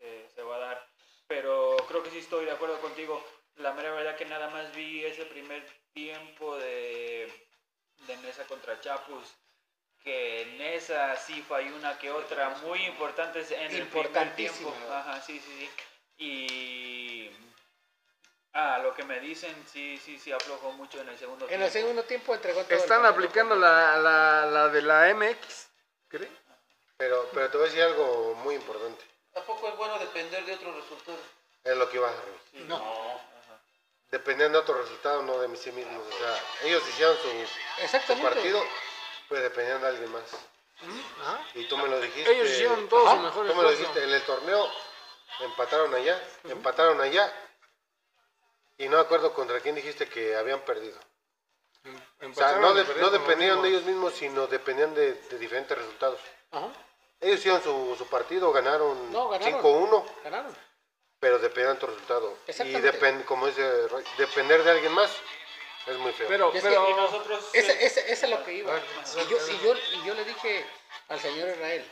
se- se va a dar. Pero creo que sí estoy de acuerdo contigo. La mera verdad que nada más vi ese primer tiempo de, de Nesa contra Chapus, que Nesa sí falló una que otra, muy importantes en el primer tiempo.
Importantísima.
Ajá, sí, sí, sí. Y ah, lo que me dicen, sí, sí, sí aflojó mucho en el segundo
En el segundo tiempo entregó todo. el
están
partido.
aplicando la, la, la de la MX ¿cree?
Pero, pero te voy a decir algo muy importante.
Tampoco es bueno depender de otros resultados.
Es lo que ibas a revisar.
No.
Dependiendo de otros resultados, no de sí mismos. O sea, ellos hicieron su, su
Exactamente.
partido, pues dependían de alguien más. Y tú me lo dijiste.
¿Mm? ¿Ah? Ellos hicieron todo su
Ajá,
mejor
Tú me lo
esfuerzo.
dijiste. En el torneo empataron allá, empataron allá. Y no me acuerdo contra quién dijiste que habían perdido. O sea,
Empataron
no,
y
de-
perdieron
no
con
dependían de
Baltimore.
ellos mismos, sino dependían de, de diferentes resultados.
Ajá.
Ellos hicieron su, su partido, ganaron,
No, ganaron.
5-1,
Ganaron.
pero dependían de tu resultado. Y
Exactamente.
depen- como dice Roy, depender de alguien más es muy feo.
Pero,
Y es que-
pero.
Y nosotros...
Esa, esa, esa es lo que iba.
Ah,
Y yo, y, yo, y yo le dije al señor Israel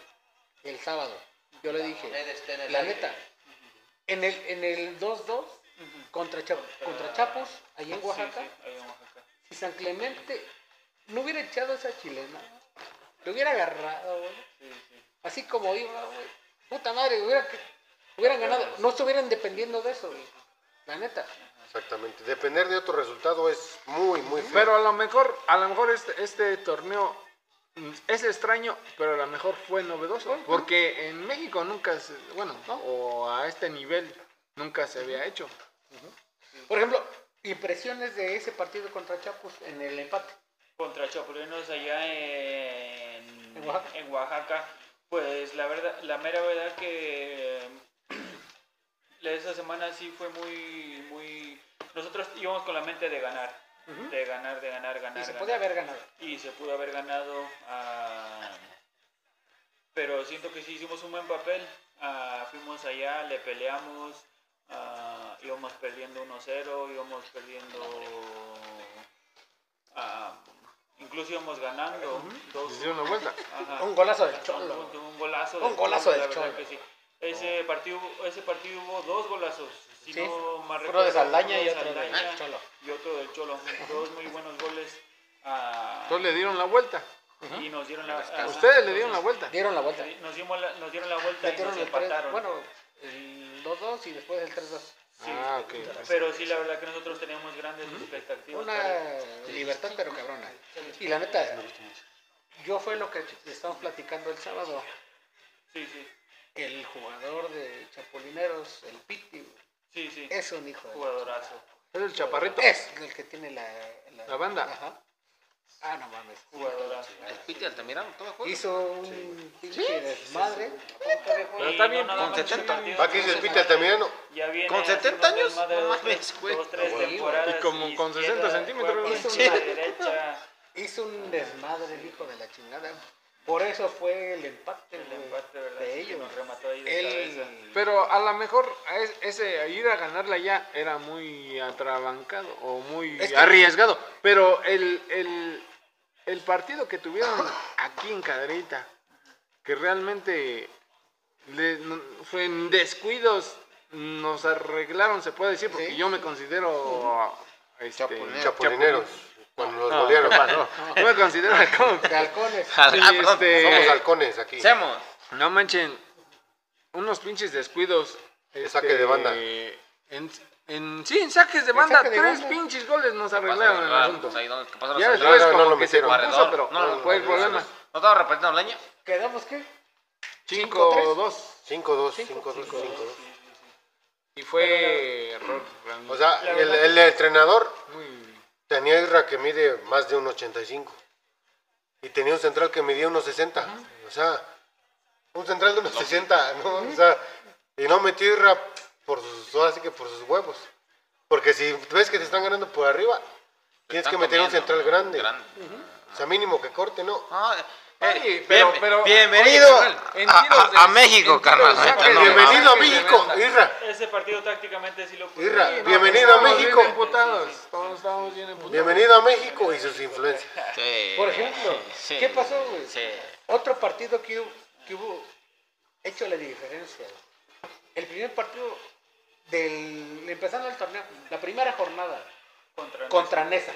el sábado, yo le
moneda
dije,
está en el
la
aire.
neta, en el, en el 2-2 contra, Chap- contra Chapos, ahí en Oaxaca,
Sí, sí, ahí en Oaxaca.
si San Clemente no hubiera echado esa chilena, lo hubiera agarrado, güey. Así como iba, güey. Puta madre, hubiera que- hubieran ganado. No estuvieran dependiendo de eso, güey. La neta.
Exactamente. Depender de otro resultado es muy, muy feo.
Pero a lo mejor, a lo mejor este, este torneo mm, es extraño, pero a lo mejor fue novedoso. Porque en México nunca se, bueno, o a este nivel nunca se había hecho.
Por ejemplo, impresiones de ese partido contra Chapos en el empate.
contra Chapulinos allá en,
En Oaxaca.
en Oaxaca, pues la verdad, la mera verdad que eh, esa semana sí fue muy, muy, nosotros íbamos con la mente de ganar,
Ujú.
de ganar, de ganar, ganar.
Y se
ganar.
podía haber ganado.
Y se pudo haber ganado, ah, pero siento que sí hicimos un buen papel, ah, fuimos allá, le peleamos, ah, íbamos perdiendo 1-0, íbamos perdiendo... Ah, incluso íbamos ganando dos,
Se dio una vuelta.
ajá,
Un golazo del
un,
Cholo. güey.
un golazo
Un golazo
la
del
verdad
Cholo. Oh.
que sí. ese partido ese partido hubo dos golazos si
Sí.
no mal
Uno de
recuerdo,
Saldaña y
de
otro del
Saldaña
Cholo.
y otro del Cholo dos muy buenos goles ah,
Entonces le dieron la vuelta.
y nos dieron la ajá,
Ustedes le dieron la vuelta.
Dieron la vuelta.
nos dimos la- nos dieron la vuelta y
Metieron
nos
el 3.
empataron
Bueno, el 2-2 y después el 3-2.
Sí.
Ah, ok.
pero sí la verdad que nosotros teníamos grandes expectativas para-
Una libertad pero cabrona. Y la neta, yo fue lo que estamos platicando el sábado.
sí sí
El jugador de Chapulineros, el Piti, güey,
sí sí
es un hijo de...
jugadorazo
Es el chaparrito.
Es el que tiene la...
La banda.
Ajá. Ah, no mames.
jugadorazo
El Piti Altamirano, ¿tú me acuerdas?
Hizo un pinche desmadre.
Y
está
no
bien,
nada
con
más ese
70.
partido,
Aquí dice el Pita Altamirano.
Ya viene
Con
haciendo
70 años,
un desmadre
no
dos,
mames,
tres-
güey.
dos, tres
güey.
temporadas
Y como con 60
izquierda,
centímetros,
juega con
güey.
la derecha,
Hizo un desmadre el hijo de la chingada. Por eso fue el empate,
el
güey,
empate, ¿verdad?
de
Sí, que
ellos.
nos remató ahí de cabeza.
Él...
Pero a lo mejor a es- ese a ir a ganarla ya era muy atrabancado o muy
Es que-
arriesgado. Pero el, el, el partido que tuvieron aquí en Caderita, que realmente le- no- fue en descuidos, nos arreglaron, se puede decir, porque
Sí.
yo me considero este,
Chapulineros. Cuando los
No,
golearon.
¿qué pasó? Yo me considero halcón.
De halcones.
Ah,
Y
perdón.
este-
Somos halcones aquí.
Seamos.
No manchen, unos pinches descuidos. este,
saque de banda.
En, en- sí, en saques de banda,
saque de
tres
banda.
pinches goles nos arreglaron el asunto.
Pues
Ahí donde- ¿qué pasó?
Ya
Los-
después
no, no
como
lo
que se
metieron.
compuso,
Barredor.
pero
No, no,
no, fue el problema.
¿No estaba repetiendo leña?
¿Quedamos qué?
5-2
5-2,
Cinco,
5-2,
cinco,
5-2.
y fue error. realmente.
O sea, el, el entrenador
Muy-
tenía Irra que mide más de 1.85. Y tenía un central que medía 1.60. O sea, un central de 1.60, ¿no? O sea, y no metió Irra por sus, ahora sí que por sus huevos. Porque si ves que te están ganando por arriba, tienes
Están
que meter un
comiendo,
central
¿no?
grande. O sea, mínimo que corte, ¿no?
Ah, eh,
Oye,
bien-
pero- pero-
bienvenido
oye, carnal, en
a-
tiros
a,
de-
a México,
en tiros
carnal.
de saque,
Neta, no
Bienvenido a
mames.
México, Irra.
Ese partido tácticamente sí lo pude-
Irra,
Sí, no,
bienvenido a
Estábamos bien
México.
emputados, Todos estábamos bien emputados.
Bienvenido a México y sus influencias.
Sí,
Por ejemplo,
sí,
¿qué pasó, güey?
Sí.
Otro partido que hubo, que hubo hecho la diferencia. güey. El primer partido del empezando el torneo, la primera jornada
contra
contra Nesa.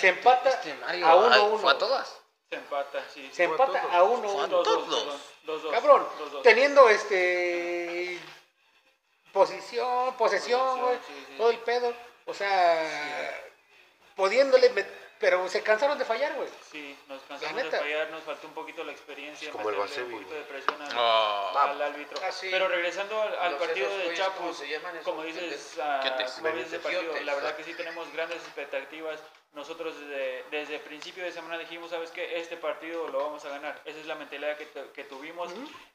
Se empata
Este
a uno,
Este ay,
uno.
¿Fue a todas?
Se empata, sí.
Se empata a uno,
Fue a
uno.
todos.
perdón, dos, dos,
Cabrón,
dos, dos.
teniendo este posición, posesión,
Posesión,
güey,
sí, sí.
todo el pedo, o sea, pudiéndole met- Pero se cansaron de fallar, güey.
Sí, nos cansamos
La
de
neta.
fallar, nos faltó un poquito la experiencia,
como el
meterle
Balsevi,
un poquito
güey.
de presión al,
No.
al árbitro.
Ah, sí.
Pero regresando al, al
Los
partido
esos
de
güeyes, ¿cómo
Chapus,
se llaman esos?
como dices, ah,
Quiotes.
como dices de partido,
Quiotes.
la verdad que sí tenemos grandes expectativas. Nosotros desde, desde el principio de semana dijimos, sabes que este partido lo vamos a ganar. Esa es la mentalidad que, tu- que tuvimos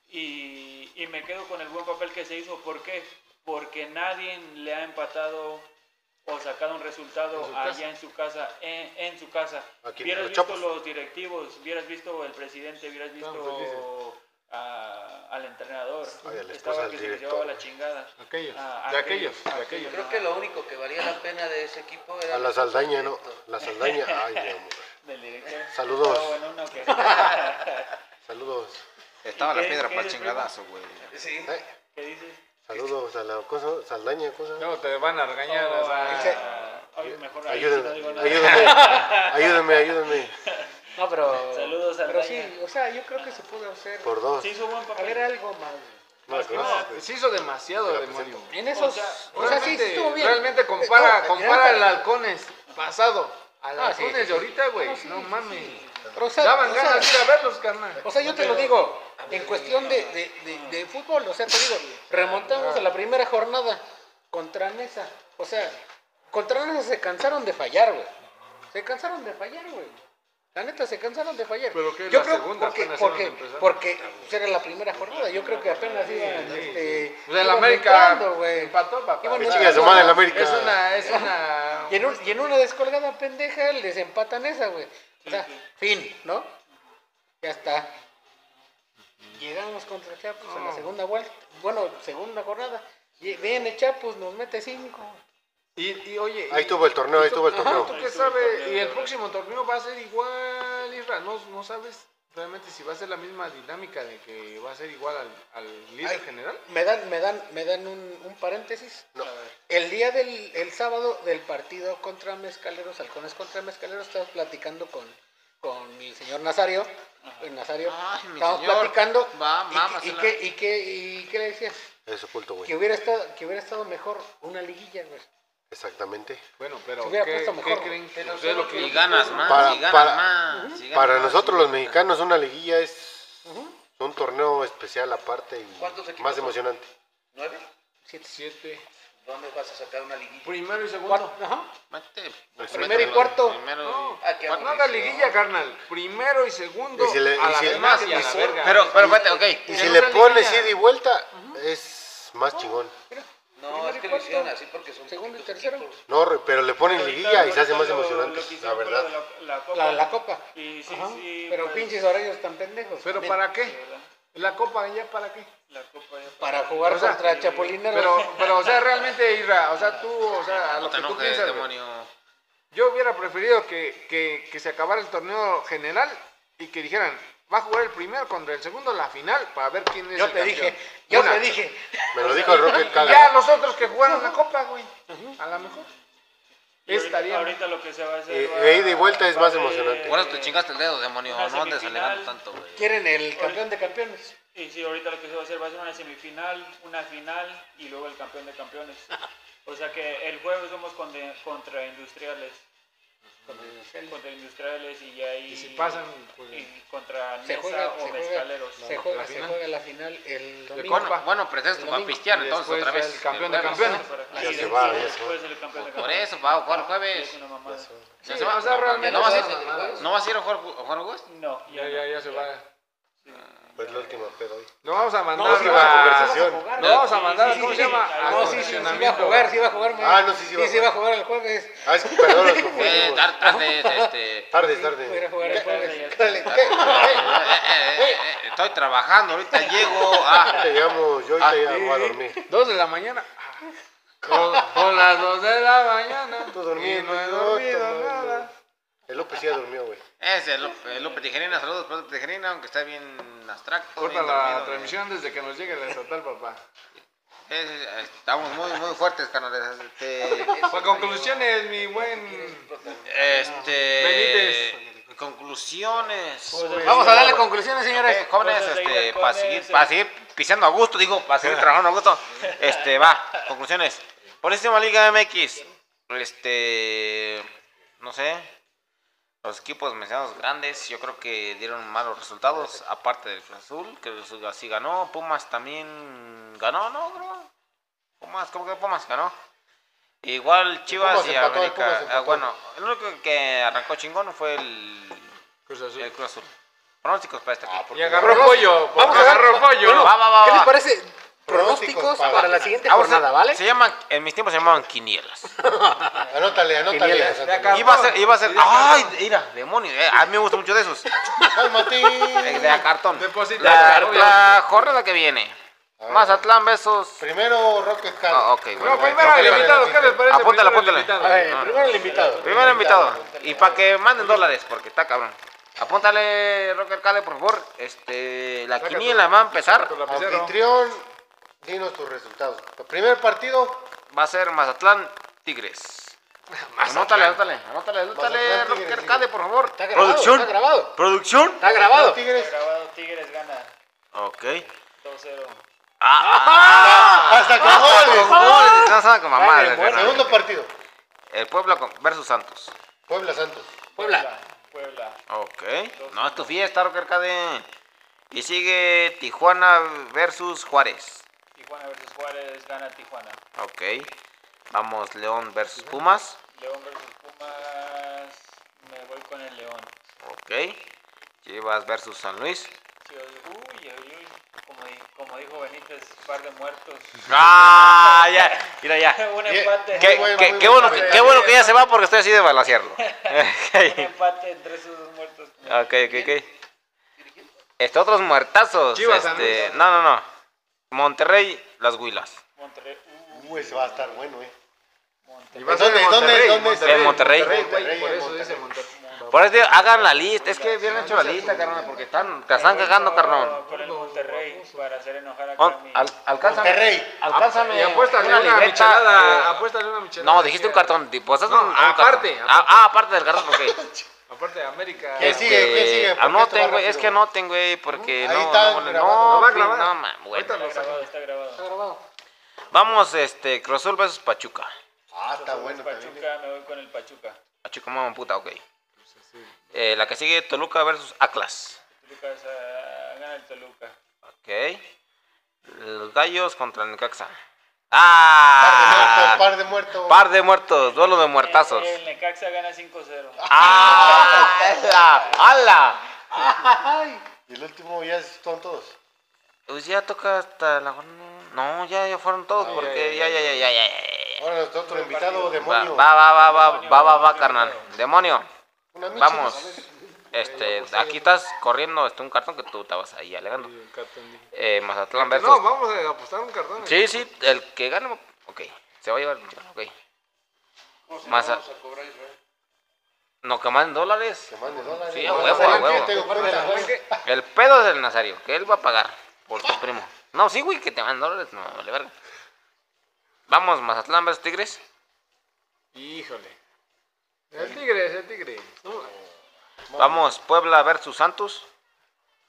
y, y me quedo con el buen papel que se hizo. ¿Por qué? Porque nadie le ha empatado o sacado un resultado
En su casa.
allá en su casa, en, en su casa.
Aquí,
hubieras
en
visto
los Chapos.
los directivos, hubieras visto el presidente, hubieras
Estaban felices.
visto a- al entrenador.
pues, Ay, a la esposa
Estaba
del
que se les
director.
llevaba la chingada.
Aquellos,
Ah,
de aquellos, de
aquellos.
aquellos.
Creo que lo único que valía la pena de ese equipo era...
A la Saldaña, ¿no? La Saldaña. Ay, mi amor.
Del director.
Saludos.
Ah, bueno, no,
(laughs)
que-
Saludos.
Estaba la
¿Qué-
piedra
qué
para
es,
chingadazo, güey.
Sí.
Eh,
¿Qué dices?
Saludos a la cosa, Saldaña, cosa.
Luego te van a regañar. o sea,
Ah, ay, mejor ahí sí no digo
Ayúdenme,
nada.
ayúdenme, (laughs) ayúdenme, ayúdenme.
No, pero.
Saludos a
Pero
Ryan.
sí, o sea, yo creo que se pudo hacer.
Por dos.
Se hizo buen papel.
haber algo más. güey.
No,
más que
gracias,
nada,
güey.
Se hizo demasiado,
Te la
pues, demonio.
presento.
En esos. pues, O sea, sí, sí estuvo bien.
realmente compara,
No,
compara
realmente-
al halcones pasado. Al
Ah, sí,
halcones
sí,
de ahorita, güey.
No, sí,
no
sí,
mames.
Pero, o sea,
Daban
o sea,
ganas de ir a verlos, carnal.
O sea, yo te lo digo, en cuestión de, de- de- de fútbol, o sea, te digo, remontamos a la primera jornada contra Nesa. O sea, contra Nesa se cansaron de fallar, güey. Se cansaron de fallar, güey. La neta, se cansaron de fallar.
Pero que
yo
la
creo
segunda
porque,
apenas
porque,
iban empezando.
porque pues, era la primera jornada. Yo creo que apenas iban. este,
Pues el
iban
América
entrando, güey.
empató, papá.
Iban
Que
entrando,
chingue a su madre el
¿no?
América.
Es una, es
(laughs)
una.
Y en, un- y en una descolgada pendeja les empatan esa, güey. O sea, fin, ¿no? Ya está. Llegamos contra Chapus en la segunda vuelta. Bueno, segunda jornada. Y Viene Chapus, nos mete cinco.
Y, y oye.
Ahí
y-
estuvo el torneo, ahí estuvo el
Ajá, ¿Tú
torneo.
qué sabes? Y el próximo torneo va a ser igual, Isra. No, no sabes realmente si va a ser la misma dinámica de que va a ser igual al, al líder
Ay.
general.
Me dan, me dan, me dan un, un paréntesis. El día del el sábado del partido contra Mezcaleros, Halcones contra Mezcaleros, estábamos platicando con, con el señor Nazario. El Nazario.
Ay, mi
estábamos
señor.
platicando.
Va,
y- y,
mámasela.
qué- y, qué- ¿Y qué le decías?
Eso oculto,
Que
güey.
hubiera estado, que hubiera estado mejor una liguilla, güey.
Exactamente.
Bueno,
Se
pero ¿qué,
hubiera puesto
qué
mejor,
creen que
Pero
ustedes lo
solo
que
Y ganas más,
Para-
y ganas
para-
más. y ganas
Para
más,
nosotros
y
los
ganas
mexicanos una liguilla es un torneo especial aparte
¿Cuántos equipos
y más
son?
emocionante.
¿Nueve?
siete.
¿Dónde vas a sacar una liguilla?
Primero y segundo.
Cuarto, ajá.
más. Vete, pues,
Primero y
mételo.
cuarto.
Primero y-
No,
Ah, qué
no hagas
aburrición.
liguilla, carnal. Primero y segundo.
Y si le-
a
y
la
si-
demás y a
y
la
si-
verga.
Pero, pero, espérate, ok.
Y
En
si
una
le pones
liguilla.
ida y vuelta, es más chingón.
No, es que lo hicieron así porque son
Segundo y
poquitos
tercero.
equipos.
No, re- pero le ponen
Ahorita-
liguilla y se hace
ahorita
más
lo-
emocionante,
lo que
la
hicieron fue
verdad.
de La, la copa.
La, la copa.
Y sí,
Ajá.
sí,
Pero
pues,
pinches horarios tan pendejos.
¿Pero
También.
para qué? ¿La copa ya para qué?
La copa eh. ya-
Para jugar
O sea,
contra Chapolineros.
Pero, pero, o sea, realmente, Isra, o sea, tú, o sea, a
No
lo
te
que tú
enojes,
piensas, güey.
demonio.
Yo hubiera preferido que, que- que se acabara el torneo general y que dijeran, va a jugar el primero contra el segundo la final para ver quién es
yo
el
te
campeón.
dije, yo
Una.
te dije.
Me lo dijo el Rocket
Y
Caga.
ya los otros que jugaron la copa, güey. A lo mejor.
Y ahorita-
Estaría.
Ahorita lo que se va a hacer.
Eh,
va-
de ida y vuelta es
va
más
de-
emocionante.
Por eso
Eh,
te chingaste el dedo, demonio.
Una
No andes
semifinal.
alegando tanto, güey.
Quieren el campeón de campeones.
Y eh, sí, ahorita lo que se va a hacer va a ser una semifinal, una final y luego el campeón de campeones. O sea que el jueves vamos contra, contra industriales. Contra industriales y ya ahí.
Y si pasan, pues,
y contra
Se
Nesa
juega,
o
se juega,
mezcaleros.
se juega,
la
se
final.
juega la final el domingo.
Bueno, bueno, pretexto
El
para
domingo.
Y
pistear entonces
después
otra
ya
vez.
el campeón
el
de
jueves.
campeones.
Para-
Ya
y
se va,
después-
ya se va.
después el campeón de
Por
campeones.
eso, va a jugar
Es
jueves.
una mamada.
Ya
Sí,
se va.
o sea, realmente
¿No vas a-
es una mamada.
¿No vas a ir a jugar a jugar juegos?
No,
Ya, ya, ya se va.
Pues la última pedo hoy.
No vamos a mandar
No, sí, vamos a
a-
conversación.
No vamos a mandar,
Sí, sí,
¿cómo
sí,
se llama? Ah,
sí.
A
No,
No, sí, sí, sí, va a
condicionamiento.
jugar, sí va a jugar.
Ah, no, sí, sí va
sí,
a
sí va a jugar el jueves.
Ah, es que perdón, los
Eh,
confundimos.
tar- tardes, este.
Voy
Tarde,
a ir a
tarde.
jugar el jueves.
Dale, ¿qué?
Eh, eh, eh, eh, estoy trabajando, ahorita llego. Ah,
Te llamo, yo ahorita ya voy a dormir.
Dos de la mañana. Con, con las dos de la mañana.
Tú durmiendo,
Y no he
yo
dormido
tomando.
nada.
El López ya durmió, güey.
ese López, López Tijerina, saludos, López Tijerina, aunque está bien abstracto.
Corta
bien
la
dormido, güey.
transmisión desde que nos llegue la estatal, papá.
Es- es- estamos muy, muy fuertes, canales.
(laughs)
Este,
Para conclusiones, mi buen.
este
Benítez.
conclusiones.
Pues, Vamos a darle conclusiones, señores.
Eh, jóvenes,
Cosas de
este,
ir a
para
comer,
seguir,
sí.
para seguir pisando a gusto, digo, para seguir trabajando a gusto. Este, va, conclusiones. Por encima Liga MX, este, no sé, Los equipos mencionados grandes, yo creo que dieron malos resultados, aparte del Cruz Azul, que el Cruz Azul así ganó. Pumas también ganó, ¿no, bro? Pumas, ¿cómo que Pumas ganó? Igual Chivas
Pumas
y
empató, el Pumas
América. ah,
empató.
bueno, el único que arrancó chingón fue el Cruz Azul. El Cruz Azul. Pronósticos para este equipo.
Ah, porque-
Y agarró pollo,
Vamos a dar-
agarró pollo.
bueno,
Va, va, va,
¿Qué les
Ah.
va.
parece? Pronósticos para, la siguiente jornada, ¿vale?
Ah, Se llaman, en mis tiempos se llamaban quinielas.
Anótale, anótale.
Quinielas.
Santa Cruz.
Iba a ser, iba a ser, ay, mira, demonio, eh, a mí me gusta mucho de esos. Eh, De
Cálmate.
a cartón.
Deposita,
La,
obvio.
la jornada que viene.
A ver.
Mazatlán versus.
Primero Rocket Car.
Ah, ok, bueno.
No, primero el invitado, ¿qué les parece?
Apúntale,
Primero el
apúntale.
invitado. Ah,
A ver, primero el invitado.
Primer invitado. Y para que manden dólares, porque está cabrón. Apúntale, Rocker Cade, por favor. Este, la quiniela va a empezar.
Tu lapicero.
Anfitrión, dinos tus resultados. Primer partido,
Va a ser Mazatlán Tigres. Anótale, anótale, anótale, anótale,
Mazatlán, Tigres,
Rocker
sí.
Cade, por favor.
Está grabado, está grabado.
¿Producción?
Está grabado.
Tigres.
Grabado Tigres gana
Ok.
2-0.
Ah.
Hasta con
Los
goles.
goles, no saben Ah, con mamadas,
Dale, bueno.
carnal.
Ah. Segundo partido,
El Puebla con- versus Santos.
Puebla Santos.
Puebla.
Puebla.
Ok. No, es tu fiesta, Rocker Cade. Y sigue Tijuana versus Juárez.
Tijuana versus Juárez gana Tijuana.
Ok. Vamos, León versus Pumas.
León versus Pumas. Me voy con el León.
Ok. Chivas versus
(laughs)
San Luis.
Sí, Uy, uy, uy. Como, di- como dijo Benítez, par de muertos. (laughs)
¡Ah! Ya, mira, ya.
un
Bien.
empate.
Qué,
bueno,
qué-
muy
qué
bueno.
bueno, que, qué bueno que ya se va porque estoy así de balasearlo.
(laughs)
Ok,
Un empate entre esos dos muertos.
ok, ok. Este, otros muertazos.
Chivas,
este, no, no, no. Monterrey, las Huilas.
Monterrey. uh, uy,
Uy, ese va a estar bueno, eh.
Monterrey.
Va a ser
¿Dónde-
en
dónde-
Monterrey,
dónde es?
En Monterrey.
güey, Por
en
eso dice
Monterrey.
Monterrey.
Por eso digo, hagan la lista. Es que bien hecho la lista, carnal, porque están, te están cagando, carnal.
Por el Monterrey, para hacer enojar a
Al,
Cami.
alcánzame.
Monterrey.
Alcánzame.
Y apuéstale
una
una,
libreta,
michelada,
eh,
apuéstale una michelada.
No, dijiste un cartón, tipo, estás
No,
un, un
aparte,
cartón. Ah, ah, aparte del
(laughs)
cartón, ok.
Aparte de América.
¿Qué sigue? ¿Qué sigue?
Eh,
Porque esto va
Anoten, güey, es
rápido.
que anoten, güey, porque
Ahí
no,
está
no, no,
grabado.
no,
Lo va a
güey,
grabar.
no, man, güey.
Ahorita lo
Está grabado,
saca.
está grabado.
Vamos, este, Cruz Azul versus Pachuca.
Ah, está
Cruz
bueno
Azul,
también. eh.
Pachuca, me voy con el Pachuca.
Pachuca, mamá puta, ok. Eh, la que sigue, Toluca versus Atlas.
Toluca es, ah, gana el Toluca.
Ok. Los Gallos contra Necaxa.
Par de muertos,
¡Ah!
par de Eh, muertos.
Par de muertos, duelo de muertazos.
El, el Necaxa gana 5-0.
eh.
¡Ah! ¡Ala! ¡Ala!
Y el último ya son todos.
Pues ya toca hasta la jornada- No, ya, ya fueron todos, porque ya, ya, ya, ya, ya, ya, ya.
Ahora nuestro otro invitado,
Va,
demonio.
va, va, va, va, va, va, va, carnal. Demonio.
Una micha,
Vamos.
a ver.
Este, aquí estás corriendo este, un cartón que tú estabas ahí alegando.
Un cartón, dije. Este,
Eh, Mazatlán
No,
versus.
vamos a apostar un cartón.
Sí, sí, el que gane. Ok, se va a llevar. Ok. Maza- No, que manden dólares.
Que mande dólares.
Sí, a huevo, a huevo.
Tengo cuenta.
El pedo es del Nazario, que él va a pagar por su primo. No, sí, güey, que te manden dólares. No, vale, verga. Vamos, Mazatlán versus Tigres.
Híjole. El tigre, es el tigre. No,
Vamos, Puebla versus Santos.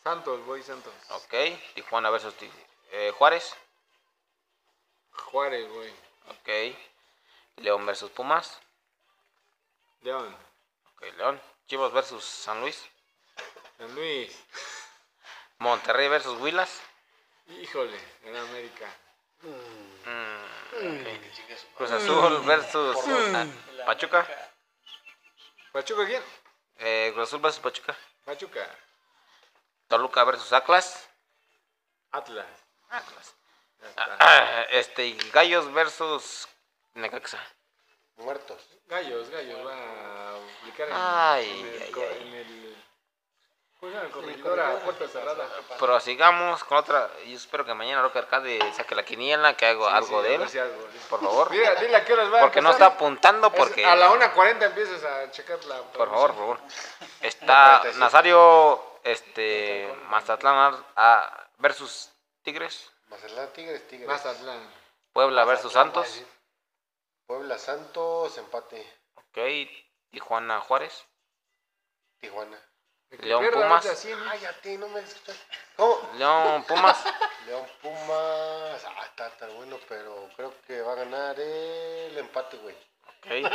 Santos, voy Santos.
Ok, Tijuana versus Ti- eh, Juárez.
Juárez, voy.
Ok, León versus Pumas.
León.
Ok, León. Chivas versus San Luis.
San Luis.
Monterrey versus Huilas.
Híjole, en América.
Cruz Azul versus ah, Pachuca.
¿Pachuca quién?
Eh, Cruz Azul versus Pachuca.
Pachuca.
Toluca versus Atlas.
Atlas.
Atlas.
Ya está.
Ah, Este, y Gallos versus Necaxa.
Muertos.
Gallos, gallos, va a aplicar en,
Ay,
en el,
ay,
co-
ay.
en el- pues, ¿cómo se llama? Corregidora, puerta cerrada.
Prosigamos con otra. Yo espero que mañana Roque Arcade saque la quiniela, que hago algo
Sí,
de
a ver
él,
si algo.
por favor.
Mira, dile a qué horas va a
Porque no está
empezar.
apuntando
Es-
porque...
a la 1.40 empiezas a checar la...
Por favor, por favor. Está Nazario este, Mazatlán ah, versus Tigres.
Mazatlán, Tigres, Tigres.
Mazatlán.
Puebla versus Santos.
Puebla Santos, empate.
Ok. Tijuana Juárez.
Tijuana.
León
Pierda
Pumas.
ahorita, sí, ¿no?
Cállate, no me escuchas. ¿Cómo?
León Pumas.
León Pumas. Ah, está tan bueno, pero creo que va a ganar el empate, güey.
Ok.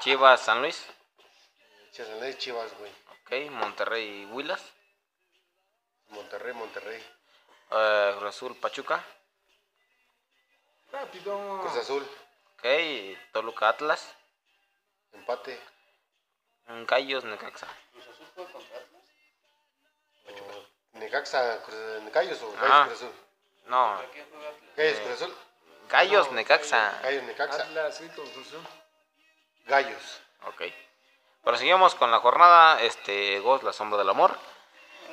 Chivas San Luis.
Chevrolet Chivas, güey.
Ok, Monterrey Huilas,
Monterrey, Monterrey.
eh, Cruz Azul Pachuca,
Rápido.
Cruz Azul,
ok, Toluca Atlas,
empate.
mm, Gallos Necaxa.
Necaxa, Cruz, Gallos o Gallos
Ajá.
Cruz Azul.
No,
Gallos Cruz Azul,
Gallos Necaxa.
Gallos
Ah,
Necaxa,
Atlas, sí, conclusión.
Gallos.
Ok. Proseguimos con la jornada. Este, Ghost, la sombra del amor.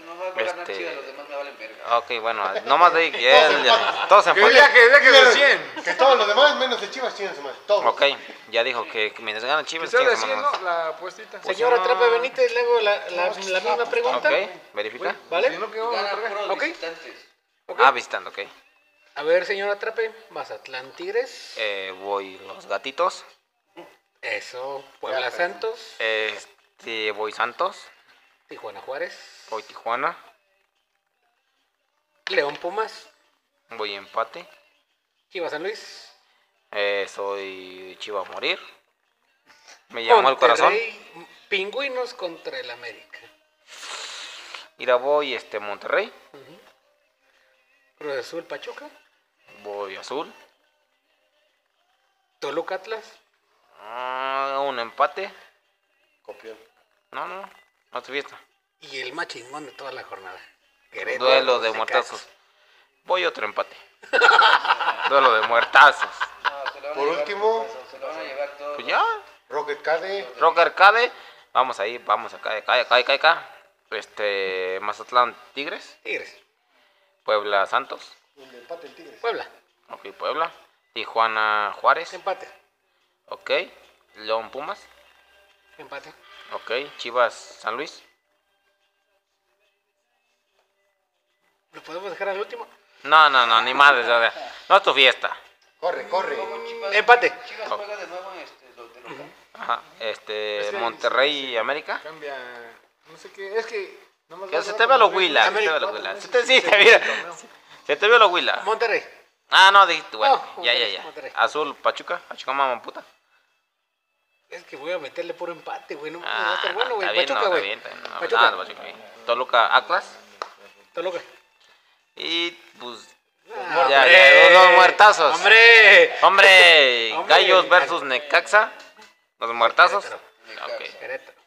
No más voy a ganar
Este-
chivas, los demás me valen verga.
Ok, bueno, no más de ahí. ya-
Todos
ya-
empatan.
todos empatan.
que deje de
Pero-
100.
Que todos los demás, menos el Chivas, tienen su madre. Todos.
Ok, ya dijo que que mientras ganan Chivas,
Está de
chingas,
100,
hermano.
¿no? La apuestita.
Pues
Señora
no.
Trape Benítez, le hago la, la- la misma pregunta.
Ok, verifica.
¿Vale?
pues, no, que
Ganan
vamos
puros
Ok.
visitantes.
Ah, visitando, ok.
A ver, señora Trape, Mazatlán Tigres.
Eh, voy los gatitos.
Eso, Puebla Santos,
Este, voy Santos.
Tijuana Juárez,
Voy Tijuana.
León Pumas,
Voy empate.
Chivas San Luis.
Eh, soy Chivas a morir. Me llamó el corazón.
Monterrey, Pingüinos contra el América.
Mira, voy este, Monterrey.
Cruz Azul Pachuca,
Voy Azul.
Toluca Atlas.
Ah, un empate.
Copión.
No, no, no. No tu fiesta.
Y el más chingón de toda la jornada. Eh,
Duelo de
Necaxa.
muertazos. Voy otro empate. (laughs) Duelo de muertazos.
No, se lo van a
Por
llevar
último-
todos, Se lo van a llevar todos.
Pues ya.
Rocket Cade,
Rock Arcade. Vamos ahí, vamos acá, acá, acá, acá, acá. Este, Mazatlán Tigres.
Tigres,
Puebla Santos.
el empate el Tigres.
Puebla,
Ok, Puebla. Tijuana Juárez.
empate,
Ok. León Pumas.
empate.
Ok. Chivas San Luis.
¿Lo podemos dejar al último?
No, no, no, ni madre. No es tu fiesta.
Corre, corre.
Como Chivas,
Empate.
Chivas juega de nuevo este, lo- de local.
Ajá. Este, Monterrey y América.
Cambia. No sé qué. Es que. nomás
Que
vas
se
a
te ve lo
Monterrey.
huila. Se te ve lo huila. Se te, sí, te mira. Se te ve lo huila.
Monterrey,
Ah, no, dijiste, bueno,
No,
ya, ya,
Monterrey,
ya.
Monterrey.
Azul, Pachuca, Pachuca mamá puta.
es que voy a meterle puro empate, güey. No, no va a
Ah,
estar bueno, güey.
está bien, no,
Pachuca,
está
güey.
bien, está bien, no,
Pachuca.
nada, Pachuca, bien. Toluca, Atlas.
Toluca.
Y pues.
Ah,
ya,
hombre.
ya, los, los muertazos.
¡Hombre!
Hombre,
Hombre.
Gallos versus Necaxa. Los muertazos. Ok.
Querétaro.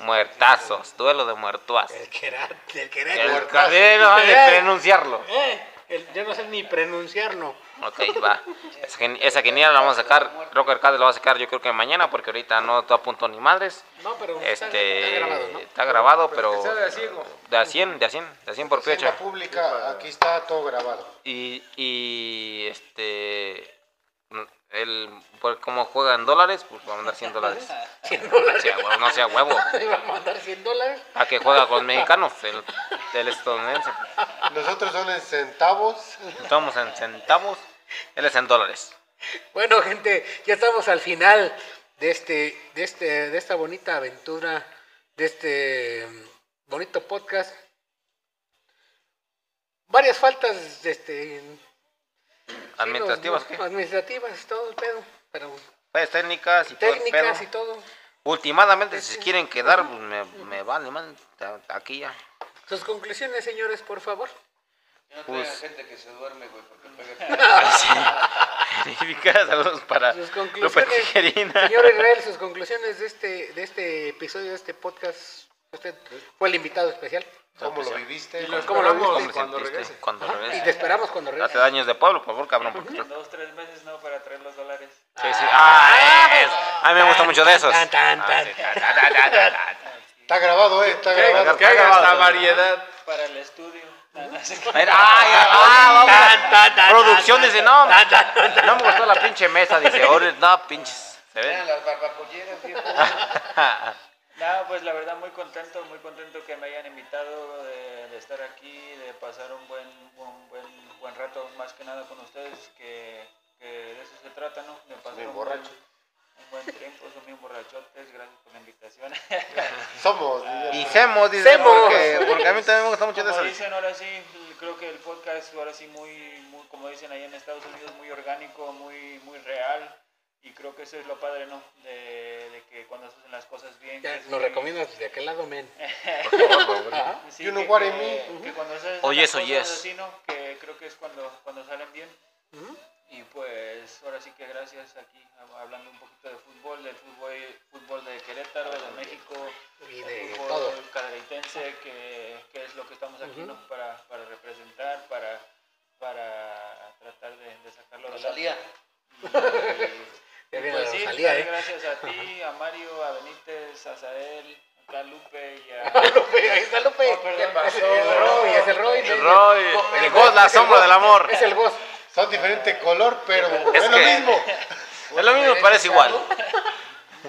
Muertazos. Duelo de muertuas.
El Querétaro. El
El
Querétaro.
cadero, vale pronunciarlo.
Eh, el- yo no sé ni pronunciarlo.
Ok, va. Esa, gen- esa genial la vamos a sacar. Rock Arcade la va a sacar yo creo que mañana porque ahorita no está a punto ni madres.
No, pero está-
Este,
está grabado, ¿no? (laughs)
está grabado, pero.
que sea de a cien, ¿no?
De a 100, de a 100, de a 100 por
Hacienda
fecha.
pública, aquí está todo grabado.
Y, y este. El, por como juega en dólares, pues va a mandar 100 dólares.
100 dólares.
Sea huevo, no sea huevo.
Iba a mandar 100 dólares.
A que juega con mexicanos, el, el estadounidense.
Nosotros son en centavos.
Estamos en centavos, él es en dólares.
Bueno, gente, ya estamos al final de este, de este, de esta bonita aventura, de este mm, bonito podcast. Varias faltas, este,
Administrativas,
sí,
¿qué?
no, administrativas, todo el pedo, pero
Pues técnicas y todo. el
técnicas
pedo.
y todo.
Últimamente, si se quieren quedar, pues me, me vale, man. Aquí ya.
Sus conclusiones, señores, por favor.
Que no
Pues-
tenga gente que se duerme, güey, porque pega
Verificar saludos para
Sus
López
conclusiones,
Tijerina.
señor Israel, sus conclusiones de este, de este episodio, de este podcast. Usted fue el invitado especial.
¿Cómo lo viviste?
¿Cómo lo
Vamos
¿Cómo te
cuando
sentiste?
regrese.
Cuando
Y te
regrese.
esperamos cuando
Date
regreses.
daños de pueblo, por favor, cabrón. porque-
Dos, tres meses, ¿no? Para traer los dólares.
Sí, sí. Ah, es- A mí me gusta mucho de esos.
Tan, tan,
Ah,
tan.
sí, ta, ta, ta, ta, ta, ta.
Está grabado, eh. Está
Que haga-
grabado.
que haga hasta variedad.
Para el estudio. Nada más.
A ver, ay, ah, vamos. Producción dice, no, no me gustó la pinche mesa, dice, "Ore, no, pinches, se ven.
Eran las barbacoyeras, viejo.
No, pues la verdad muy contento, muy contento que me hayan invitado de, de estar aquí, de pasar un buen, un buen, buen rato, más que nada con ustedes, que, que de eso se trata, ¿no? De pasar
Bien
un, buen,
borracho.
un buen tiempo, son bien borrachotes, gracias por la invitación.
Somos.
Y Semo, dice,
Semo.
porque, porque a mí también me gusta mucho de esos.
Como dicen ahora sí, creo que el podcast ahora sí muy, muy como dicen allá en Estados Unidos, muy orgánico, muy, muy real. Y creo que eso es lo padre, ¿no? De, de que cuando hacen las cosas bien.
Ya,
que-
nos recomiendas de aquel lado, men. Ajá.
Sí,
You know
que-
what I
que-
mean.
que cuando se hacen
Oh,
las
yes, oh,
cosas
yes.
así, ¿no? Que creo que es cuando, cuando salen bien. Y pues ahora sí que gracias aquí, hab- hablando un poquito de fútbol, del fútbol, fútbol de Querétaro, de México,
Y
del
de
fútbol
todo.
cadereytense, que, que es lo que estamos aquí, ¿no? Para, para representar, para, para tratar de, de sacarlo adelante.
Rosalía.
Ya
Y
viene
pues
la
sí,
Rosalía,
dar
¿eh?
gracias a ti, a Mario, a Benítez, a Zael, acá a Lupe y a...
(laughs) Lupe, (laughs) ahí está Lupe.
Oh, perdón.
El Roy, es el Roy.
El Roy, el God, la sombra del amor.
Es el Goz.
Son diferente color, pero
Es
es lo
que-
mismo.
Es lo mismo, parece igual.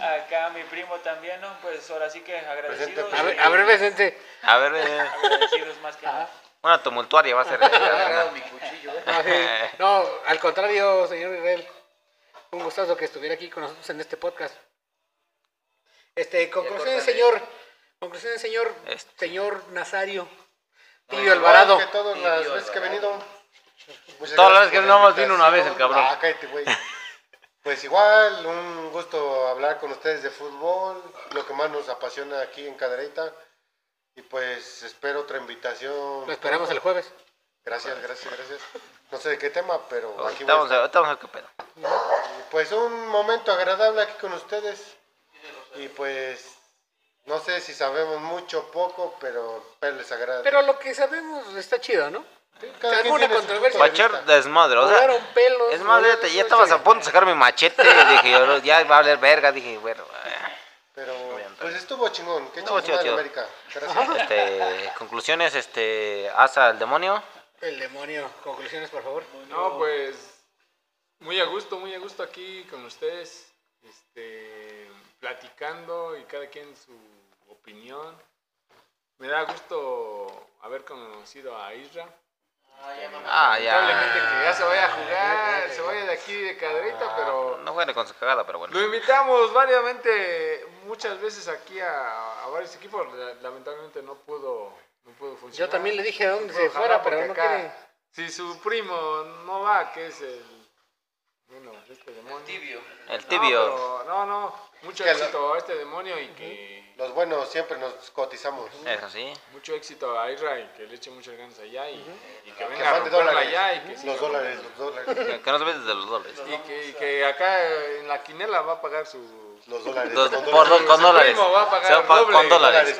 Acá mi primo también, ¿no? Pues ahora sí que agradecidos.
Presenta,
A ver,
y
a ver, bésense.
A ver, eh,
Agradecidos más que nada.
una tumultuaria va a ser.
Agarrado mi cuchillo, ¿eh?
No, Ah, sí.
(laughs)
No, al contrario, señor Israel. Un gustazo que estuviera aquí con nosotros en este podcast. Este, conclusiones,
córtale.
señor. Conclusiones, señor.
Este.
Señor Nazario.
No,
Tío
igual
Alvarado.
Que todas las
Indio
veces que he
Alvarado.
venido. Muchas
Todas
gracias
las veces que
por la
nomás vino una vez el
invitación.
cabrón.
Ah, cállate, güey. Pues igual, un gusto hablar con ustedes de fútbol, lo que más nos apasiona aquí en Cadereyta. Y pues espero otra invitación.
Lo esperamos el jueves.
Gracias, gracias, gracias. No sé de qué tema, pero aquí voy a
Estamos a ahorita vamos a ver qué pedo.
pues un momento agradable aquí con ustedes. Y pues no sé si sabemos mucho o poco, pero, pero les agradezco.
Pero lo que sabemos está chido, ¿no?
Cada quien
alguna
tiene su
controversia.
Va
punto
a
de
echar
vista.
desmadre, o sea.
Volaron pelos.
Es más,
volaron
fíjate, ya estabas a punto de sacar mi machete. Dije, yo, ya va a valer verga. Dije, bueno, eh,
Pero
bien,
pues estuvo chingón. Qué
Estuvo
chingón
chido,
de
chido.
América. Gracias.
este, conclusiones, este, asa al demonio.
El demonio. Conclusiones, por favor.
No, pues muy a gusto, muy a gusto aquí con ustedes, este, platicando y cada quien su opinión. Me da gusto haber conocido a Isra.
Ah,
Probablemente que ya
ya.
se vaya a jugar, se vaya de aquí de cadrita, pero
No juegue con su cagada, pero bueno.
lo invitamos variamente muchas veces aquí a, a varios equipos. La- Lamentablemente no pudo, no pudo funcionar.
Yo también le dije a dónde se
Ojalá,
fuera, pero
porque
no
acá,
quiere.
Si su primo no va, que es el. Bueno, este demonio.
Tibio.
El
No,
tibio.
pero- no, no, mucho
Que lo-
éxito a este demonio y que.
Los buenos siempre nos cotizamos.
Eso sí.
Mucho éxito a Isra y que le eche muchas ganas allá y, y que
Que
venga a
mande
romperla
dólares.
allá y que siga
Los dólares, los dólares.
Que que no se ve desde los dólares.
Y que, y que acá eh, en la quinela va a pagar su.
Los dólares.
Dos-
los
por do- con
Su
dólares.
primo va a pagar
Se va a pagar
doble.
Con dólares,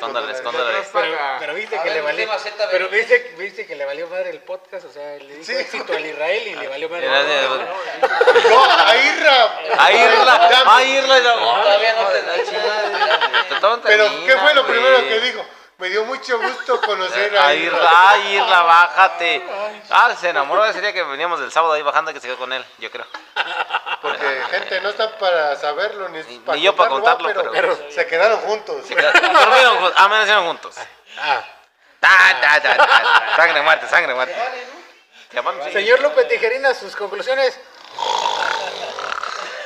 Dólares,
con
con
dólares, con
Atrás
dólares.
paga-
Pero viste
A
que
ver,
le
un
valió.
tema ZB.
Pero viste, viste que le valió madre el podcast, o sea, le dijo
Sí.
éxito al Israel y le valió madre.
Ah, Gracias.
¡No! ¡Ahí, Ram!
A irla, a irla.
Todavía no te la chingas.
Pero, ¿qué fue lo primero que dijo? Me dio mucho gusto conocer a
A irla, a irla, bájate. Ah, se enamoró ese día que veníamos del sábado ahí bajando que se quedó con él, yo creo.
Porque, gente, no está para saberlo ni,
Ni-
para
ni yo para
contarlo,
contarlo,
va, pero, se quedaron juntos.
Se quedaron- Dormieron juntos, Ah, amanecieron juntos. Ah, Ta, ta, ta, ta, ta. Sangre muerte, sangre muerte. Ya vamos, sí.
Señor López Tijerina, sus conclusiones.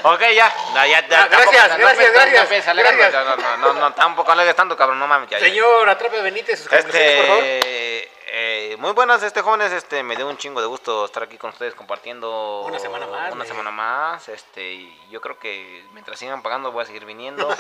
Ok, ya. No, ya, ya,
Ah, gracias,
tampoco- no
gracias,
pienses-
gracias,
No, pienses, Alejandro,
gracias.
no, no, no, no, tampoco alegues tanto, cabrón, no mames. ya, ya.
Señor Atrape Benítez, sus conclusiones, por favor.
Este, eh, muy buenas, este jóvenes, este, me dio un chingo de gusto estar aquí con ustedes compartiendo
Una semana más,
una
eh.
semana más, este, y yo creo que mientras sigan pagando voy a seguir
(laughs)
viniendo.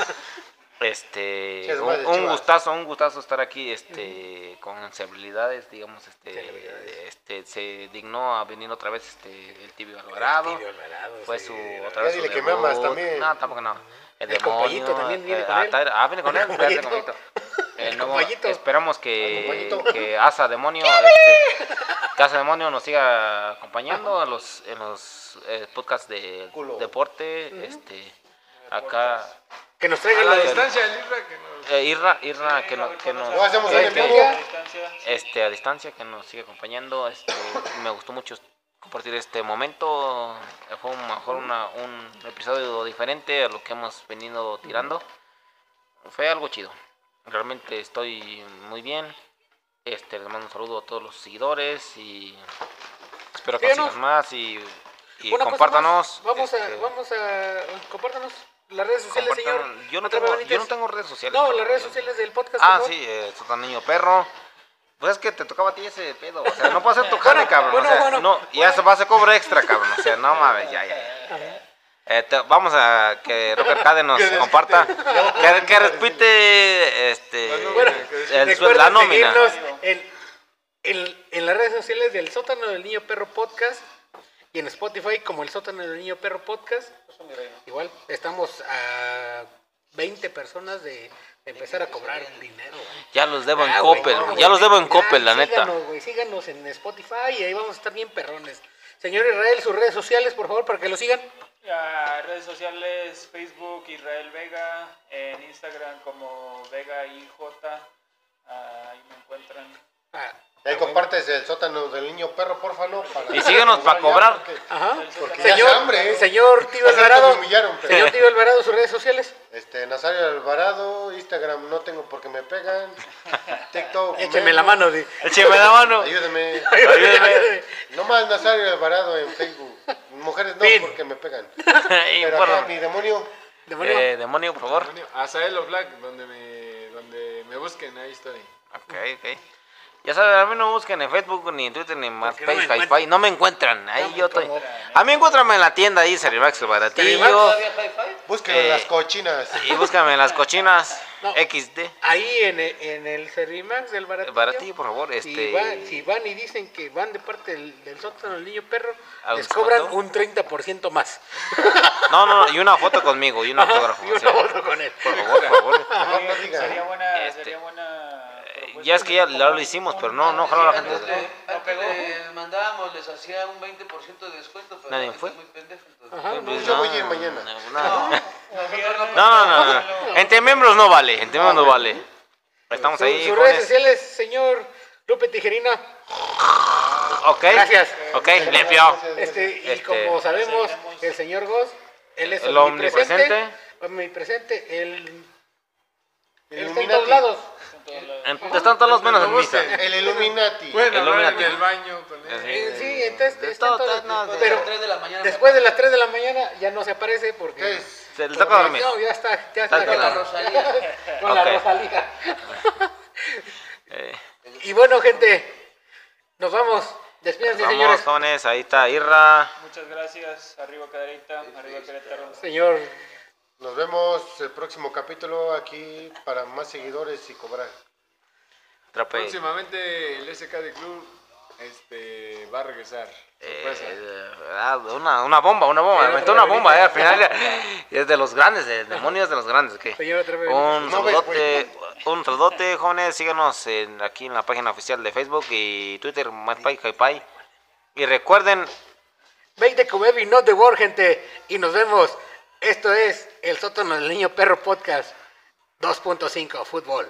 Este,
Chivas,
un,
madre,
un
Chivas.
gustazo, un gustazo estar aquí, este, con celebridades, digamos, este, este, se dignó a venir otra vez, este, el tibio Alvarado,
Tibio Alvarado,
fue
sí.
su otra vez
Ya
su
dile que me
debut.
amas también.
No, tampoco no. El,
El
demonio,
compayito también viene
eh,
con
ah,
él.
está- Ah, viene con
El
él, espérate,
compayito.
compayito. Eh,
El
no,
compayito.
Esperamos
El
que,
compayito.
que Asa Demonio este, que Asa Demonio nos siga acompañando a los, en los eh, podcasts de
Culo.
deporte. este, acá. Ah,
Que nos traiga
A la
la
distancia el Isra que nos.
eh, Irra,
Ah,
Irra, que, no, que
No
nos.
hacemos
Ahí
un
está.
en vivo.
Este, a distancia, que nos siga acompañando. Este, (coughs) me gustó mucho compartir este momento. Fue un- mejor una- un episodio diferente a lo que hemos venido tirando. Fue algo chido. Realmente estoy muy bien. Este, les mando un saludo a todos los seguidores y espero que
Síganos.
sigan más y, y
Una cosa
compártanos.
más. Vamos
este,
a, vamos a, compártanos las redes sociales, señor.
compartan- Yo no,
Atrape
tengo,
Benítez.
yo no tengo redes sociales.
No,
cabrón.
las redes sociales del podcast.
Ah,
por favor.
sí, eh, Sotan Niño Perro. Pues es que te tocaba a ti ese pedo. O sea,
(laughs)
no puedes ser tu jale, cabrón.
bueno,
o sea,
bueno,
no, y ya se va a hacer cobro extra, cabrón. O sea, no mames, ya, ya. ya. Eh, te- vamos a que Rocker
(laughs)
Cade nos comparta. que, que repite este,
Bueno,
el ah, su- la
recuerden
nómina.
seguirnos en, en- en las redes sociales del Sótano del Niño Perro Podcast y en Spotify como el Sótano del Niño Perro Podcast. Igual estamos a 20 personas de empezar a cobrar dinero. güey.
Ya los debo en
Ah, güey,
Coppel.
no, güey.
ya los debo en
Ya,
Coppel, la neta.
(laughs) Síganos, güey, síganos en Spotify y ahí vamos a estar bien perrones. Señor Israel, sus redes sociales, por favor, para que lo sigan.
Ah, redes sociales, Facebook Israel Vega, en Instagram como Vega IJ, ah, ahí me encuentran.
Ah,
Ahí compartes el sótano del niño perro, porfano. Para
Y síguenos pa' cobrar.
ya, porque-
ajá.
Porque ya
Señor,
hace hambre, ¿eh?
señor Tío
Hace rato
Alvarado.
me humillaron, pero-
Señor Tío Alvarado, sus redes sociales.
Este, Nazario Alvarado, Instagram no tengo porque me
(laughs)
pegan. TikTok.
Écheme
menos.
la mano. sí.
Écheme la mano. (laughs)
Ayúdeme.
Ayúdeme.
No más Nazario Alvarado en Facebook. Mujeres no
Fin.
porque me pegan.
Y
Pero
bueno,
acá, mi demonio.
Demonio.
eh, demonio, por favor.
Azael o Black, donde me, donde me busquen, ahí estoy.
Ok, ok. Ya saben, a mí no me busquen en Facebook, ni en Twitter, ni en
no
MySpace,
me
no,
encuentran.
no me encuentran. Ahí
No me
yo estoy.
encuentran.
A mí encuéntrame en la tienda ahí, Cerimax, el
Cerimax
baratillo.
¿Todavía hi-fi?
Búsquenlo
Eh.
las cochinas.
Y
(laughs)
búscame en las cochinas
No.
XD.
Ahí en, e- en el Servimax del baratillo.
El baratillo, por favor.
si,
Este...
va- si van y dicen que van de parte del, del sótano del niño perro,
¿A un
les cobran
descuento?
un 30% más.
No, no, no, y una foto conmigo, y un autógrafo.
(laughs) Y una
o sea,
foto con él.
Por favor, por
(laughs)
favor.
Mejor no
Sería,
digan.
sería buena,
Este, eh,
sería buena propuesta.
Ya es que ya lo, lo hicimos, pero no, no, ojalá la
Antes,
gente.
le- antes les mandábamos, les hacía un 20% de descuento, pero
Nadie
la gente
fue.
es muy pendeja, entonces.
Ajá.
Pues yo voy a ir mañana.
No, no, no,
Viernes,
no, no, no. Entre miembros no vale, entre miembros no vale. Estamos
Su-
ahí,
sus redes
jóvenes.
sociales, señor Lupe Tijerina.
Ok,
Gracias.
ok, limpio.
Este, y
Este-
como sabemos, el señor Goss, él es
El
omnipresente. Omnipresente, el.
El
él está en
Illuminati.
todos lados.
En- Están todos los menos en misa.
El Illuminati.
Bueno,
El
hablar en
Illuminati.
el baño con él.
Eh, Sí, entonces.
De
está en
todo,
todos-
no, de-
pero
Tres de la mañana
después de las 3 de la mañana ya no se aparece
¿Qué
porque.
es?
Se le toca dormir.
No, ya está, ya
Está
está.
con la
Rosalía.
(laughs) Con la
Ok.
Rosalía.
(laughs) Eh,
Y bueno, gente, nos vamos. Despídense,
Vamos,
señores.
jóvenes, ahí está Irra.
Muchas gracias, arriba Caderita, arriba Querétaro.
Señor,
Nos vemos el próximo capítulo aquí para más seguidores y cobrar.
Trape.
Próximamente el SK de Club este, va a regresar. Sorpresa.
Eh, ah, una, una bomba, una bomba, aventó una bomba, eh, al final ya- es de los grandes, de demonios de los grandes. ¿qué?
Señor, otra vez.
Un
No ves,
saludote,
pues,
un saludote, jóvenes, síganos en- aquí en la página oficial de Facebook y Twitter, MyPy, HiPy. Y recuerden,
20 con Baby Not the War, gente. Y nos vemos. Esto es el sótano del niño perro podcast 2.5 fútbol.